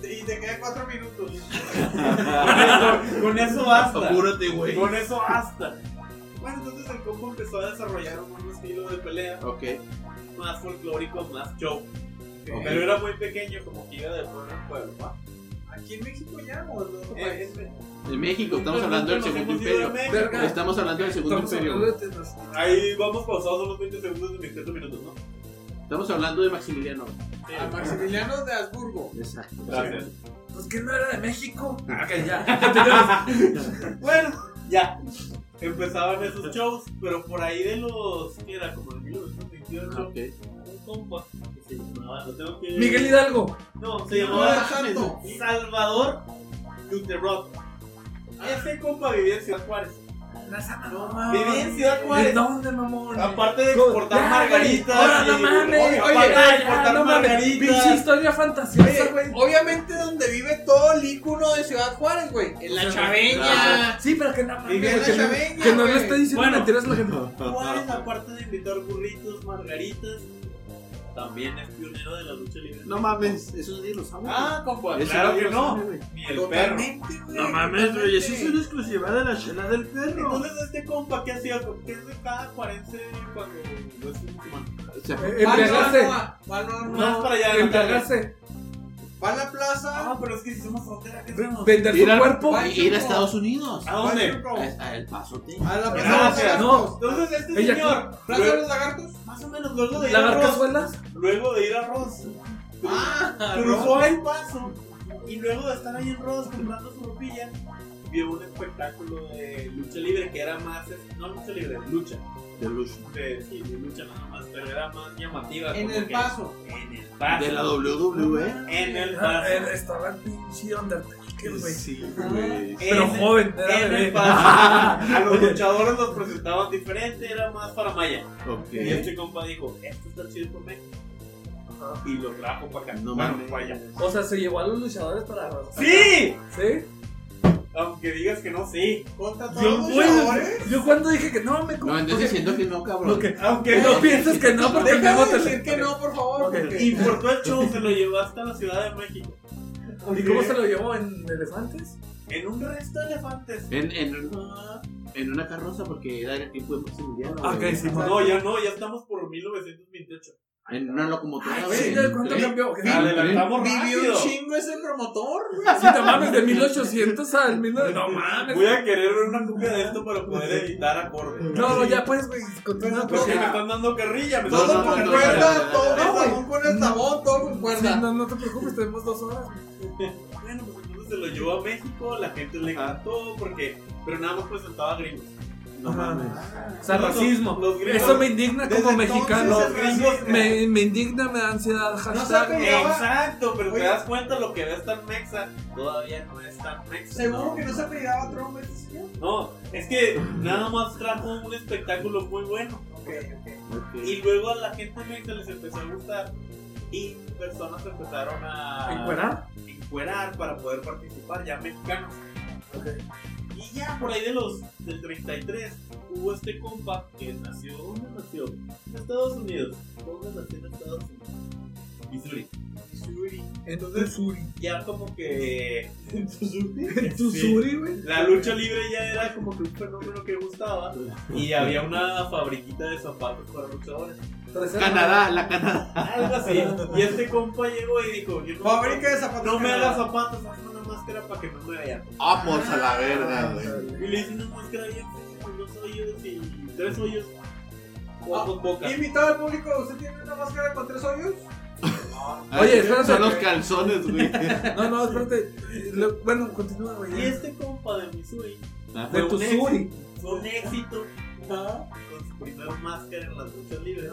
[SPEAKER 2] Y te quedan cuatro minutos.
[SPEAKER 4] Con eso- Con eso basta.
[SPEAKER 3] Apúrate, güey.
[SPEAKER 4] Con eso basta. Bueno, entonces el combo empezó a desarrollar un nuevo estilo de pelea
[SPEAKER 3] Ok.
[SPEAKER 4] más folclórico, más show. Pero era muy pequeño, como que iba de pueblo en pueblo. ¿va?
[SPEAKER 2] ¿Aquí en México ya o en otro
[SPEAKER 4] Eh,
[SPEAKER 2] país?
[SPEAKER 4] este-
[SPEAKER 3] En México, estamos
[SPEAKER 4] Entonces,
[SPEAKER 3] hablando del
[SPEAKER 4] nos
[SPEAKER 3] segundo
[SPEAKER 4] hemos ido de
[SPEAKER 3] imperio.
[SPEAKER 4] México.
[SPEAKER 5] Verga.
[SPEAKER 3] Estamos hablando del segundo
[SPEAKER 5] Estamos hablando
[SPEAKER 3] imperio.
[SPEAKER 5] de temas.
[SPEAKER 4] Ahí vamos pausados unos 20 segundos de mis 30 minutos, ¿no? Ah,
[SPEAKER 3] Estamos hablando de Maximiliano.
[SPEAKER 2] A Maximiliano de Habsburgo.
[SPEAKER 3] Exacto.
[SPEAKER 4] Gracias.
[SPEAKER 5] Pues que no era de México. Ok, ya. Continuamos.
[SPEAKER 4] Bueno, ya. Empezaban esos shows, pero por ahí de los. que era? Como de 1928.
[SPEAKER 3] Ah, Ok.
[SPEAKER 4] Un compa que se llamaba. Lo tengo que.
[SPEAKER 5] Miguel Hidalgo.
[SPEAKER 4] No, se llamaba
[SPEAKER 2] Santo.
[SPEAKER 4] Salvador Duterrot. Ese compa vivía en Ciudad Juárez.
[SPEAKER 5] No
[SPEAKER 4] Vivía en Ciudad
[SPEAKER 5] ¿De
[SPEAKER 4] Juárez.
[SPEAKER 5] dónde, mamón?
[SPEAKER 4] Aparte de
[SPEAKER 5] Co-
[SPEAKER 4] exportar
[SPEAKER 5] Ya,
[SPEAKER 4] margaritas.
[SPEAKER 5] güey. Ahora no
[SPEAKER 4] y-
[SPEAKER 5] mames. Oye,
[SPEAKER 4] aparte de
[SPEAKER 5] ya,
[SPEAKER 4] exportar
[SPEAKER 5] no mames.
[SPEAKER 4] margaritas.
[SPEAKER 5] Pinche historia fantasiosa,
[SPEAKER 2] Oye,
[SPEAKER 5] güey.
[SPEAKER 2] obviamente donde vive todo el ícono de Ciudad Juárez, güey. En la chaveña.
[SPEAKER 5] Sí, pero que no mames.
[SPEAKER 2] Vivía en la
[SPEAKER 5] que no-
[SPEAKER 2] chaveña,
[SPEAKER 5] Que no le
[SPEAKER 2] güey.
[SPEAKER 5] está diciendo
[SPEAKER 4] Bueno.
[SPEAKER 5] mentiras a la gente.
[SPEAKER 4] Juárez, aparte de invitar burritos, margaritas, también es pionero de la lucha libre.
[SPEAKER 3] No mames, eso nadie lo sabe.
[SPEAKER 4] Ah, compa,
[SPEAKER 3] Eso
[SPEAKER 4] claro
[SPEAKER 3] nadie
[SPEAKER 4] que
[SPEAKER 3] lo
[SPEAKER 4] no.
[SPEAKER 3] sabe, güey.
[SPEAKER 4] Ni el perro.
[SPEAKER 2] Totalmente, güey.
[SPEAKER 1] No mames, güey. Eso es
[SPEAKER 2] totalmente.
[SPEAKER 1] una exclusiva de la chela del perro.
[SPEAKER 4] Entonces, este compa, ¿qué hacía? ¿Qué es de cada cuarense cuando no es un humano?
[SPEAKER 3] O sea,
[SPEAKER 5] Eh,
[SPEAKER 2] Va al
[SPEAKER 5] Embriagarse.
[SPEAKER 2] Norma, va al Norma,
[SPEAKER 4] Más para allá de la tarde.
[SPEAKER 5] Embriagarse.
[SPEAKER 2] va a la plaza.
[SPEAKER 4] Ah, pero es que si somos frontera, ¿qué hacemos?
[SPEAKER 5] Vender su
[SPEAKER 3] Ir al-
[SPEAKER 5] cuerpo.
[SPEAKER 2] Ay,
[SPEAKER 3] eh, ir a Estados Unidos.
[SPEAKER 4] ¿A
[SPEAKER 2] va al
[SPEAKER 4] dónde?
[SPEAKER 2] circo,
[SPEAKER 3] A, a El Paso, Texas.
[SPEAKER 2] A la plaza de los
[SPEAKER 4] Gracias,
[SPEAKER 2] lagartos.
[SPEAKER 5] no.
[SPEAKER 4] Entonces, este
[SPEAKER 5] Ella-
[SPEAKER 4] señor,
[SPEAKER 2] Plaza de
[SPEAKER 4] luego,
[SPEAKER 2] los lagartos.
[SPEAKER 4] más o menos luego de ir a
[SPEAKER 5] Lavar
[SPEAKER 4] Ross,
[SPEAKER 5] cazuelas.
[SPEAKER 4] luego de ir a Ross,
[SPEAKER 2] Ah,
[SPEAKER 4] cruzó el paso y luego de estar ahí en Ross comprando su ropilla, vio un espectáculo de lucha libre que era más, es- no lucha libre, lucha.
[SPEAKER 3] De Lush.
[SPEAKER 4] De, sí, de lucha nada más, pero era más llamativa.
[SPEAKER 2] En
[SPEAKER 4] como
[SPEAKER 2] el
[SPEAKER 4] que-
[SPEAKER 2] paso.
[SPEAKER 4] En el paso.
[SPEAKER 3] De la ¿eh? WWE.
[SPEAKER 4] En el
[SPEAKER 5] Ah,
[SPEAKER 4] paso.
[SPEAKER 5] él Estaba el pinche Undertaker, güey.
[SPEAKER 3] Sí, güey.
[SPEAKER 5] Pero
[SPEAKER 4] En el-
[SPEAKER 5] joven, era
[SPEAKER 4] en el
[SPEAKER 5] bebé.
[SPEAKER 4] paso. A los luchadores los presentaban diferente, era más para Maya. Y
[SPEAKER 3] Ok.
[SPEAKER 4] este compa dijo, esto está chido por México. Y lo trajo para acá.
[SPEAKER 3] No
[SPEAKER 4] Bueno,
[SPEAKER 3] mames.
[SPEAKER 4] para allá.
[SPEAKER 5] O sea, se llevó a los luchadores para.
[SPEAKER 4] ¡Sí!
[SPEAKER 5] ¿Sí?
[SPEAKER 4] Aunque digas que no, sí.
[SPEAKER 2] Contra todos
[SPEAKER 5] Yo,
[SPEAKER 2] los
[SPEAKER 5] güey,
[SPEAKER 2] luchadores.
[SPEAKER 5] yo cuando dije que no, me.
[SPEAKER 3] No, entonces diciendo que no, cabrón.
[SPEAKER 5] Lo que,
[SPEAKER 4] Aunque
[SPEAKER 5] no pienses que no, porque me
[SPEAKER 2] Déjame
[SPEAKER 5] votas.
[SPEAKER 2] decir que no, por favor.
[SPEAKER 5] Ok.
[SPEAKER 2] porque-
[SPEAKER 4] Importó el show, se lo llevó hasta la Ciudad de México.
[SPEAKER 5] ¿Y cómo se lo llevó en elefantes?
[SPEAKER 4] En un resto de elefantes.
[SPEAKER 3] En, en, una, en una carroza porque era el tiempo de Maximiliano.
[SPEAKER 5] Ah,
[SPEAKER 3] güey.
[SPEAKER 5] ok, sí,
[SPEAKER 4] No, ya no, ya estamos por 1928.
[SPEAKER 3] En una locomotora.
[SPEAKER 5] Ay,
[SPEAKER 3] güey,
[SPEAKER 5] sí,
[SPEAKER 3] en un
[SPEAKER 5] ¿cuánto
[SPEAKER 3] tren.
[SPEAKER 5] cambió?
[SPEAKER 4] Adelantamos
[SPEAKER 2] Vivió
[SPEAKER 4] rápido.
[SPEAKER 2] un chingo ese promotor, güey.
[SPEAKER 5] Sí, no mames, de 1800 al 1900. No mames.
[SPEAKER 4] Voy a querer ver una copia de esto para poder
[SPEAKER 3] Pues
[SPEAKER 4] editar acordes.
[SPEAKER 5] No, ya pues, güey, continúa.
[SPEAKER 2] Pero,
[SPEAKER 4] Porque
[SPEAKER 5] Sí,
[SPEAKER 4] me están dando carrilla, me
[SPEAKER 3] No,
[SPEAKER 4] están
[SPEAKER 2] Todo
[SPEAKER 3] no,
[SPEAKER 4] dando
[SPEAKER 3] no,
[SPEAKER 2] con
[SPEAKER 3] no,
[SPEAKER 4] carrilla.
[SPEAKER 3] no,
[SPEAKER 2] cuerda,
[SPEAKER 3] no, no,
[SPEAKER 2] todo con
[SPEAKER 3] no,
[SPEAKER 5] no,
[SPEAKER 2] jabón, con estabón, todo con cuerda.
[SPEAKER 5] no, no te preocupes, tenemos dos horas.
[SPEAKER 4] Bueno, pues entonces se lo llevó a México, la gente le encantó, porque. Pero nada más presentaba gringos.
[SPEAKER 3] No mames.
[SPEAKER 5] O sea,
[SPEAKER 4] Los-
[SPEAKER 5] racismo.
[SPEAKER 4] los gringos-
[SPEAKER 5] Eso me indigna como
[SPEAKER 2] Desde
[SPEAKER 5] mexicano.
[SPEAKER 4] Los gringos.
[SPEAKER 5] Me, me indigna, me da ansiedad. Hashtag.
[SPEAKER 2] sabe.
[SPEAKER 4] Exacto, pero
[SPEAKER 2] Oye.
[SPEAKER 4] te das cuenta lo que ves tan mexa, todavía no es tan mexa.
[SPEAKER 2] Seguro que no se apellidaba Trump ese señor.
[SPEAKER 4] No, es que nada más trajo un espectáculo muy bueno.
[SPEAKER 2] Ok, ok.
[SPEAKER 3] Ok.
[SPEAKER 4] Y luego a la gente mexa les empezó a gustar. Y personas empezaron
[SPEAKER 5] Ah.
[SPEAKER 4] a.
[SPEAKER 5] ¿Encuerar?
[SPEAKER 4] encuerar para poder participar, ya mexicanos. Y ya por ahí de los del 33 hubo este compa que nació, ¿dónde nació? En Estados Unidos. ¿Dónde nació en Estados Unidos? Missouri. Missouri.
[SPEAKER 5] Entonces, Suri.
[SPEAKER 4] Ya como que
[SPEAKER 5] ¿Tu
[SPEAKER 4] Sí.
[SPEAKER 5] Suri, güey?
[SPEAKER 4] la lucha libre ya era como que un fenómeno que gustaba y había una fabriquita de zapatos para luchadores.
[SPEAKER 3] Canadá, la Canadá.
[SPEAKER 4] Algo así. Y este compa llegó y dijo, yo no,
[SPEAKER 2] Fábrica de zapatos.
[SPEAKER 4] no me
[SPEAKER 2] Canadá.
[SPEAKER 4] hagas zapatos, hazme una máscara para que no me vean.
[SPEAKER 3] Vamos Ah, pues, a la verga, güey.
[SPEAKER 4] Y le hice una máscara bien fea con dos hoyos y tres hoyos. Ojos, boca.
[SPEAKER 2] Invitado al público, ¿usted tiene una máscara con tres hoyos?
[SPEAKER 5] Oye, espérate.
[SPEAKER 3] Son los calzones, güey.
[SPEAKER 5] No, no, espérate. Lo- Bueno, continúa, güey.
[SPEAKER 4] Y este compa de Missouri
[SPEAKER 3] Ah,
[SPEAKER 5] De tu
[SPEAKER 4] un éxito.
[SPEAKER 5] Suri.
[SPEAKER 4] fue un éxito con su primera máscara en las luchas libres.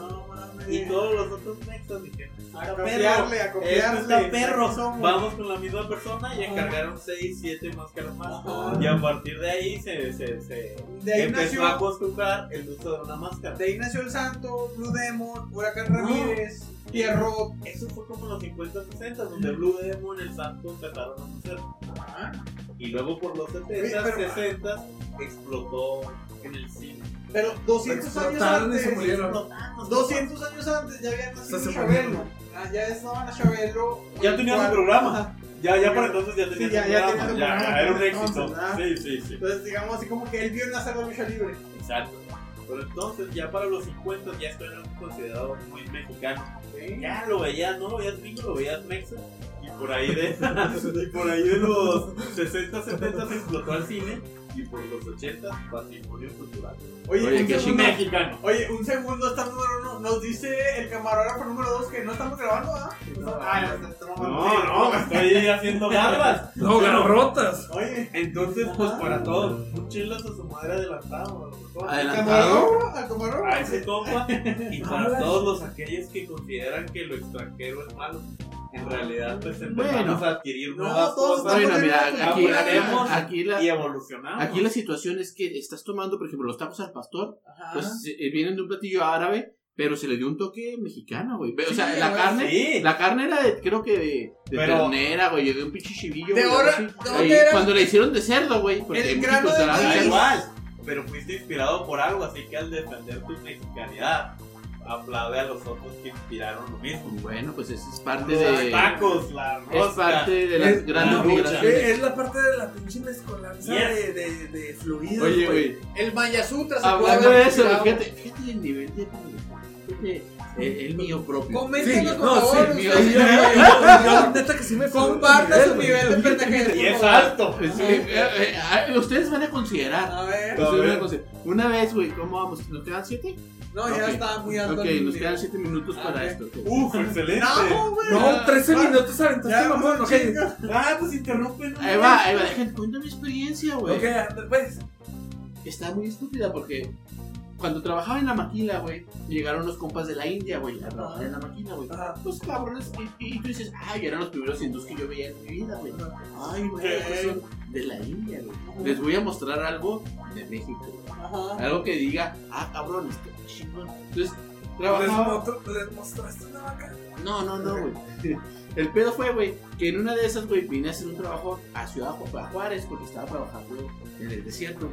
[SPEAKER 4] Y todos los otros mexas dijeron:
[SPEAKER 2] A
[SPEAKER 4] "Está perro,
[SPEAKER 2] copiarle, a
[SPEAKER 4] Este
[SPEAKER 2] copiarle.
[SPEAKER 4] está perro.
[SPEAKER 2] Somos.
[SPEAKER 4] Vamos con la misma persona y encargaron 6, 7 máscaras más.
[SPEAKER 2] Ajá.
[SPEAKER 4] Y a partir de ahí se, se, se
[SPEAKER 2] De ahí
[SPEAKER 4] empezó a
[SPEAKER 2] nació.
[SPEAKER 4] acostumbrar el uso de una máscara.
[SPEAKER 2] De ahí nació el Santo, Blue Demon, Huracán Ramírez, Pierrot.
[SPEAKER 4] Eso fue como en los 50, 60, donde Blue Demon, el Santo empezaron a hacer. Y luego por los 70,
[SPEAKER 2] Oye, pero-
[SPEAKER 4] 60 explotó en el cine.
[SPEAKER 2] Pero 200 años
[SPEAKER 5] Explotaron y se
[SPEAKER 2] antes.
[SPEAKER 5] murieron.
[SPEAKER 4] Explotando,
[SPEAKER 2] 200 años antes ya habían nacido
[SPEAKER 5] Hasta se
[SPEAKER 2] Chabelo.
[SPEAKER 5] murieron.
[SPEAKER 2] Ah, ya estaban a Chabelo.
[SPEAKER 4] Ya tenían
[SPEAKER 2] Cual-
[SPEAKER 4] su programa. Ya, ya para entonces ya
[SPEAKER 2] Sí,
[SPEAKER 4] tenía
[SPEAKER 2] ya-
[SPEAKER 4] su
[SPEAKER 2] ya
[SPEAKER 4] programa,
[SPEAKER 2] tenía su
[SPEAKER 4] ya,
[SPEAKER 2] programa,
[SPEAKER 4] era un éxito.
[SPEAKER 2] entonces, ¿verdad?
[SPEAKER 4] Sí, sí, sí.
[SPEAKER 2] Entonces, digamos así como que él vio nacer la lucha libre.
[SPEAKER 4] Exacto. Pero entonces ya para los 50 ya esto era considerado muy mexicano. Ya lo veías, no lo veías gringo, lo veías mexa. Y por ahí de, y por ahí de los 60, 70 se explotó al cine. Y por los 80 patrimonio cultural.
[SPEAKER 2] Oye,
[SPEAKER 3] Oye,
[SPEAKER 2] un
[SPEAKER 3] qué
[SPEAKER 2] segundo,
[SPEAKER 4] Mexicano.
[SPEAKER 2] oye, un segundo, está número uno. Nos dice el camarógrafo número dos que no estamos grabando, ¿ah? Ah, está- está mamando.
[SPEAKER 4] No, no, me estoy haciendo garras.
[SPEAKER 5] No,
[SPEAKER 4] Pero-
[SPEAKER 5] garrotas.
[SPEAKER 2] Oye,
[SPEAKER 4] Entonces, pues para todos, un chelas a su madre adelantado. a lo mejor.
[SPEAKER 3] Adelantado.
[SPEAKER 2] camarógrafo, al camarógrafo.
[SPEAKER 4] a ese compa y para todos los aquellos que consideran que lo extranjero es malo, en realidad pues empezamos
[SPEAKER 3] Bueno.
[SPEAKER 4] a adquirir
[SPEAKER 2] No,
[SPEAKER 4] nuevas
[SPEAKER 2] todos
[SPEAKER 4] cosas
[SPEAKER 3] Bueno, mira, aquí,
[SPEAKER 4] Aprendemos
[SPEAKER 3] aquí la,
[SPEAKER 4] y evolucionamos.
[SPEAKER 3] Aquí la situación es que estás tomando, por ejemplo, los tacos al pastor,
[SPEAKER 2] Ajá.
[SPEAKER 3] pues eh, vienen de un platillo árabe, pero se le dio un toque mexicano, güey. O sea,
[SPEAKER 2] Sí,
[SPEAKER 3] la
[SPEAKER 2] güey,
[SPEAKER 3] carne,
[SPEAKER 4] sí.
[SPEAKER 3] la carne era de, creo que de, de
[SPEAKER 4] Pero-
[SPEAKER 3] ternera, güey, de un pinche chivillo.
[SPEAKER 2] De
[SPEAKER 3] güey, algo
[SPEAKER 2] ahora-
[SPEAKER 3] así.
[SPEAKER 2] ¿de dónde
[SPEAKER 3] Ahí,
[SPEAKER 2] era?
[SPEAKER 3] Cuando la hicieron de cerdo, güey, porque
[SPEAKER 2] El
[SPEAKER 3] en
[SPEAKER 2] grano
[SPEAKER 3] México
[SPEAKER 2] de
[SPEAKER 3] se la
[SPEAKER 4] Da
[SPEAKER 2] maíz.
[SPEAKER 3] hacen-
[SPEAKER 4] igual, pero fuiste inspirado por algo, así que al defender tu mexicanidad, aplaude a los otros que inspiraron lo mismo.
[SPEAKER 3] Bueno, pues eso es parte
[SPEAKER 4] Los
[SPEAKER 3] de.
[SPEAKER 4] tacos, la
[SPEAKER 3] Es
[SPEAKER 4] rosca.
[SPEAKER 3] parte de las
[SPEAKER 5] Es-
[SPEAKER 4] no,
[SPEAKER 3] grandes
[SPEAKER 4] güey,
[SPEAKER 5] Eh,
[SPEAKER 3] migraciones.
[SPEAKER 5] Es la parte de la pinche mezcolanza de,
[SPEAKER 4] Yes.
[SPEAKER 5] de, de fluidos.
[SPEAKER 3] Oye, güey.
[SPEAKER 2] El Mayasutra se
[SPEAKER 3] Hablando
[SPEAKER 2] puede
[SPEAKER 3] de
[SPEAKER 2] haber
[SPEAKER 3] eso,
[SPEAKER 2] inspirado.
[SPEAKER 3] fíjate, fíjate el nivel de. Fíjate el, el mío propio.
[SPEAKER 2] Coméntenos,
[SPEAKER 5] Sí,
[SPEAKER 2] por
[SPEAKER 5] no,
[SPEAKER 2] favor.
[SPEAKER 5] sí,
[SPEAKER 3] mío,
[SPEAKER 2] ustedes.
[SPEAKER 5] Yo, yo- yo, neta que sí me fui
[SPEAKER 2] Comparta
[SPEAKER 5] otro
[SPEAKER 2] su nivel de
[SPEAKER 5] güey.
[SPEAKER 2] pendejez. por
[SPEAKER 4] Y es
[SPEAKER 2] favor.
[SPEAKER 4] alto.
[SPEAKER 3] Es que, eh, eh, eh, ustedes van a considerar.
[SPEAKER 2] A ver.
[SPEAKER 3] Ustedes van a considerar. Una vez, güey, ¿cómo vamos? ¿Nos quedan siete?
[SPEAKER 7] No, ya
[SPEAKER 3] Ok.
[SPEAKER 7] estaba muy alto.
[SPEAKER 3] Ok,
[SPEAKER 7] el
[SPEAKER 3] nos
[SPEAKER 7] nivel.
[SPEAKER 3] quedan 7 minutos
[SPEAKER 7] Ah,
[SPEAKER 3] para
[SPEAKER 7] ok.
[SPEAKER 3] esto. ok.
[SPEAKER 4] Uf, excelente.
[SPEAKER 7] No, güey.
[SPEAKER 5] No, 13 minutos aventaste,
[SPEAKER 7] Ya,
[SPEAKER 5] mamón. Ok,
[SPEAKER 7] chinga.
[SPEAKER 4] Ah, pues interrumpen. ¿no?
[SPEAKER 3] Ahí va, ahí va, déjenme cuento mi experiencia, güey.
[SPEAKER 5] ok, pues.
[SPEAKER 3] Está muy estúpida porque cuando trabajaba en la maquila, güey, llegaron los compas de la India, güey, a trabajar en la maquila, güey.
[SPEAKER 5] Ajá.
[SPEAKER 3] Los cabrones, y, y tú dices, ay, eran los primeros hindús que yo veía en mi vida, güey. Ay, güey, estos son de la India, güey. Les voy a mostrar algo de México.
[SPEAKER 7] Ajá.
[SPEAKER 3] Algo que diga, ah, cabrón, este chingón. Entonces,
[SPEAKER 5] Les,
[SPEAKER 3] trabajaba.
[SPEAKER 5] motro- les mostraste una vaca.
[SPEAKER 3] No, no, no, güey. El pedo fue, güey, que en una de esas, güey, vine a hacer un trabajo a Ciudad Ju- a Juárez porque estaba trabajando en el desierto.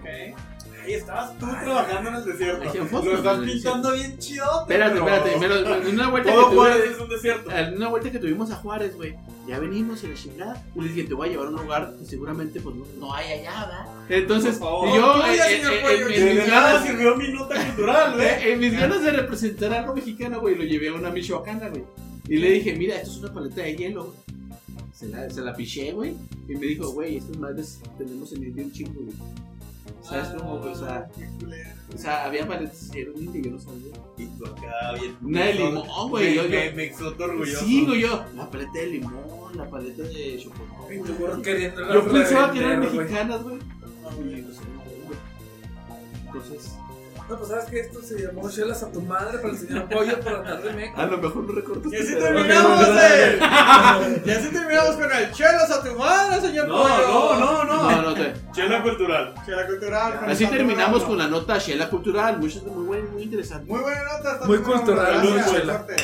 [SPEAKER 4] Ahí estabas tú trabajando en el
[SPEAKER 3] Ahí en
[SPEAKER 4] desierto.
[SPEAKER 3] Fosfo,
[SPEAKER 4] Lo estás
[SPEAKER 3] en el
[SPEAKER 4] pintando bien chido.
[SPEAKER 3] Espérate,
[SPEAKER 4] pero-
[SPEAKER 3] espérate, pero en una vuelta que
[SPEAKER 4] Todo
[SPEAKER 3] tuve-
[SPEAKER 4] Juárez es un desierto.
[SPEAKER 3] en una vuelta que tuvimos a Juárez, güey, ya venimos y la chingada. Y le dije, te voy a llevar a un lugar que seguramente pues no, no hay allá, ¿verdad? Entonces,
[SPEAKER 4] Por favor.
[SPEAKER 3] y yo,
[SPEAKER 7] Concluya,
[SPEAKER 3] eh,
[SPEAKER 7] señor
[SPEAKER 3] eh,
[SPEAKER 7] Pollo,
[SPEAKER 3] en, en
[SPEAKER 4] De
[SPEAKER 3] mis
[SPEAKER 4] nada
[SPEAKER 3] ganas,
[SPEAKER 4] sirvió mi nota cultural, ¿eh?
[SPEAKER 3] eh, en mis ganas de representar algo mexicano, güey, lo llevé a una michoacana, güey. Y le dije, mira, esto es una paleta de hielo. Se la, se la piché, güey. Y me dijo, güey, estas madres tenemos en India un chingo, güey. ¿Sabes cómo, güey? O sea, o sea, había paletas de hielo en India, yo no sabía.
[SPEAKER 4] Y tú acá bien.
[SPEAKER 3] Una de limón, "Oh, güey. yo-
[SPEAKER 4] Me,
[SPEAKER 3] yo-
[SPEAKER 4] me, me exoto orgulloso.
[SPEAKER 3] Sí, güey, yo. La paleta de limón, la paleta de chocolate.
[SPEAKER 5] Y tú queriendo
[SPEAKER 3] Yo pensaba que eran mexicanas, güey. Y, pues, no, güey. Entonces,
[SPEAKER 5] No, pues sabes que esto se llamó chelas a tu madre para el señor Pollo para darle meca.
[SPEAKER 3] a lo mejor no recorto.
[SPEAKER 7] Y así
[SPEAKER 3] este
[SPEAKER 7] terminamos,
[SPEAKER 5] Ok,
[SPEAKER 7] eh. Y así terminamos con el chelos a tu madre, señor
[SPEAKER 4] No, no, no, no.
[SPEAKER 3] No, no, te-
[SPEAKER 4] Chela cultural.
[SPEAKER 7] Chela cultural. con
[SPEAKER 3] Así
[SPEAKER 7] el
[SPEAKER 3] terminamos
[SPEAKER 7] patrón.
[SPEAKER 3] con la nota Shela Cultural. Muchas muy buena, muy interesante.
[SPEAKER 7] Muy buena nota. hasta
[SPEAKER 5] Muy
[SPEAKER 7] luego,
[SPEAKER 5] cultural,
[SPEAKER 7] gracias,
[SPEAKER 5] muy chela.
[SPEAKER 7] suerte.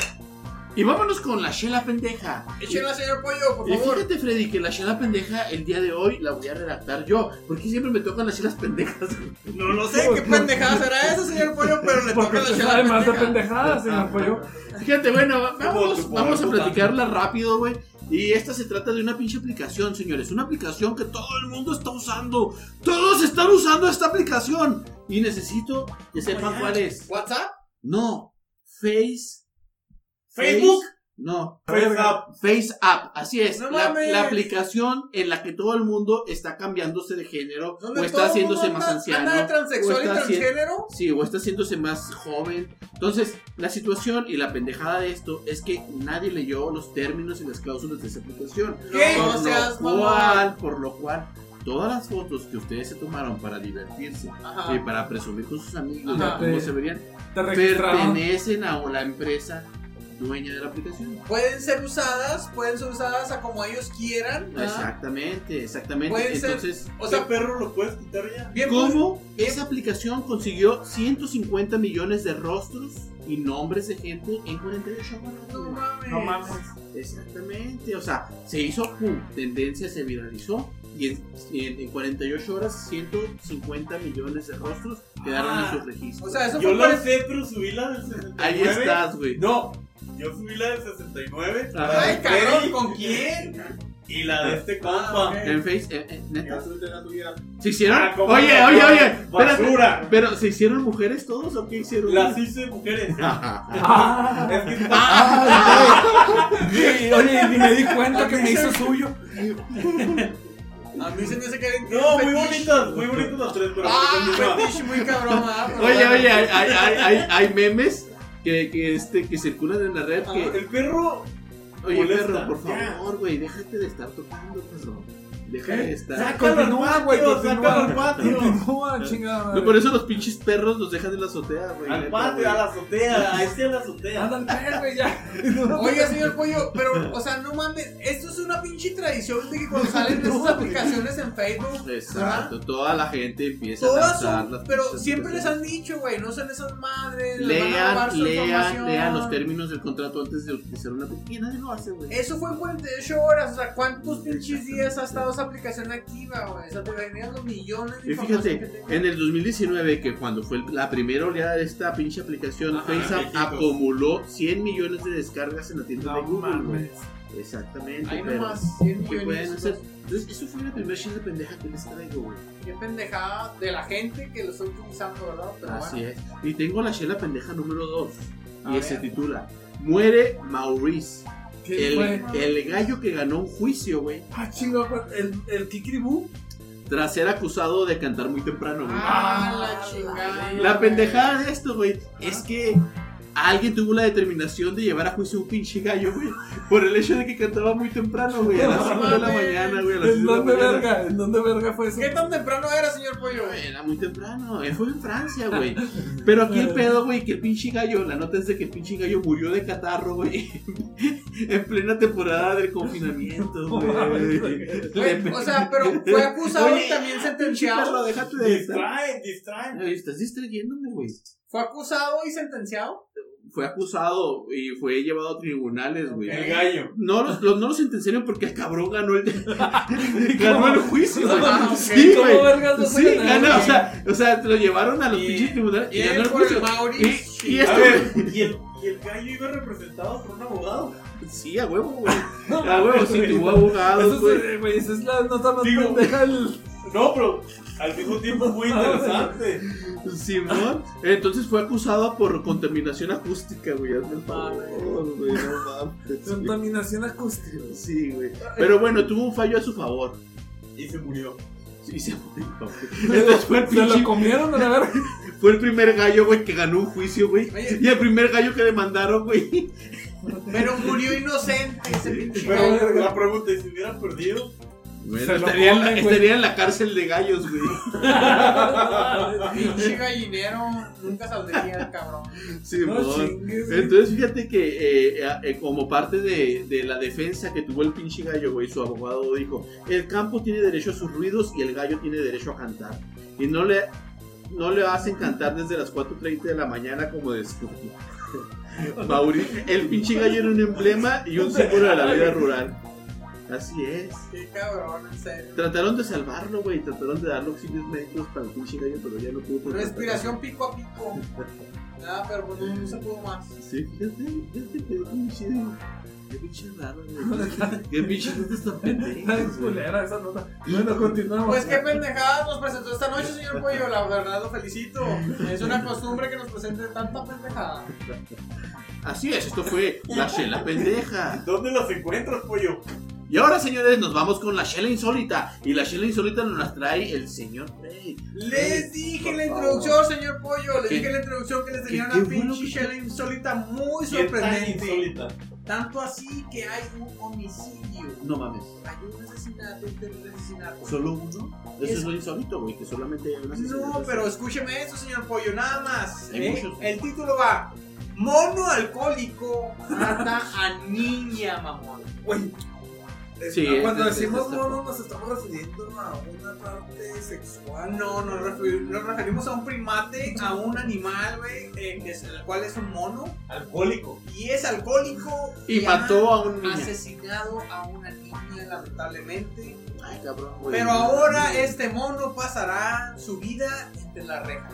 [SPEAKER 3] Y vámonos con la Shela Pendeja.
[SPEAKER 7] Échenla, señor Pollo, por
[SPEAKER 3] Y
[SPEAKER 7] favor.
[SPEAKER 3] fíjate, Freddy, que la Shela Pendeja el día de hoy la voy a redactar yo. Porque siempre me tocan las Shelas Pendejas.
[SPEAKER 7] No lo sé qué pendejada será esa, señor Pollo, pero le toca
[SPEAKER 5] Porque
[SPEAKER 7] la
[SPEAKER 5] tú
[SPEAKER 7] chela.
[SPEAKER 5] sabes más de
[SPEAKER 7] pendeja.
[SPEAKER 5] pendejadas, señor Pollo.
[SPEAKER 3] Fíjate, bueno, va-
[SPEAKER 4] Como
[SPEAKER 3] vamos,
[SPEAKER 4] tu
[SPEAKER 3] vamos a
[SPEAKER 4] pobre
[SPEAKER 3] platicarla rápido, güey. Y esta se trata de una pinche aplicación, señores. Una aplicación que todo el mundo está usando. Todos están usando esta aplicación. Y necesito que sepan cuál es.
[SPEAKER 7] ¿WhatsApp?
[SPEAKER 3] No, Face.
[SPEAKER 4] ¿Facebook?
[SPEAKER 3] Face- no,
[SPEAKER 4] Facebook.
[SPEAKER 3] Face App, así es.
[SPEAKER 7] No
[SPEAKER 3] la,
[SPEAKER 7] mames.
[SPEAKER 3] la aplicación en la que todo el mundo está cambiándose de género
[SPEAKER 7] donde todo
[SPEAKER 3] o está
[SPEAKER 7] el
[SPEAKER 3] haciéndose
[SPEAKER 7] mundo
[SPEAKER 3] más
[SPEAKER 7] anda-
[SPEAKER 3] anciano.
[SPEAKER 7] anda de
[SPEAKER 3] o
[SPEAKER 7] transexual y
[SPEAKER 3] está haciendo-
[SPEAKER 7] transgénero?
[SPEAKER 3] Sí, o está haciéndose más joven. Entonces, la situación y la pendejada de esto es que nadie leyó los términos y las cláusulas de esa aplicación.
[SPEAKER 7] ¿Qué?
[SPEAKER 3] Por,
[SPEAKER 7] No seas
[SPEAKER 3] lo
[SPEAKER 7] mamón.
[SPEAKER 3] cual, por lo cual, todas las fotos que ustedes se tomaron para divertirse
[SPEAKER 7] Ajá.
[SPEAKER 3] y para presumir con sus amigos de
[SPEAKER 7] Ajá.
[SPEAKER 3] cómo
[SPEAKER 5] Sí.
[SPEAKER 3] se verían,
[SPEAKER 5] Te registraron.
[SPEAKER 3] pertenecen a la empresa dueña de la aplicación.
[SPEAKER 7] Pueden ser usadas, pueden ser usadas a como ellos quieran.
[SPEAKER 2] ¿Ah?
[SPEAKER 3] Exactamente, exactamente.
[SPEAKER 7] Puede ser.
[SPEAKER 3] Entonces,
[SPEAKER 7] O sea,
[SPEAKER 4] perro lo puedes quitar ya.
[SPEAKER 7] bien
[SPEAKER 3] ¿Cómo esa aplicación consiguió 150 millones de rostros y nombres de gente en 48 horas?
[SPEAKER 7] No mames.
[SPEAKER 4] No mames.
[SPEAKER 3] Exactamente, o sea, se hizo pum, tendencia, se viralizó y en, y en- en 48 horas 150 millones de rostros quedaron
[SPEAKER 4] Ah,
[SPEAKER 3] en sus registros.
[SPEAKER 7] O sea, eso
[SPEAKER 4] Yo
[SPEAKER 7] fue
[SPEAKER 4] la
[SPEAKER 7] para...
[SPEAKER 4] usé, pero subí la del 69.
[SPEAKER 3] Ahí estás, güey.
[SPEAKER 4] No, yo subí la del 69.
[SPEAKER 3] Ajá.
[SPEAKER 4] la de
[SPEAKER 7] Ay, cabrón,
[SPEAKER 4] Freddy
[SPEAKER 7] ¿con quién?
[SPEAKER 4] Y la de este
[SPEAKER 7] Ah,
[SPEAKER 4] compa.
[SPEAKER 7] ok.
[SPEAKER 3] En Face, eh, eh, neta.
[SPEAKER 6] Ya subiste la tuya.
[SPEAKER 3] ¿Se hicieron?
[SPEAKER 4] Ah, ¿cómo
[SPEAKER 3] oye,
[SPEAKER 4] no?
[SPEAKER 3] oye, oye, espérate.
[SPEAKER 4] Basura.
[SPEAKER 3] Pero, ¿se hicieron mujeres todos o qué hicieron?
[SPEAKER 4] Las hice mujeres.
[SPEAKER 5] Ah,
[SPEAKER 4] Es que
[SPEAKER 5] y- oye, ni me di cuenta que me hizo suyo.
[SPEAKER 7] A mí se me hace que era
[SPEAKER 4] No,
[SPEAKER 7] un
[SPEAKER 5] Ah,
[SPEAKER 4] muy
[SPEAKER 7] fetiche.
[SPEAKER 4] bonitas, muy bonitas las tres, pero pues,
[SPEAKER 7] Ah,
[SPEAKER 4] no tengo
[SPEAKER 7] fetiche muy cabrón. ah, pero
[SPEAKER 3] Oye,
[SPEAKER 7] bueno.
[SPEAKER 3] oye, hay, hay, hay, hay- hay memes que, que, este, que circulan en la red
[SPEAKER 7] Ah,
[SPEAKER 4] nada.
[SPEAKER 3] que...
[SPEAKER 4] El perro.
[SPEAKER 3] Oye,
[SPEAKER 4] molesta.
[SPEAKER 3] perro, por
[SPEAKER 4] Ya.
[SPEAKER 3] favor, güey, déjate de estar tocando, perro. Deja de estar...
[SPEAKER 4] Sácalo al
[SPEAKER 5] Continúa, güey,
[SPEAKER 4] patio,
[SPEAKER 5] continúa.
[SPEAKER 4] sácalo al patio.
[SPEAKER 5] Continúa, chingada madre.
[SPEAKER 3] No, por eso los pinches perros los dejan en la azotea, güey.
[SPEAKER 4] Al
[SPEAKER 3] neta,
[SPEAKER 4] patio, a
[SPEAKER 3] güey.
[SPEAKER 4] la azotea, a este a la azotea.
[SPEAKER 5] Anda al perro, güey, ya.
[SPEAKER 7] Oiga, señor Pollo, pero, o sea, no mames, esto es una pinche tradición de que cuando salen esas aplicaciones en Facebook,
[SPEAKER 3] Exacto, toda la gente empieza a
[SPEAKER 7] todas
[SPEAKER 3] lanzar
[SPEAKER 7] son,
[SPEAKER 3] las
[SPEAKER 7] pero
[SPEAKER 3] pinches
[SPEAKER 7] siempre les
[SPEAKER 3] aplicaciones.
[SPEAKER 7] han dicho, güey, no son esas madres, les van a robar
[SPEAKER 3] Lean,
[SPEAKER 7] su
[SPEAKER 3] lean,
[SPEAKER 7] información.
[SPEAKER 3] lean los términos del contrato antes de utilizar una... Y nadie lo hace, güey.
[SPEAKER 7] Eso fue en 48 horas, o sea, ¿cuántos pinches días ha estado esa aplicación activa, güey? O sea, te venían los millones de
[SPEAKER 3] Y
[SPEAKER 7] información que
[SPEAKER 3] fíjate, eh,
[SPEAKER 7] tengo.
[SPEAKER 3] en el 2019, que cuando fue la primera oleada de esta pinche aplicación,
[SPEAKER 4] Ajá,
[SPEAKER 3] FaceApp
[SPEAKER 4] México.
[SPEAKER 3] acumuló 100 millones de descargas en la tienda de
[SPEAKER 5] No
[SPEAKER 3] Google. güey.
[SPEAKER 5] mames.
[SPEAKER 3] Exactamente,
[SPEAKER 7] Ahí
[SPEAKER 3] pero
[SPEAKER 7] nomás, 100
[SPEAKER 3] ¿qué pueden
[SPEAKER 7] millones.
[SPEAKER 3] hacer? Entonces, eso fue la primera chela pendeja que les traigo, güey.
[SPEAKER 7] Qué pendejada de la gente que lo está utilizando, ¿verdad? Pero
[SPEAKER 3] Así
[SPEAKER 7] Ah, bueno.
[SPEAKER 3] es. Y tengo la chela pendeja número 2,
[SPEAKER 7] A
[SPEAKER 3] y
[SPEAKER 7] ver.
[SPEAKER 3] se titula Muere Maurice,
[SPEAKER 5] ¿Qué
[SPEAKER 3] el,
[SPEAKER 5] fue?
[SPEAKER 3] el gallo que ganó un juicio, güey,
[SPEAKER 5] Ah, chingo, el, el Kikiribú.
[SPEAKER 3] tras ser acusado de cantar muy temprano, güey.
[SPEAKER 7] Ah, la
[SPEAKER 2] chingada.
[SPEAKER 3] La pendejada de esto, güey, es que alguien tuvo la determinación de llevar a juicio a un pinche gallo, güey, por el hecho de que cantaba muy temprano, güey, a las 5 de la mañana, güey, a las 6 de
[SPEAKER 5] ¿En
[SPEAKER 3] la
[SPEAKER 5] dónde
[SPEAKER 3] mañana.
[SPEAKER 5] verga? ¿En dónde verga fue eso?
[SPEAKER 2] ¿Qué tan temprano era, señor Pollo?
[SPEAKER 3] Güey, Era muy temprano, eh, fue en Francia, güey. Pero aquí el pedo, güey, que el pinche gallo, la nota es de que el pinche gallo murió de catarro, güey. En plena temporada del confinamiento, güey. Le pe-
[SPEAKER 2] O sea, pero fue acusado
[SPEAKER 3] Oye,
[SPEAKER 2] y
[SPEAKER 7] ah,
[SPEAKER 2] también
[SPEAKER 3] Pinche
[SPEAKER 2] sentenciado.
[SPEAKER 3] Carlos, déjate de
[SPEAKER 4] Distraen, distraen.
[SPEAKER 3] Ay, Estás distrayéndome, güey.
[SPEAKER 2] Fue acusado y sentenciado.
[SPEAKER 3] Fue acusado y fue llevado a tribunales, güey.
[SPEAKER 4] El gallo.
[SPEAKER 3] No los, los- no los sentenciaron porque el cabrón ganó el, ganó el juicio, güey.
[SPEAKER 2] Ah, ok.
[SPEAKER 3] Sí,
[SPEAKER 5] ¿Cómo
[SPEAKER 3] güey.
[SPEAKER 5] vergas no fue Ah,
[SPEAKER 3] Sí,
[SPEAKER 5] ganado?
[SPEAKER 3] ganó, o sea, o sea, te lo llevaron a los
[SPEAKER 2] Y-
[SPEAKER 3] pinches tribunales y
[SPEAKER 2] bien
[SPEAKER 3] ganó el
[SPEAKER 2] por el
[SPEAKER 3] juicio.
[SPEAKER 2] Maurice.
[SPEAKER 3] Y, este y
[SPEAKER 4] A
[SPEAKER 3] esto,
[SPEAKER 4] ver, y el, y el gallo iba representado por un abogado.
[SPEAKER 3] Sí, a huevo, güey. A huevo, sí, tuvo abogados,
[SPEAKER 5] Eso
[SPEAKER 3] güey.
[SPEAKER 5] es, eh, güey, esa es la nota más
[SPEAKER 4] Digo-
[SPEAKER 5] pendeja del-
[SPEAKER 4] No, pero al mismo tiempo muy interesante.
[SPEAKER 3] Simón. Entonces fue acusado por contaminación acústica, güey. Hazme el favor, güey. No mames.
[SPEAKER 5] Contaminación acústica.
[SPEAKER 3] Sí, güey. Pero bueno, tuvo un fallo a su favor.
[SPEAKER 4] Y se murió.
[SPEAKER 3] Y se murió. güey. Entonces fue el
[SPEAKER 5] Se lo
[SPEAKER 3] pinche-
[SPEAKER 5] comieron a la verga.
[SPEAKER 3] Fue el primer gallo, güey, que ganó un juicio, güey.
[SPEAKER 2] Oye.
[SPEAKER 3] Y el primer gallo que demandaron, güey.
[SPEAKER 2] Pero murió inocente ese pinche gallo.
[SPEAKER 4] Pero la pregunta es si hubieran perdido.
[SPEAKER 3] Bueno,
[SPEAKER 5] Se lo
[SPEAKER 3] estaría, en la,
[SPEAKER 5] comen, güey.
[SPEAKER 3] estaría este- en la cárcel de gallos, güey.
[SPEAKER 2] Pinche gallinero nunca saldría, cabrón.
[SPEAKER 3] Simón.
[SPEAKER 5] No chingues, güey.
[SPEAKER 3] Entonces fíjate que eh, eh, eh, como parte de, de la defensa que tuvo el pinche gallo, güey, su abogado dijo, el campo tiene derecho a sus ruidos y el gallo tiene derecho a cantar. Y no le, no le hacen cantar desde las 4.30 de la mañana como descubrió. Mauricio, el pinche gallo era un emblema y un símbolo de la vida rural. Así es.
[SPEAKER 2] Qué cabrón, en serio.
[SPEAKER 3] Trataron de salvarlo, güey, trataron de darle auxilios médicos para el pinche gallo, pero ya no pudo. porque-
[SPEAKER 2] Respiración pico a pico. Nada, pero pues no, no se pudo más.
[SPEAKER 3] Sí, fíjate, fíjate que pinche. Qué pinche raro, güey. Qué pinche notas tan
[SPEAKER 5] Ay,
[SPEAKER 3] pendejas, güey.
[SPEAKER 5] culera esa nota. Bueno, continuamos.
[SPEAKER 2] Pues qué pendejadas nos presentó esta noche, señor Pollo. La verdad lo felicito. Es una costumbre que nos presente tanta pendejada.
[SPEAKER 3] Así es, esto fue la Shela pendeja.
[SPEAKER 4] ¿Dónde los encuentras, pollo?
[SPEAKER 3] Y ahora, señores, nos vamos con la Shela insólita. Y la Shela insólita nos las trae el señor Rey.
[SPEAKER 2] Les dije en la introducción, señor Pollo. Les dije en la introducción que les tenía
[SPEAKER 3] ¿Qué-
[SPEAKER 2] una
[SPEAKER 3] qué bueno
[SPEAKER 2] pinche
[SPEAKER 3] que-
[SPEAKER 2] Shell insólita muy
[SPEAKER 4] ¿Quién tan
[SPEAKER 2] sorprendente.
[SPEAKER 4] insólita?
[SPEAKER 2] Tanto así que hay un homicidio.
[SPEAKER 3] No mames,
[SPEAKER 2] Hay un asesinato, un asesinato.
[SPEAKER 3] solo uno. Eso es lo insólito, güey, que solamente hay una
[SPEAKER 2] No, pero escúcheme esto, señor Pollo, nada más.
[SPEAKER 3] Hay
[SPEAKER 2] ¿eh?
[SPEAKER 3] muchos.
[SPEAKER 2] El título va: Mono alcohólico mata a niña, mamón.
[SPEAKER 5] Güey,
[SPEAKER 3] Sí,
[SPEAKER 5] eh, cuando
[SPEAKER 3] este-
[SPEAKER 5] decimos
[SPEAKER 3] este-
[SPEAKER 5] mono nos estamos refiriendo a una parte sexual.
[SPEAKER 2] No, nos, refer- nos referimos a un primate, a un animal, güey, eh, que es- el cual es un mono
[SPEAKER 4] Alcohólico.
[SPEAKER 2] y es alcohólico
[SPEAKER 3] Y
[SPEAKER 2] ha
[SPEAKER 3] mató a un niño.
[SPEAKER 2] asesinado a una niña, lamentablemente.
[SPEAKER 3] Ay, cabrón, güey.
[SPEAKER 2] Pero ahora este mono pasará su vida entre las rejas.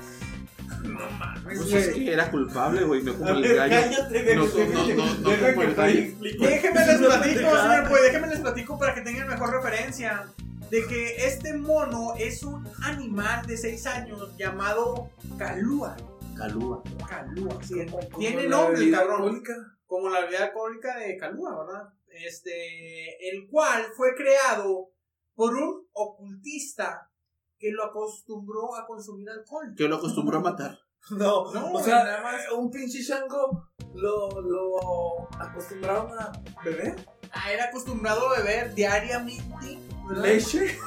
[SPEAKER 3] Pues es que era culpable, güey, no como
[SPEAKER 4] A
[SPEAKER 3] el
[SPEAKER 4] ver,
[SPEAKER 3] gallo.
[SPEAKER 4] cállate, deja
[SPEAKER 3] No,
[SPEAKER 4] que-
[SPEAKER 3] no, no, no,
[SPEAKER 4] deja
[SPEAKER 3] no,
[SPEAKER 4] que
[SPEAKER 3] no, no.
[SPEAKER 4] te
[SPEAKER 5] pues.
[SPEAKER 4] explique.
[SPEAKER 2] Déjenme les platico, señor Puey, déjenme les platico para que tengan mejor referencia de que este mono es un animal de 6 años llamado Calúa.
[SPEAKER 3] Calúa.
[SPEAKER 2] Calúa, sí.
[SPEAKER 5] Como
[SPEAKER 2] Tiene
[SPEAKER 5] la
[SPEAKER 2] nombre el
[SPEAKER 5] bebida
[SPEAKER 2] cabrón,
[SPEAKER 5] alcohólica.
[SPEAKER 2] como la bebida alcohólica de Calúa, ¿verdad? Este, el cual fue creado por un ocultista que lo acostumbró a consumir alcohol.
[SPEAKER 3] Que lo acostumbró a matar.
[SPEAKER 5] No,
[SPEAKER 2] No,
[SPEAKER 5] o
[SPEAKER 2] güey,
[SPEAKER 5] sea,
[SPEAKER 2] nada más.
[SPEAKER 5] un pinche chango lo, lo acostumbraron a beber
[SPEAKER 2] Ah, Era acostumbrado a beber diariamente, ¿verdad?
[SPEAKER 5] leche.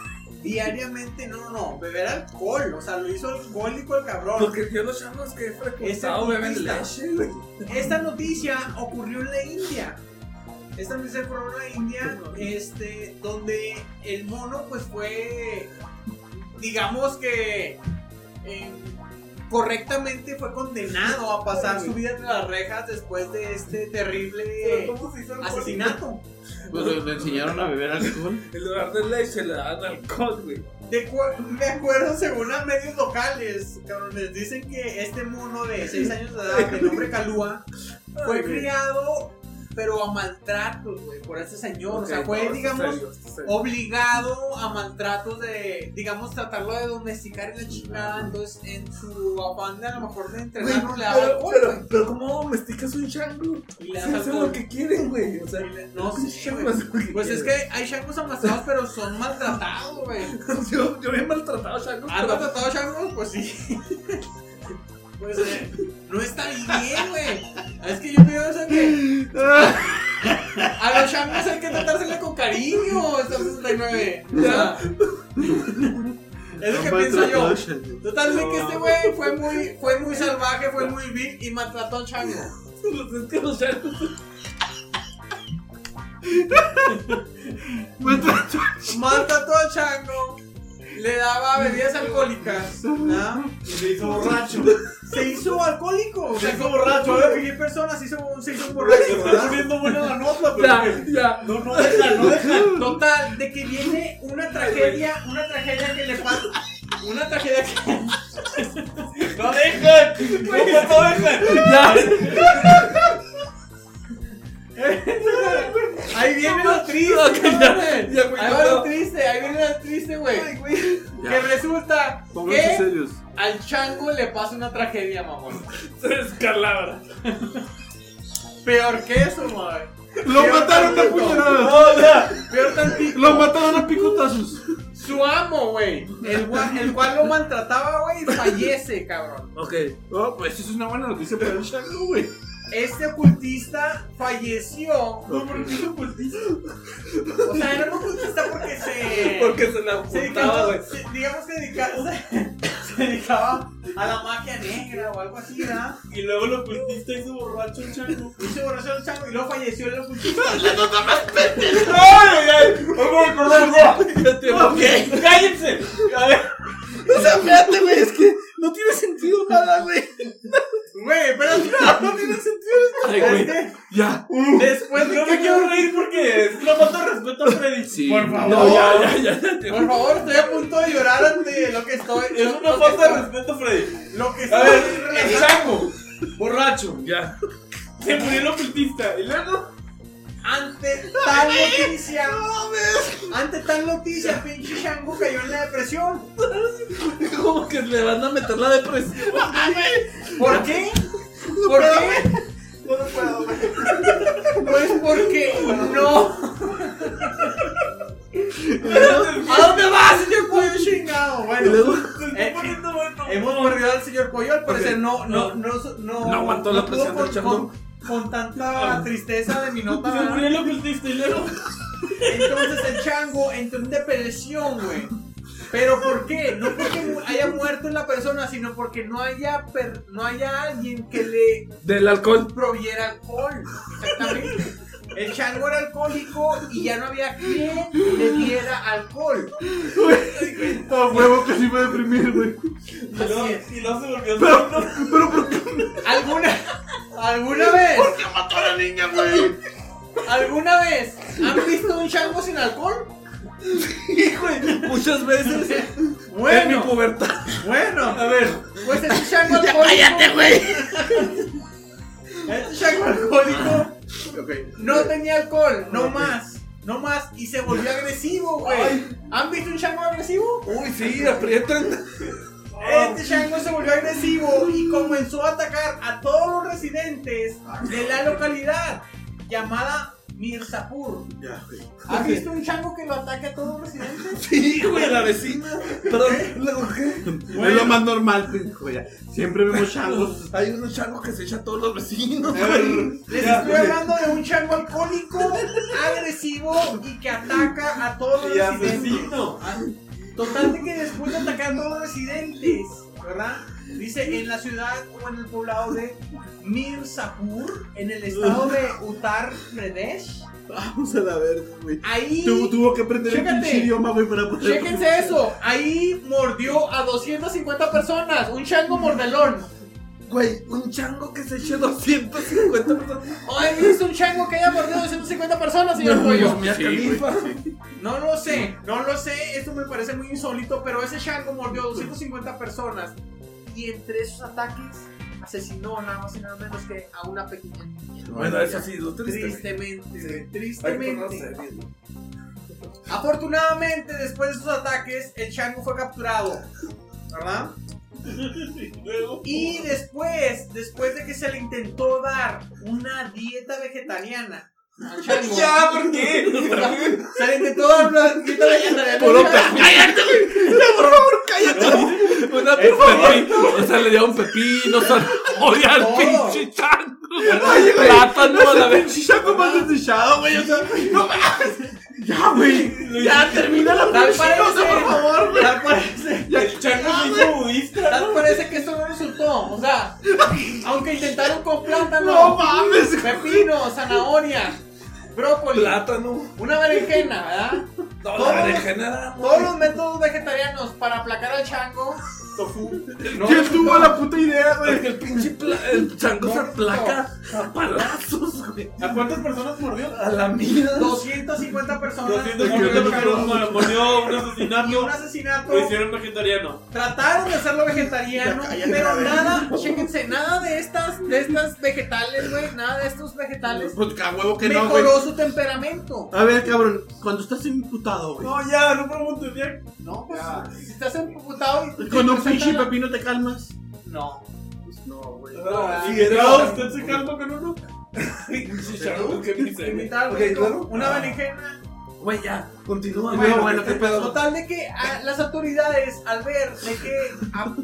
[SPEAKER 2] Diariamente, no, no, beber alcohol, o sea, lo hizo alcohólico el cabrón.
[SPEAKER 5] Porque yo los changos que he frecuentado
[SPEAKER 2] Ese
[SPEAKER 5] beben
[SPEAKER 2] cultista.
[SPEAKER 5] leche, güey.
[SPEAKER 2] Esta noticia ocurrió en la India. Esta noticia ocurrió en la India, este, donde el mono pues fue, digamos que eh, correctamente fue condenado a pasar su vida entre las rejas después de este terrible
[SPEAKER 4] ¿Cómo se hizo alcohólico?
[SPEAKER 2] asesinato.
[SPEAKER 3] Pues le enseñaron a beber alcohol.
[SPEAKER 5] En lugar de leche le dan alcohol, güey.
[SPEAKER 2] De, acu- de acuerdo, según a medios locales, cabrones, dicen que este mono de 6 años de edad, de nombre Kalua, fue criado pero a maltratos, güey, por ese señor. o sea,
[SPEAKER 5] Ok,
[SPEAKER 2] fue,
[SPEAKER 5] no,
[SPEAKER 2] digamos,
[SPEAKER 5] está serio, está serio.
[SPEAKER 2] obligado a maltratos de, digamos, tratarlo de domesticar en la chingada. Entonces, en su afán de a lo mejor de
[SPEAKER 5] Güey,
[SPEAKER 2] entrenarlo, le da
[SPEAKER 5] pero,
[SPEAKER 2] alcohol,
[SPEAKER 5] pero,
[SPEAKER 2] güey,
[SPEAKER 5] pero ¿cómo domesticas un chango?
[SPEAKER 2] y le
[SPEAKER 5] Si
[SPEAKER 2] da
[SPEAKER 5] hacen
[SPEAKER 2] alcohol.
[SPEAKER 5] lo que quieren, güey. O sea,
[SPEAKER 2] No
[SPEAKER 5] hacen
[SPEAKER 2] sé,
[SPEAKER 5] lo
[SPEAKER 2] güey.
[SPEAKER 5] que
[SPEAKER 2] Pues es
[SPEAKER 5] quieren.
[SPEAKER 2] que hay changos amasados, pero son maltratados, güey.
[SPEAKER 5] yo, yo he maltratado changos.
[SPEAKER 2] ¿Han
[SPEAKER 5] pero-
[SPEAKER 2] maltratado changos? Ah, Pues sí. Pues eh, no está bien, güey. Ah, Es que yo pienso que a los changos hay que tratársela con cariño. Está 69. O sea, es lo que pienso yo. Total de que este güey fue muy, fue muy salvaje, fue muy vil y maltrató al chango.
[SPEAKER 5] Pues es que los changos.
[SPEAKER 2] Maltrató al chango. Le daba bebidas alcohólicas. ¿no?
[SPEAKER 4] Se hizo borracho.
[SPEAKER 2] Se hizo alcohólico. O sea,
[SPEAKER 4] Se hizo borracho,
[SPEAKER 2] como la
[SPEAKER 4] ¿eh?
[SPEAKER 2] cualquier persona se hizo, un- se hizo un
[SPEAKER 4] Se
[SPEAKER 2] borracho.
[SPEAKER 4] está
[SPEAKER 2] ¿verdad?
[SPEAKER 4] poniendo buena la nota,
[SPEAKER 2] Ah,
[SPEAKER 4] pero.
[SPEAKER 5] Ya, ya.
[SPEAKER 4] No, no deja, no deja.
[SPEAKER 2] Total, de que viene una tragedia, una tragedia que le pasa. Una tragedia que.
[SPEAKER 4] No deja. No, no deja.
[SPEAKER 2] Ahí viene lo triste,
[SPEAKER 5] Ok, ya,
[SPEAKER 2] güey.
[SPEAKER 5] ya, güey,
[SPEAKER 2] Ahí
[SPEAKER 5] ya
[SPEAKER 2] va lo
[SPEAKER 5] puedo.
[SPEAKER 2] triste, ahí viene lo triste, güey.
[SPEAKER 1] Ya.
[SPEAKER 2] Que resulta
[SPEAKER 3] Pónganse
[SPEAKER 2] que
[SPEAKER 3] serios.
[SPEAKER 2] al chango le pasa una tragedia, mamón.
[SPEAKER 5] Se descalabra.
[SPEAKER 2] Peor que eso, madre.
[SPEAKER 3] Lo mataron a puñaladas.
[SPEAKER 4] No, ya.
[SPEAKER 2] Peor tantito.
[SPEAKER 3] Lo mataron a picotazos.
[SPEAKER 2] Su amo, güey. El, gua- el cual lo maltrataba, güey, fallece, cabrón.
[SPEAKER 5] Ok.
[SPEAKER 3] Oh, pues eso es una buena noticia para el chango, güey.
[SPEAKER 2] Este ocultista falleció.
[SPEAKER 4] No, pero ¿qué es ocultista?
[SPEAKER 2] O sea, era un ocultista porque se.
[SPEAKER 5] Porque se la
[SPEAKER 2] se dedicaba,
[SPEAKER 5] apuntaba, güey.
[SPEAKER 2] se- digamos que dedicaba, se, dedicaba a la magia negra o algo así, ¿verdad?
[SPEAKER 4] Y luego lo ocultista hizo borracho el chango.
[SPEAKER 2] Y se borró el chango y luego falleció el ocultista.
[SPEAKER 4] ¡Ok! ¡Cállense! A ver,
[SPEAKER 5] O sea, fíjate, güey, es que no tiene sentido nada, güey.
[SPEAKER 2] Güey, pero
[SPEAKER 5] No tiene sentido. Ya.
[SPEAKER 2] después de
[SPEAKER 4] no me
[SPEAKER 2] que
[SPEAKER 4] quiero reír porque es una falta de respeto a Freddy.
[SPEAKER 5] Sí.
[SPEAKER 4] Por favor.
[SPEAKER 5] No, ya, ya, ya, ya.
[SPEAKER 2] Por favor, estoy a punto de llorar ante lo que estoy.
[SPEAKER 4] Es una
[SPEAKER 2] lo que
[SPEAKER 4] falta de
[SPEAKER 2] estoy-
[SPEAKER 4] respeto, Freddy.
[SPEAKER 2] Lo que
[SPEAKER 4] A
[SPEAKER 2] estoy.
[SPEAKER 4] ver, el chango.
[SPEAKER 5] Borracho. Ya.
[SPEAKER 4] Se murió el ocultista. Y luego.
[SPEAKER 2] Ante tal noticia. Ante tal noticia, el pinche chango cayó en la depresión.
[SPEAKER 5] Como que le van a meter la depresión.
[SPEAKER 2] ¿Por qué? ¿Por qué? Pues porque no. ¿A dónde va, señor pollo chingado?
[SPEAKER 5] Y
[SPEAKER 2] Bueno,
[SPEAKER 5] luego
[SPEAKER 2] eh,
[SPEAKER 4] poniendo bueno.
[SPEAKER 2] hemos perdido al señor pollo, al parecer no, no, no, no,
[SPEAKER 5] No aguantó la
[SPEAKER 2] pudo
[SPEAKER 5] presión del
[SPEAKER 2] con-
[SPEAKER 5] chango.
[SPEAKER 2] Con, con tanta tristeza de mi nota.
[SPEAKER 4] Se murió
[SPEAKER 2] ¿verdad?
[SPEAKER 4] el ocultista. Y luego.
[SPEAKER 2] Entonces el chango entró en depresión, güey. Pero ¿por qué? No porque mu- haya muerto la persona, sino porque no haya, per- no haya alguien que le
[SPEAKER 5] del alcohol.
[SPEAKER 2] proviera alcohol. Exactamente. El chango era alcohólico y ya no había quien le diera alcohol.
[SPEAKER 3] A huevo que sí iba a deprimir, güey.
[SPEAKER 4] Y
[SPEAKER 2] Así
[SPEAKER 4] luego,
[SPEAKER 2] es.
[SPEAKER 4] y luego se volvió bueno.
[SPEAKER 2] ¿Alguna, alguna vez,
[SPEAKER 6] mató a la niña, güey.
[SPEAKER 2] alguna vez han visto un chango sin alcohol?
[SPEAKER 5] Muchas veces en mi
[SPEAKER 2] Bueno,
[SPEAKER 5] pubertad.
[SPEAKER 2] bueno,
[SPEAKER 4] A ver,
[SPEAKER 2] pues este chango alcohólico.
[SPEAKER 6] güey.
[SPEAKER 2] Este chango alcohólico no tenía alcohol, no más. No más, y se volvió agresivo, güey. ¿Han visto un chango agresivo?
[SPEAKER 5] Uy, sí, aprietan.
[SPEAKER 2] Este chango se volvió agresivo y comenzó a atacar a todos los residentes de la localidad llamada Mirzapur. ¿Has visto un chango que lo ataque a todos los residentes?
[SPEAKER 5] Sí, güey, la vecina. Pero luego qué?
[SPEAKER 4] Bueno.
[SPEAKER 3] Es lo más normal, pendejo, ya. Siempre vemos changos.
[SPEAKER 5] Hay unos changos que se echan a todos los vecinos.
[SPEAKER 4] a ver.
[SPEAKER 2] Les
[SPEAKER 4] Ya.
[SPEAKER 2] estoy hablando de un chango alcohólico, agresivo y que ataca a todos los
[SPEAKER 4] Y
[SPEAKER 2] residentes. Ah,
[SPEAKER 4] asesino.
[SPEAKER 2] Total de que después de atacar a todos los residentes, ¿verdad? Dice en la ciudad o en el poblado de Mirzapur, en el estado de Uttar Pradesh.
[SPEAKER 3] Vamos a la verga, güey.
[SPEAKER 2] Ahí.
[SPEAKER 3] Tu- tuvo que aprender
[SPEAKER 2] Chécate.
[SPEAKER 3] el pinche idioma, güey, para poder.
[SPEAKER 2] Chéquense eso. Ahí mordió a 250 personas. Un chango mordelón.
[SPEAKER 5] Güey, un chango que se eche 250 personas.
[SPEAKER 2] Ay, ¿viste un chango que haya mordido a 250 personas, señor Pollo?
[SPEAKER 5] Mira, Califa.
[SPEAKER 2] No lo sé, no lo sé. Esto me parece muy insólito, pero ese chango mordió a 250 personas. Y entre esos ataques asesinó nada más y nada menos que a una pequeña niña.
[SPEAKER 5] Bueno, eso sí, lo triste.
[SPEAKER 2] Tristemente, güey,
[SPEAKER 5] güey. Hay que
[SPEAKER 2] tristemente.
[SPEAKER 5] conocer, pues ¿no?
[SPEAKER 2] Afortunadamente, después de esos ataques, el chango fue capturado. ¿Verdad? Y después, después de que se le intentó dar una dieta vegetariana al chango,
[SPEAKER 7] Ya, ¿por qué?
[SPEAKER 2] se le intentó dar una dieta vegetariana. al chango.
[SPEAKER 5] ¡Cállate, güey! ¡No, por favor, cállate! Una, por favor. O sea, le dieron pepino, zanahoria al
[SPEAKER 2] No.
[SPEAKER 5] pinche chango. Plátano a la vez.
[SPEAKER 1] Chaco más desdichado, güey. O sea, no mames. Ya, güey. Ya, termina la
[SPEAKER 2] Tal
[SPEAKER 1] pinche cosa,
[SPEAKER 2] parece.
[SPEAKER 1] por favor, güey.
[SPEAKER 2] Tal parece,
[SPEAKER 1] El chango se hizo budista.
[SPEAKER 2] tal parece que esto no resultó. O sea, aunque intentaron con
[SPEAKER 1] No
[SPEAKER 2] plátano,
[SPEAKER 1] mames.
[SPEAKER 2] pepino, zanahoria, brócoli,
[SPEAKER 5] Plátano.
[SPEAKER 2] una berenjena, ¿verdad?
[SPEAKER 5] No,
[SPEAKER 2] Todos-
[SPEAKER 5] la berenjena.
[SPEAKER 2] Todos los métodos vegetarianos para aplacar al chango.
[SPEAKER 1] ¿Quién tuvo la puta idea,
[SPEAKER 5] Es
[SPEAKER 1] güey?
[SPEAKER 5] que el pinche pla- el chango se aplaca a palazos, güey.
[SPEAKER 4] ¿A cuántas personas mordió?
[SPEAKER 5] A la mía.
[SPEAKER 2] 250 personas.
[SPEAKER 4] 250 personas mordió un
[SPEAKER 2] Y un
[SPEAKER 4] asesinato.
[SPEAKER 2] asesinato.
[SPEAKER 4] Lo hicieron vegetariano.
[SPEAKER 2] Trataron de hacerlo vegetariano, pero nada, chéquense, nada de estas, de estas vegetales, güey, nada de estos vegetales
[SPEAKER 1] Pues a huevo que no, güey.
[SPEAKER 2] mejoró su temperamento.
[SPEAKER 1] A ver, cabrón, cuando estás imputado, güey.
[SPEAKER 4] No, ya, no preguntes, ya.
[SPEAKER 2] No, pues, si estás emputado y
[SPEAKER 1] Con un
[SPEAKER 2] presentan
[SPEAKER 1] pinche
[SPEAKER 2] la-
[SPEAKER 1] pepino te calmas.
[SPEAKER 2] No.
[SPEAKER 1] Pues no, güey.
[SPEAKER 2] Ah,
[SPEAKER 4] Si
[SPEAKER 2] sí,
[SPEAKER 4] era usted se calma con uno.
[SPEAKER 2] Imitar, güey,
[SPEAKER 5] Ok, luego.
[SPEAKER 2] una berenjena.
[SPEAKER 5] Güey, ya, continúa.
[SPEAKER 1] Bueno,
[SPEAKER 5] güey,
[SPEAKER 1] bueno,
[SPEAKER 5] ¿qué
[SPEAKER 1] ¿qué
[SPEAKER 5] pedo?
[SPEAKER 2] Total de que a- las autoridades al ver de que a,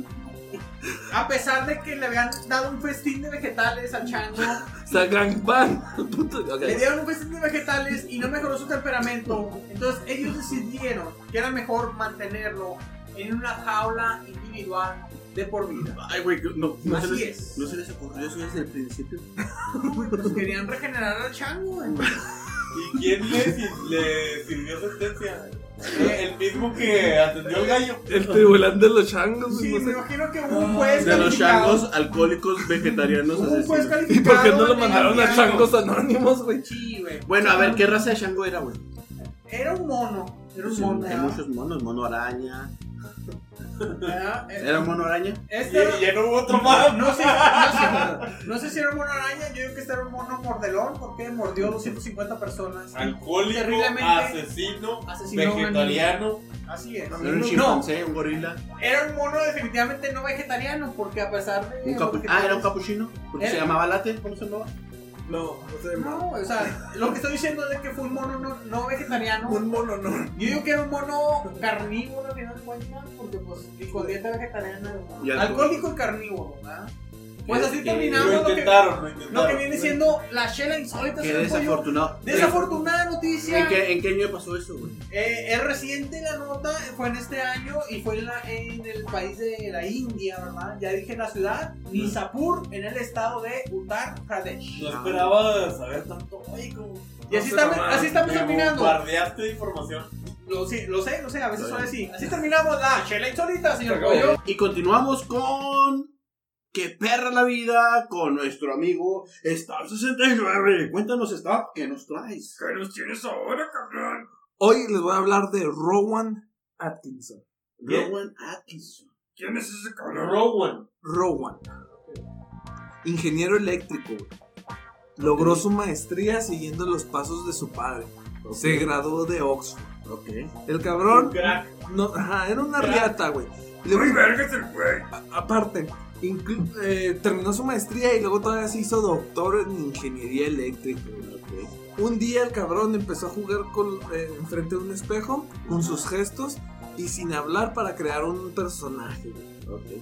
[SPEAKER 2] a pesar de que le habían dado un festín de vegetales al chango
[SPEAKER 5] O sea, gran pan. Puto, ok.
[SPEAKER 2] Le dieron un festín de vegetales y no mejoró su temperamento. Entonces ellos decidieron que era mejor mantenerlo en una jaula individual de por vida.
[SPEAKER 1] Ay, güey, no, no se
[SPEAKER 2] Así
[SPEAKER 1] les,
[SPEAKER 2] es.
[SPEAKER 1] no se les ocurrió eso desde el principio.
[SPEAKER 2] Pues querían regenerar al chango. güey.
[SPEAKER 4] ¿Y quién le, si- le sirvió sentencia? El mismo que atendió al gallo.
[SPEAKER 5] El tribunal de los changos,
[SPEAKER 2] Sí,
[SPEAKER 5] güey.
[SPEAKER 2] me
[SPEAKER 5] pues, no sé.
[SPEAKER 2] imagino que hubo un juez
[SPEAKER 1] De los
[SPEAKER 2] calificado.
[SPEAKER 1] changos alcohólicos vegetarianos
[SPEAKER 2] Hubo un juez
[SPEAKER 1] asesinos.
[SPEAKER 5] ¿Y
[SPEAKER 2] calificado.
[SPEAKER 5] por qué no lo
[SPEAKER 2] en
[SPEAKER 5] mandaron a
[SPEAKER 2] Indiana.
[SPEAKER 5] changos anónimos, güey?
[SPEAKER 2] Sí, güey.
[SPEAKER 1] Bueno, a ver, ¿qué raza de chango era, güey?
[SPEAKER 2] Era un mono. Era un
[SPEAKER 1] Sí,
[SPEAKER 2] mono.
[SPEAKER 1] Hay
[SPEAKER 2] ¿verdad?
[SPEAKER 1] muchos monos, mono araña.
[SPEAKER 2] Era-
[SPEAKER 1] ¿Era un mono araña?
[SPEAKER 2] Eh, Este era-
[SPEAKER 4] Y ya no hubo otro más.
[SPEAKER 2] No sé, no sé, no sé si era un mono araña, yo digo que este era un mono mordelón porque mordió 250 personas.
[SPEAKER 4] Alcohólico,
[SPEAKER 2] Terriblemente
[SPEAKER 4] asesino,
[SPEAKER 2] Asesinó a una niña.
[SPEAKER 4] vegetariano.
[SPEAKER 2] Así es.
[SPEAKER 1] Era un chimpancé, un gorila.
[SPEAKER 2] Era un mono definitivamente no vegetariano, porque a pesar de.
[SPEAKER 1] Un capu-
[SPEAKER 2] porque-
[SPEAKER 1] ah, era un capuchino. Porque se
[SPEAKER 2] Era-
[SPEAKER 1] llamaba late, ¿cómo se llamaba?
[SPEAKER 5] No, no sé.
[SPEAKER 2] No, o sea, lo que estoy diciendo es que fue un mono no, no vegetariano. Yo
[SPEAKER 5] Un mono, no.
[SPEAKER 2] digo que era un mono carnívoro, al final de cuentas, porque pues, y con dieta vegetariana.
[SPEAKER 1] Y alcohólico.
[SPEAKER 2] Alcohólico y carnívoro, ¿verdad? Pues así
[SPEAKER 1] Que-
[SPEAKER 2] terminamos
[SPEAKER 4] Lo
[SPEAKER 2] lo que,
[SPEAKER 4] intentaron, lo
[SPEAKER 2] lo que
[SPEAKER 4] intentaron.
[SPEAKER 2] viene siendo la chela insólita.
[SPEAKER 1] Qué
[SPEAKER 2] señor Pollo.
[SPEAKER 1] desafortunado.
[SPEAKER 2] Desafortunada noticia.
[SPEAKER 1] ¿En qué, ¿En qué año pasó eso, güey?
[SPEAKER 2] Eh, es reciente la nota, fue en este año y fue en, la- en el país de la India, ¿verdad? Ya dije la ciudad, Nizapur, en el estado de Uttar Pradesh.
[SPEAKER 4] No esperaba saber tanto. Oye, como.
[SPEAKER 2] Y así,
[SPEAKER 5] No se
[SPEAKER 2] estamos-
[SPEAKER 5] mamaron,
[SPEAKER 2] así estamos
[SPEAKER 4] me
[SPEAKER 2] terminando.
[SPEAKER 4] bombardeaste de información.
[SPEAKER 2] Lo, sí, lo sé, lo sé, a veces
[SPEAKER 1] Está
[SPEAKER 2] suele así. Así terminamos la chela insólita, señor Pollo.
[SPEAKER 1] Y continuamos con. ¡Qué perra la vida! Con nuestro amigo Star69. Cuéntanos, Star, ¿qué nos traes?
[SPEAKER 5] ¿Qué nos tienes ahora, cabrón? Hoy les voy a hablar de Rowan Atkinson.
[SPEAKER 4] ¿Qué?
[SPEAKER 1] Rowan Atkinson.
[SPEAKER 5] ¿Quién es ese cabrón?
[SPEAKER 4] Rowan.
[SPEAKER 5] Rowan. Ingeniero eléctrico, güey. Logró su maestría siguiendo los pasos de su padre. Se graduó de Oxford.
[SPEAKER 1] Ok.
[SPEAKER 5] El
[SPEAKER 4] Un
[SPEAKER 5] cabrón
[SPEAKER 4] crack.
[SPEAKER 5] No, ajá, era una riata, güey. Muy Aparte, inclu- eh, terminó su maestría y luego todavía se hizo doctor en ingeniería eléctrica. güey. Un día el cabrón empezó a jugar con, eh, enfrente de un espejo con sus gestos y sin hablar para crear un personaje. güey.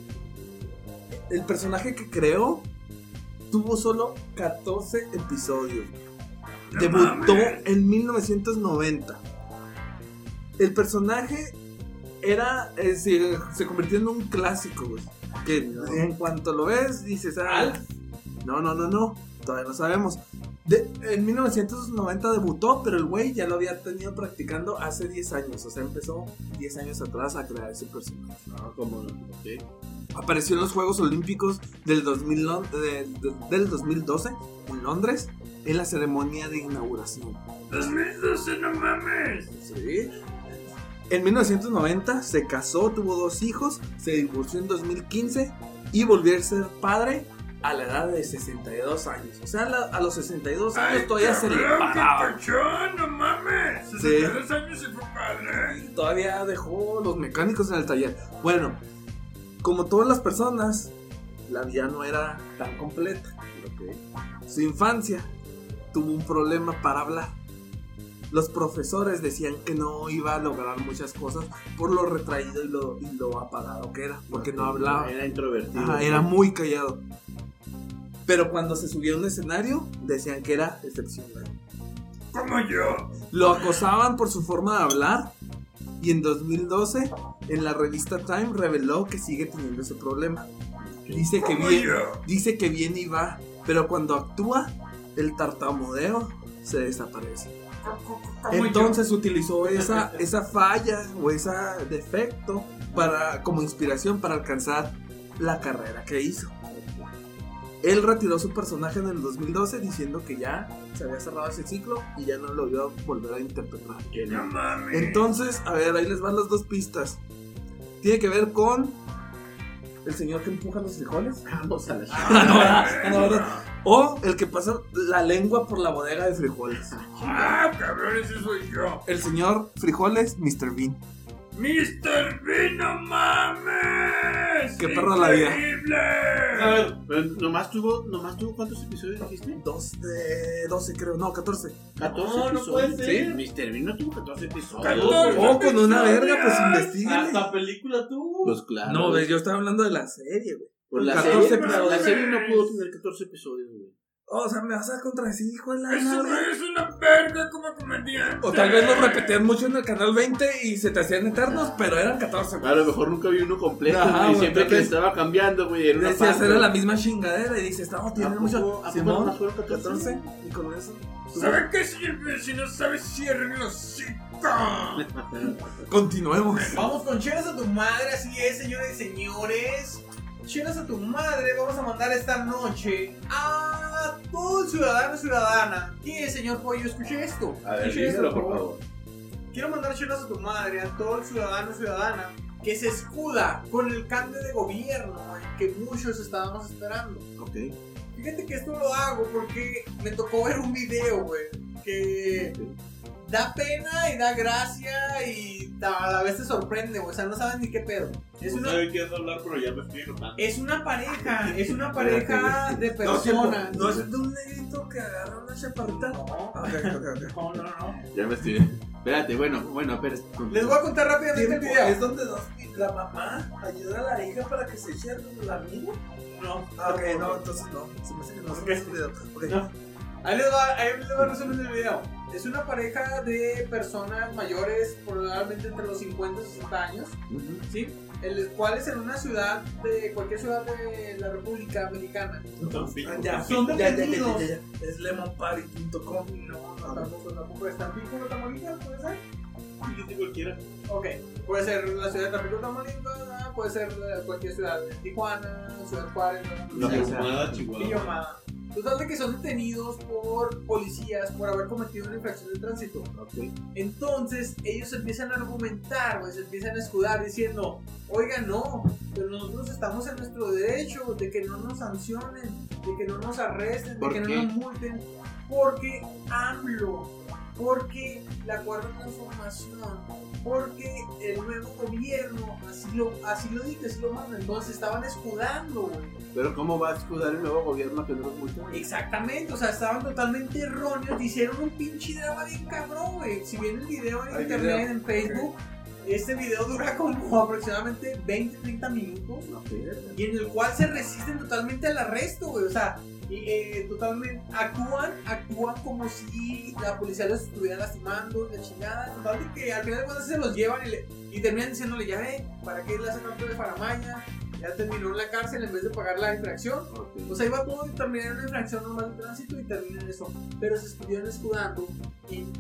[SPEAKER 5] El personaje que creó tuvo solo 14 episodios. Debutó en 1990. El personaje era. eh, se, se convirtió en un clásico, güey. Que en cuanto lo ves, dices, ah, no, no, no, no. Todavía no sabemos. De- en 1990 debutó, pero el güey ya lo había tenido practicando hace 10 años. O sea, empezó 10 años atrás a crear ese personaje.
[SPEAKER 1] Ah, como. Ok.
[SPEAKER 5] Apareció en los Juegos Olímpicos del, 2000 lon- de- de- del 2012 en Londres en la ceremonia de inauguración.
[SPEAKER 1] 2012, no mames.
[SPEAKER 5] Sí. En 1990 se casó, tuvo dos hijos, se divorció en 2015 y volvió a ser padre a la edad de 62 años. O sea, a, la- a los 62 años
[SPEAKER 1] Ay,
[SPEAKER 5] todavía se le
[SPEAKER 1] cabrón, qué
[SPEAKER 5] paraba.
[SPEAKER 1] pachón, no mames.
[SPEAKER 5] Sí.
[SPEAKER 1] 63 años y fue padre.
[SPEAKER 5] Todavía dejó los mecánicos en el taller. Bueno, como todas las personas, la vida no era tan completa. Su infancia tuvo un problema para hablar. Los profesores decían que no iba a lograr muchas cosas por lo retraído y lo, y lo apagado que era, porque no hablaba.
[SPEAKER 3] Era introvertido.
[SPEAKER 5] Ajá, era muy callado. Pero cuando se subía a un escenario, decían que era excepcional.
[SPEAKER 1] Como yo.
[SPEAKER 5] Lo acosaban por su forma de hablar. Y en 2012, en la revista Time reveló que sigue teniendo ese problema. Dice que
[SPEAKER 1] Como
[SPEAKER 5] viene,
[SPEAKER 1] yo.
[SPEAKER 5] dice que viene y va, pero cuando actúa, el tartamudeo se desaparece. Entonces utilizó esa, esa falla o ese defecto para, como inspiración para alcanzar la carrera que hizo. Él retiró su personaje en el 2012 diciendo que ya se había cerrado ese ciclo y ya no lo iba a volver a interpretar.
[SPEAKER 1] Que no mames.
[SPEAKER 5] Entonces, a ver, ahí les van las dos pistas. Tiene que ver con el señor que empuja los frijoles.
[SPEAKER 3] Vamos a la ch-
[SPEAKER 5] Ah, no, ¿verdad? No, ¿verdad? O el que pasa la lengua por la bodega de frijoles.
[SPEAKER 1] Ah, cabrón, ese soy yo.
[SPEAKER 5] El señor frijoles, Mr. Bean.
[SPEAKER 1] Mr. V, no mames.
[SPEAKER 5] Qué perro la vida. Ah.
[SPEAKER 1] Increíble.
[SPEAKER 4] A ver, pero nomás tuvo, nomás tuvo cuántos episodios dijiste?
[SPEAKER 5] Dos de 12 creo, no, 14.
[SPEAKER 4] 14
[SPEAKER 6] No, no
[SPEAKER 4] episodios.
[SPEAKER 6] puede ser.
[SPEAKER 4] Mr. Bean no tuvo
[SPEAKER 1] Catorce.
[SPEAKER 4] 14 episodios.
[SPEAKER 5] Oh, con una
[SPEAKER 1] Historias.
[SPEAKER 5] verga, pues investiguen. Ah,
[SPEAKER 6] Hasta película tú.
[SPEAKER 3] Pues claro.
[SPEAKER 5] No,
[SPEAKER 3] güey.
[SPEAKER 5] ves, yo estaba hablando de la serie, güey.
[SPEAKER 3] Pues la
[SPEAKER 5] 14
[SPEAKER 3] serie, pero la
[SPEAKER 1] episodios.
[SPEAKER 3] serie no pudo tener 14 episodios, güey.
[SPEAKER 5] O sea, me vas a contradecir, hijo de la
[SPEAKER 1] Eso no
[SPEAKER 5] madre.
[SPEAKER 1] es una verga como comediante.
[SPEAKER 5] O tal vez lo repetían mucho en el canal 20 y se te hacían eternos, pero eran 14, güey.
[SPEAKER 3] A lo mejor nunca vi uno completo,
[SPEAKER 5] Ajá,
[SPEAKER 3] güey.
[SPEAKER 5] güey,
[SPEAKER 3] Siempre que
[SPEAKER 5] entonces-
[SPEAKER 3] estaba cambiando, güey. Era una
[SPEAKER 5] Decías,
[SPEAKER 3] parte.
[SPEAKER 5] era la misma chingadera y dices, no, tiene
[SPEAKER 3] ¿A
[SPEAKER 5] mucho.
[SPEAKER 3] poco- a poco
[SPEAKER 5] Simón,
[SPEAKER 3] nomás fueron Pues, 14?
[SPEAKER 5] 14 y con eso.
[SPEAKER 1] ¿Saben qué sirve? Si no sabes, cierren los cinco.
[SPEAKER 5] Continuemos.
[SPEAKER 2] Vamos con chelas a tu madre, así es, señores y señores. Chelas a tu madre, vamos a mandar esta noche a todo el ciudadano y ciudadana. ¿Qué, señor Pollo? Escuche esto.
[SPEAKER 3] A ver,
[SPEAKER 2] Escuche esto,
[SPEAKER 3] díselo,
[SPEAKER 2] por
[SPEAKER 3] por favor.
[SPEAKER 2] Quiero mandar chelas a tu madre, a todo el ciudadano y ciudadana que se escuda con el cambio de gobierno eh, que muchos estábamos esperando.
[SPEAKER 3] Ok.
[SPEAKER 2] Fíjate que esto lo hago porque me tocó ver un video, güey, que da pena y da gracia y ta- a la vez te sorprende, güey, o sea, no sabes ni qué pedo. Es
[SPEAKER 4] No
[SPEAKER 2] una,
[SPEAKER 4] sabe qué es hablar, pero ya me estoy enojando.
[SPEAKER 2] es una pareja, es una pareja de personas.
[SPEAKER 5] No es de un negrito que agarra una chaparrita.
[SPEAKER 2] No,
[SPEAKER 5] Ok, ok, ok.
[SPEAKER 2] no, no, no.
[SPEAKER 3] Ya me estoy. Espérate, bueno, bueno, espérate.
[SPEAKER 2] Les voy a contar rápidamente el
[SPEAKER 5] Tiempo,
[SPEAKER 2] video.
[SPEAKER 5] Es donde dos- la mamá ayuda a la hija para que se eche al amigo.
[SPEAKER 2] No.
[SPEAKER 5] Ah, ok, no, entonces no. Se me hace que no se me hace video. Ok.
[SPEAKER 2] No. Ahí les va, ahí les va el resumen del video. Es una pareja de personas mayores, probablemente entre los 50 y 60 años, ¿sí? En los cuales en una ciudad, de cualquier ciudad de la República Americana,
[SPEAKER 5] Ah,
[SPEAKER 4] Tampico,
[SPEAKER 5] Ya,
[SPEAKER 4] Tampico.
[SPEAKER 5] ya, ya, ya, ya, ya, ya. Es lemonparty.com.
[SPEAKER 2] no, no, tampoco, tampoco es Tampico, Tamaulipas, puede ser.
[SPEAKER 4] Yo digo cualquiera.
[SPEAKER 2] Ok, puede ser la ciudad de Tampico, Tamaulipas, ah, puede ser eh, cualquier ciudad, Tijuana, Ciudad Juárez,
[SPEAKER 4] La
[SPEAKER 2] Ciudad-
[SPEAKER 4] pomada, Chihuahua.
[SPEAKER 2] Pijamada. Total de que son detenidos por policías por haber cometido una infracción de tránsito. Entonces ellos empiezan a argumentar, güey, se empiezan a escudar diciendo, oiga no, pero nosotros estamos en nuestro derecho de que no nos sancionen, de que no nos arresten, de
[SPEAKER 3] ¿Por
[SPEAKER 2] que
[SPEAKER 3] qué?
[SPEAKER 2] no nos multen, porque AMLO, porque la cuarta transformación, porque el nuevo gobierno así lo, así lo dice, así lo manda. Entonces estaban escudando, güey.
[SPEAKER 3] Pero ¿cómo va a escudar el nuevo gobierno que no es mucho?
[SPEAKER 2] Exactamente, o sea, estaban totalmente erróneos, hicieron un pinche drama bien cabrón, güey. Si bien el video en
[SPEAKER 5] Hay
[SPEAKER 2] internet,
[SPEAKER 5] video,
[SPEAKER 2] en Facebook, este video dura como aproximadamente 20, 30 minutos
[SPEAKER 3] No,
[SPEAKER 2] y en el cual se resisten totalmente al arresto, güey. O sea, y, eh, totalmente actúan, actúan como si la policía los estuviera lastimando, la chingada. Total de que al final de cuentas se los llevan y, le- y terminan diciéndole, ya ve, ¿para qué le hacen tanto de faramaya? Ya terminó en la cárcel en vez de pagar la infracción. O sea, iba todo y terminar una infracción normal de tránsito y terminan eso. Pero se estuvieron escudando en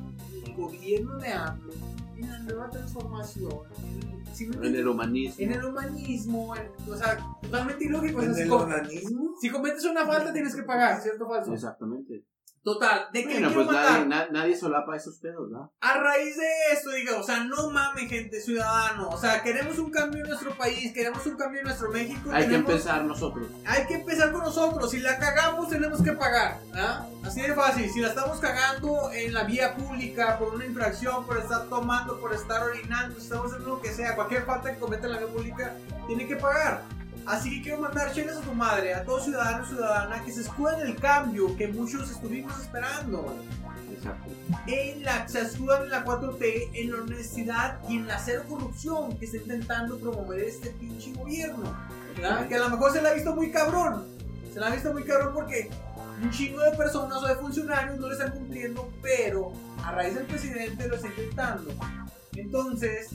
[SPEAKER 2] el gobierno de AMLO, en la nueva transformación, en el, ¿sí me
[SPEAKER 3] En
[SPEAKER 2] entiendes?
[SPEAKER 3] el humanismo.
[SPEAKER 2] En el humanismo, en- o sea, totalmente ilógico. o sea,
[SPEAKER 5] ¿En
[SPEAKER 2] si,
[SPEAKER 5] el
[SPEAKER 2] co-
[SPEAKER 5] organismo?
[SPEAKER 2] si cometes una falta tienes que pagar, ¿cierto o falso?
[SPEAKER 3] Exactamente.
[SPEAKER 2] Total, ¿de qué
[SPEAKER 3] Bueno,
[SPEAKER 2] quiero
[SPEAKER 3] pues
[SPEAKER 2] matar?
[SPEAKER 3] nadie, na- nadie solapa esos pedos, ¿no?
[SPEAKER 2] A raíz de esto, diga, o sea, no mames, gente, ciudadano. O sea, queremos un cambio en nuestro país, queremos un cambio en nuestro México.
[SPEAKER 3] Hay que
[SPEAKER 2] Pues tenemos-
[SPEAKER 3] empezar nosotros.
[SPEAKER 2] hay que empezar con nosotros. Si la cagamos, tenemos que pagar. ¿ah? Así de fácil. Si la estamos cagando en la vía pública por una infracción, por estar tomando, por estar orinando, si estamos haciendo lo que sea, cualquier falta que cometa en la vía pública, tiene que pagar. Así que quiero mandar chelas a tu madre, a todo ciudadano y ciudadana que se escudan el cambio que muchos estuvimos esperando. En la, se escudan en la 4T, en la honestidad y en la cero corrupción que está intentando promover este pinche gobierno. ¿verdad? Que a lo mejor se la ha visto muy cabrón. Se la ha visto muy cabrón porque un chingo de personas o de funcionarios no le están cumpliendo, pero a raíz del presidente lo está intentando. Entonces,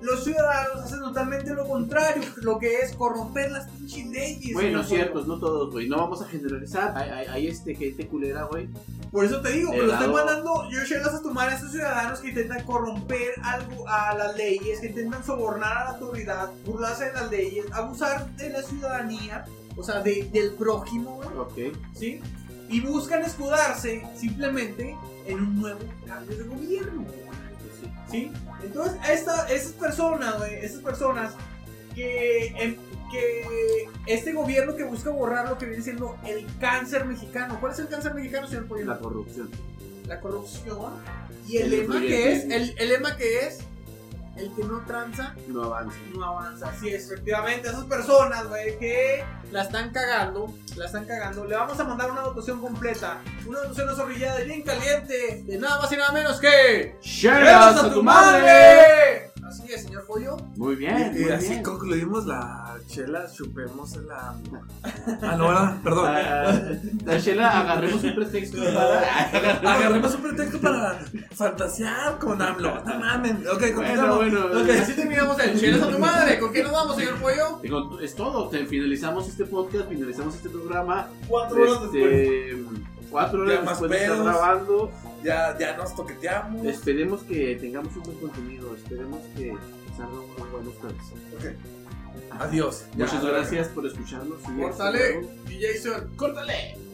[SPEAKER 2] los ciudadanos hacen totalmente lo contrario, lo que es corromper las pinches leyes.
[SPEAKER 3] Bueno,
[SPEAKER 2] señor
[SPEAKER 3] ciertos, no todos, güey. No vamos a generalizar. Hay, hay, hay, este gente culera, güey.
[SPEAKER 2] Por eso te digo,
[SPEAKER 3] De
[SPEAKER 2] pero estoy
[SPEAKER 3] lado-
[SPEAKER 2] mandando yo chelas a tomar a estos ciudadanos que intentan corromper algo a las leyes, que intentan sobornar a la autoridad, burlarse de las leyes, abusar de la ciudadanía, o sea, de- del prójimo, güey,
[SPEAKER 3] Ok.
[SPEAKER 2] ¿sí? Y buscan escudarse simplemente en un nuevo cambio de gobierno, ¿sí? Entonces, esta, esas personas, güey, esas personas que, em- que este gobierno que busca borrar lo que viene siendo el cáncer mexicano. ¿Cuál es el cáncer mexicano, señor Pollo?
[SPEAKER 3] La corrupción.
[SPEAKER 2] la corrupción y el,
[SPEAKER 3] El
[SPEAKER 2] lema que es
[SPEAKER 3] influyente.
[SPEAKER 2] el, el lema que es el que no tranza
[SPEAKER 3] No avanza.
[SPEAKER 2] no avanza así es efectivamente esas personas güey que la están cagando la están cagando le vamos a mandar una votación completa una votación desorrillada y bien caliente de nada más y nada menos que ¡Chelas a tu madre así es señor pollo
[SPEAKER 3] Muy bien,
[SPEAKER 5] Y, y
[SPEAKER 3] Eh, muy
[SPEAKER 5] así
[SPEAKER 3] bien.
[SPEAKER 5] concluimos la chela, chupemos la. Ah, no, ¿verdad? perdón.
[SPEAKER 3] Ah, la Shela, agarremos un pretexto para...
[SPEAKER 5] Agarremos un pretexto para fantasear con AMLO. No mames. Ok,
[SPEAKER 3] Bueno,
[SPEAKER 5] continuamos.
[SPEAKER 3] bueno.
[SPEAKER 5] Ok.
[SPEAKER 2] así terminamos el chelas a tu madre con qué nos vamos señor pollo
[SPEAKER 3] Digo, es todo. Te- Finalizamos este podcast, finalizamos este programa.
[SPEAKER 4] Cuatro horas después.
[SPEAKER 3] Este, Cuatro
[SPEAKER 5] Ya
[SPEAKER 3] horas
[SPEAKER 5] más
[SPEAKER 3] después de estar
[SPEAKER 5] pedos.
[SPEAKER 3] grabando.
[SPEAKER 5] Ya, ya nos toqueteamos.
[SPEAKER 3] Esperemos que tengamos un buen contenido. Esperemos que salgan muy buenos temas.
[SPEAKER 5] Adiós. Ya,
[SPEAKER 3] Muchas
[SPEAKER 5] la verga.
[SPEAKER 3] gracias por escucharnos. y hasta
[SPEAKER 2] Córtale.
[SPEAKER 3] luego.
[SPEAKER 2] y Jason córtale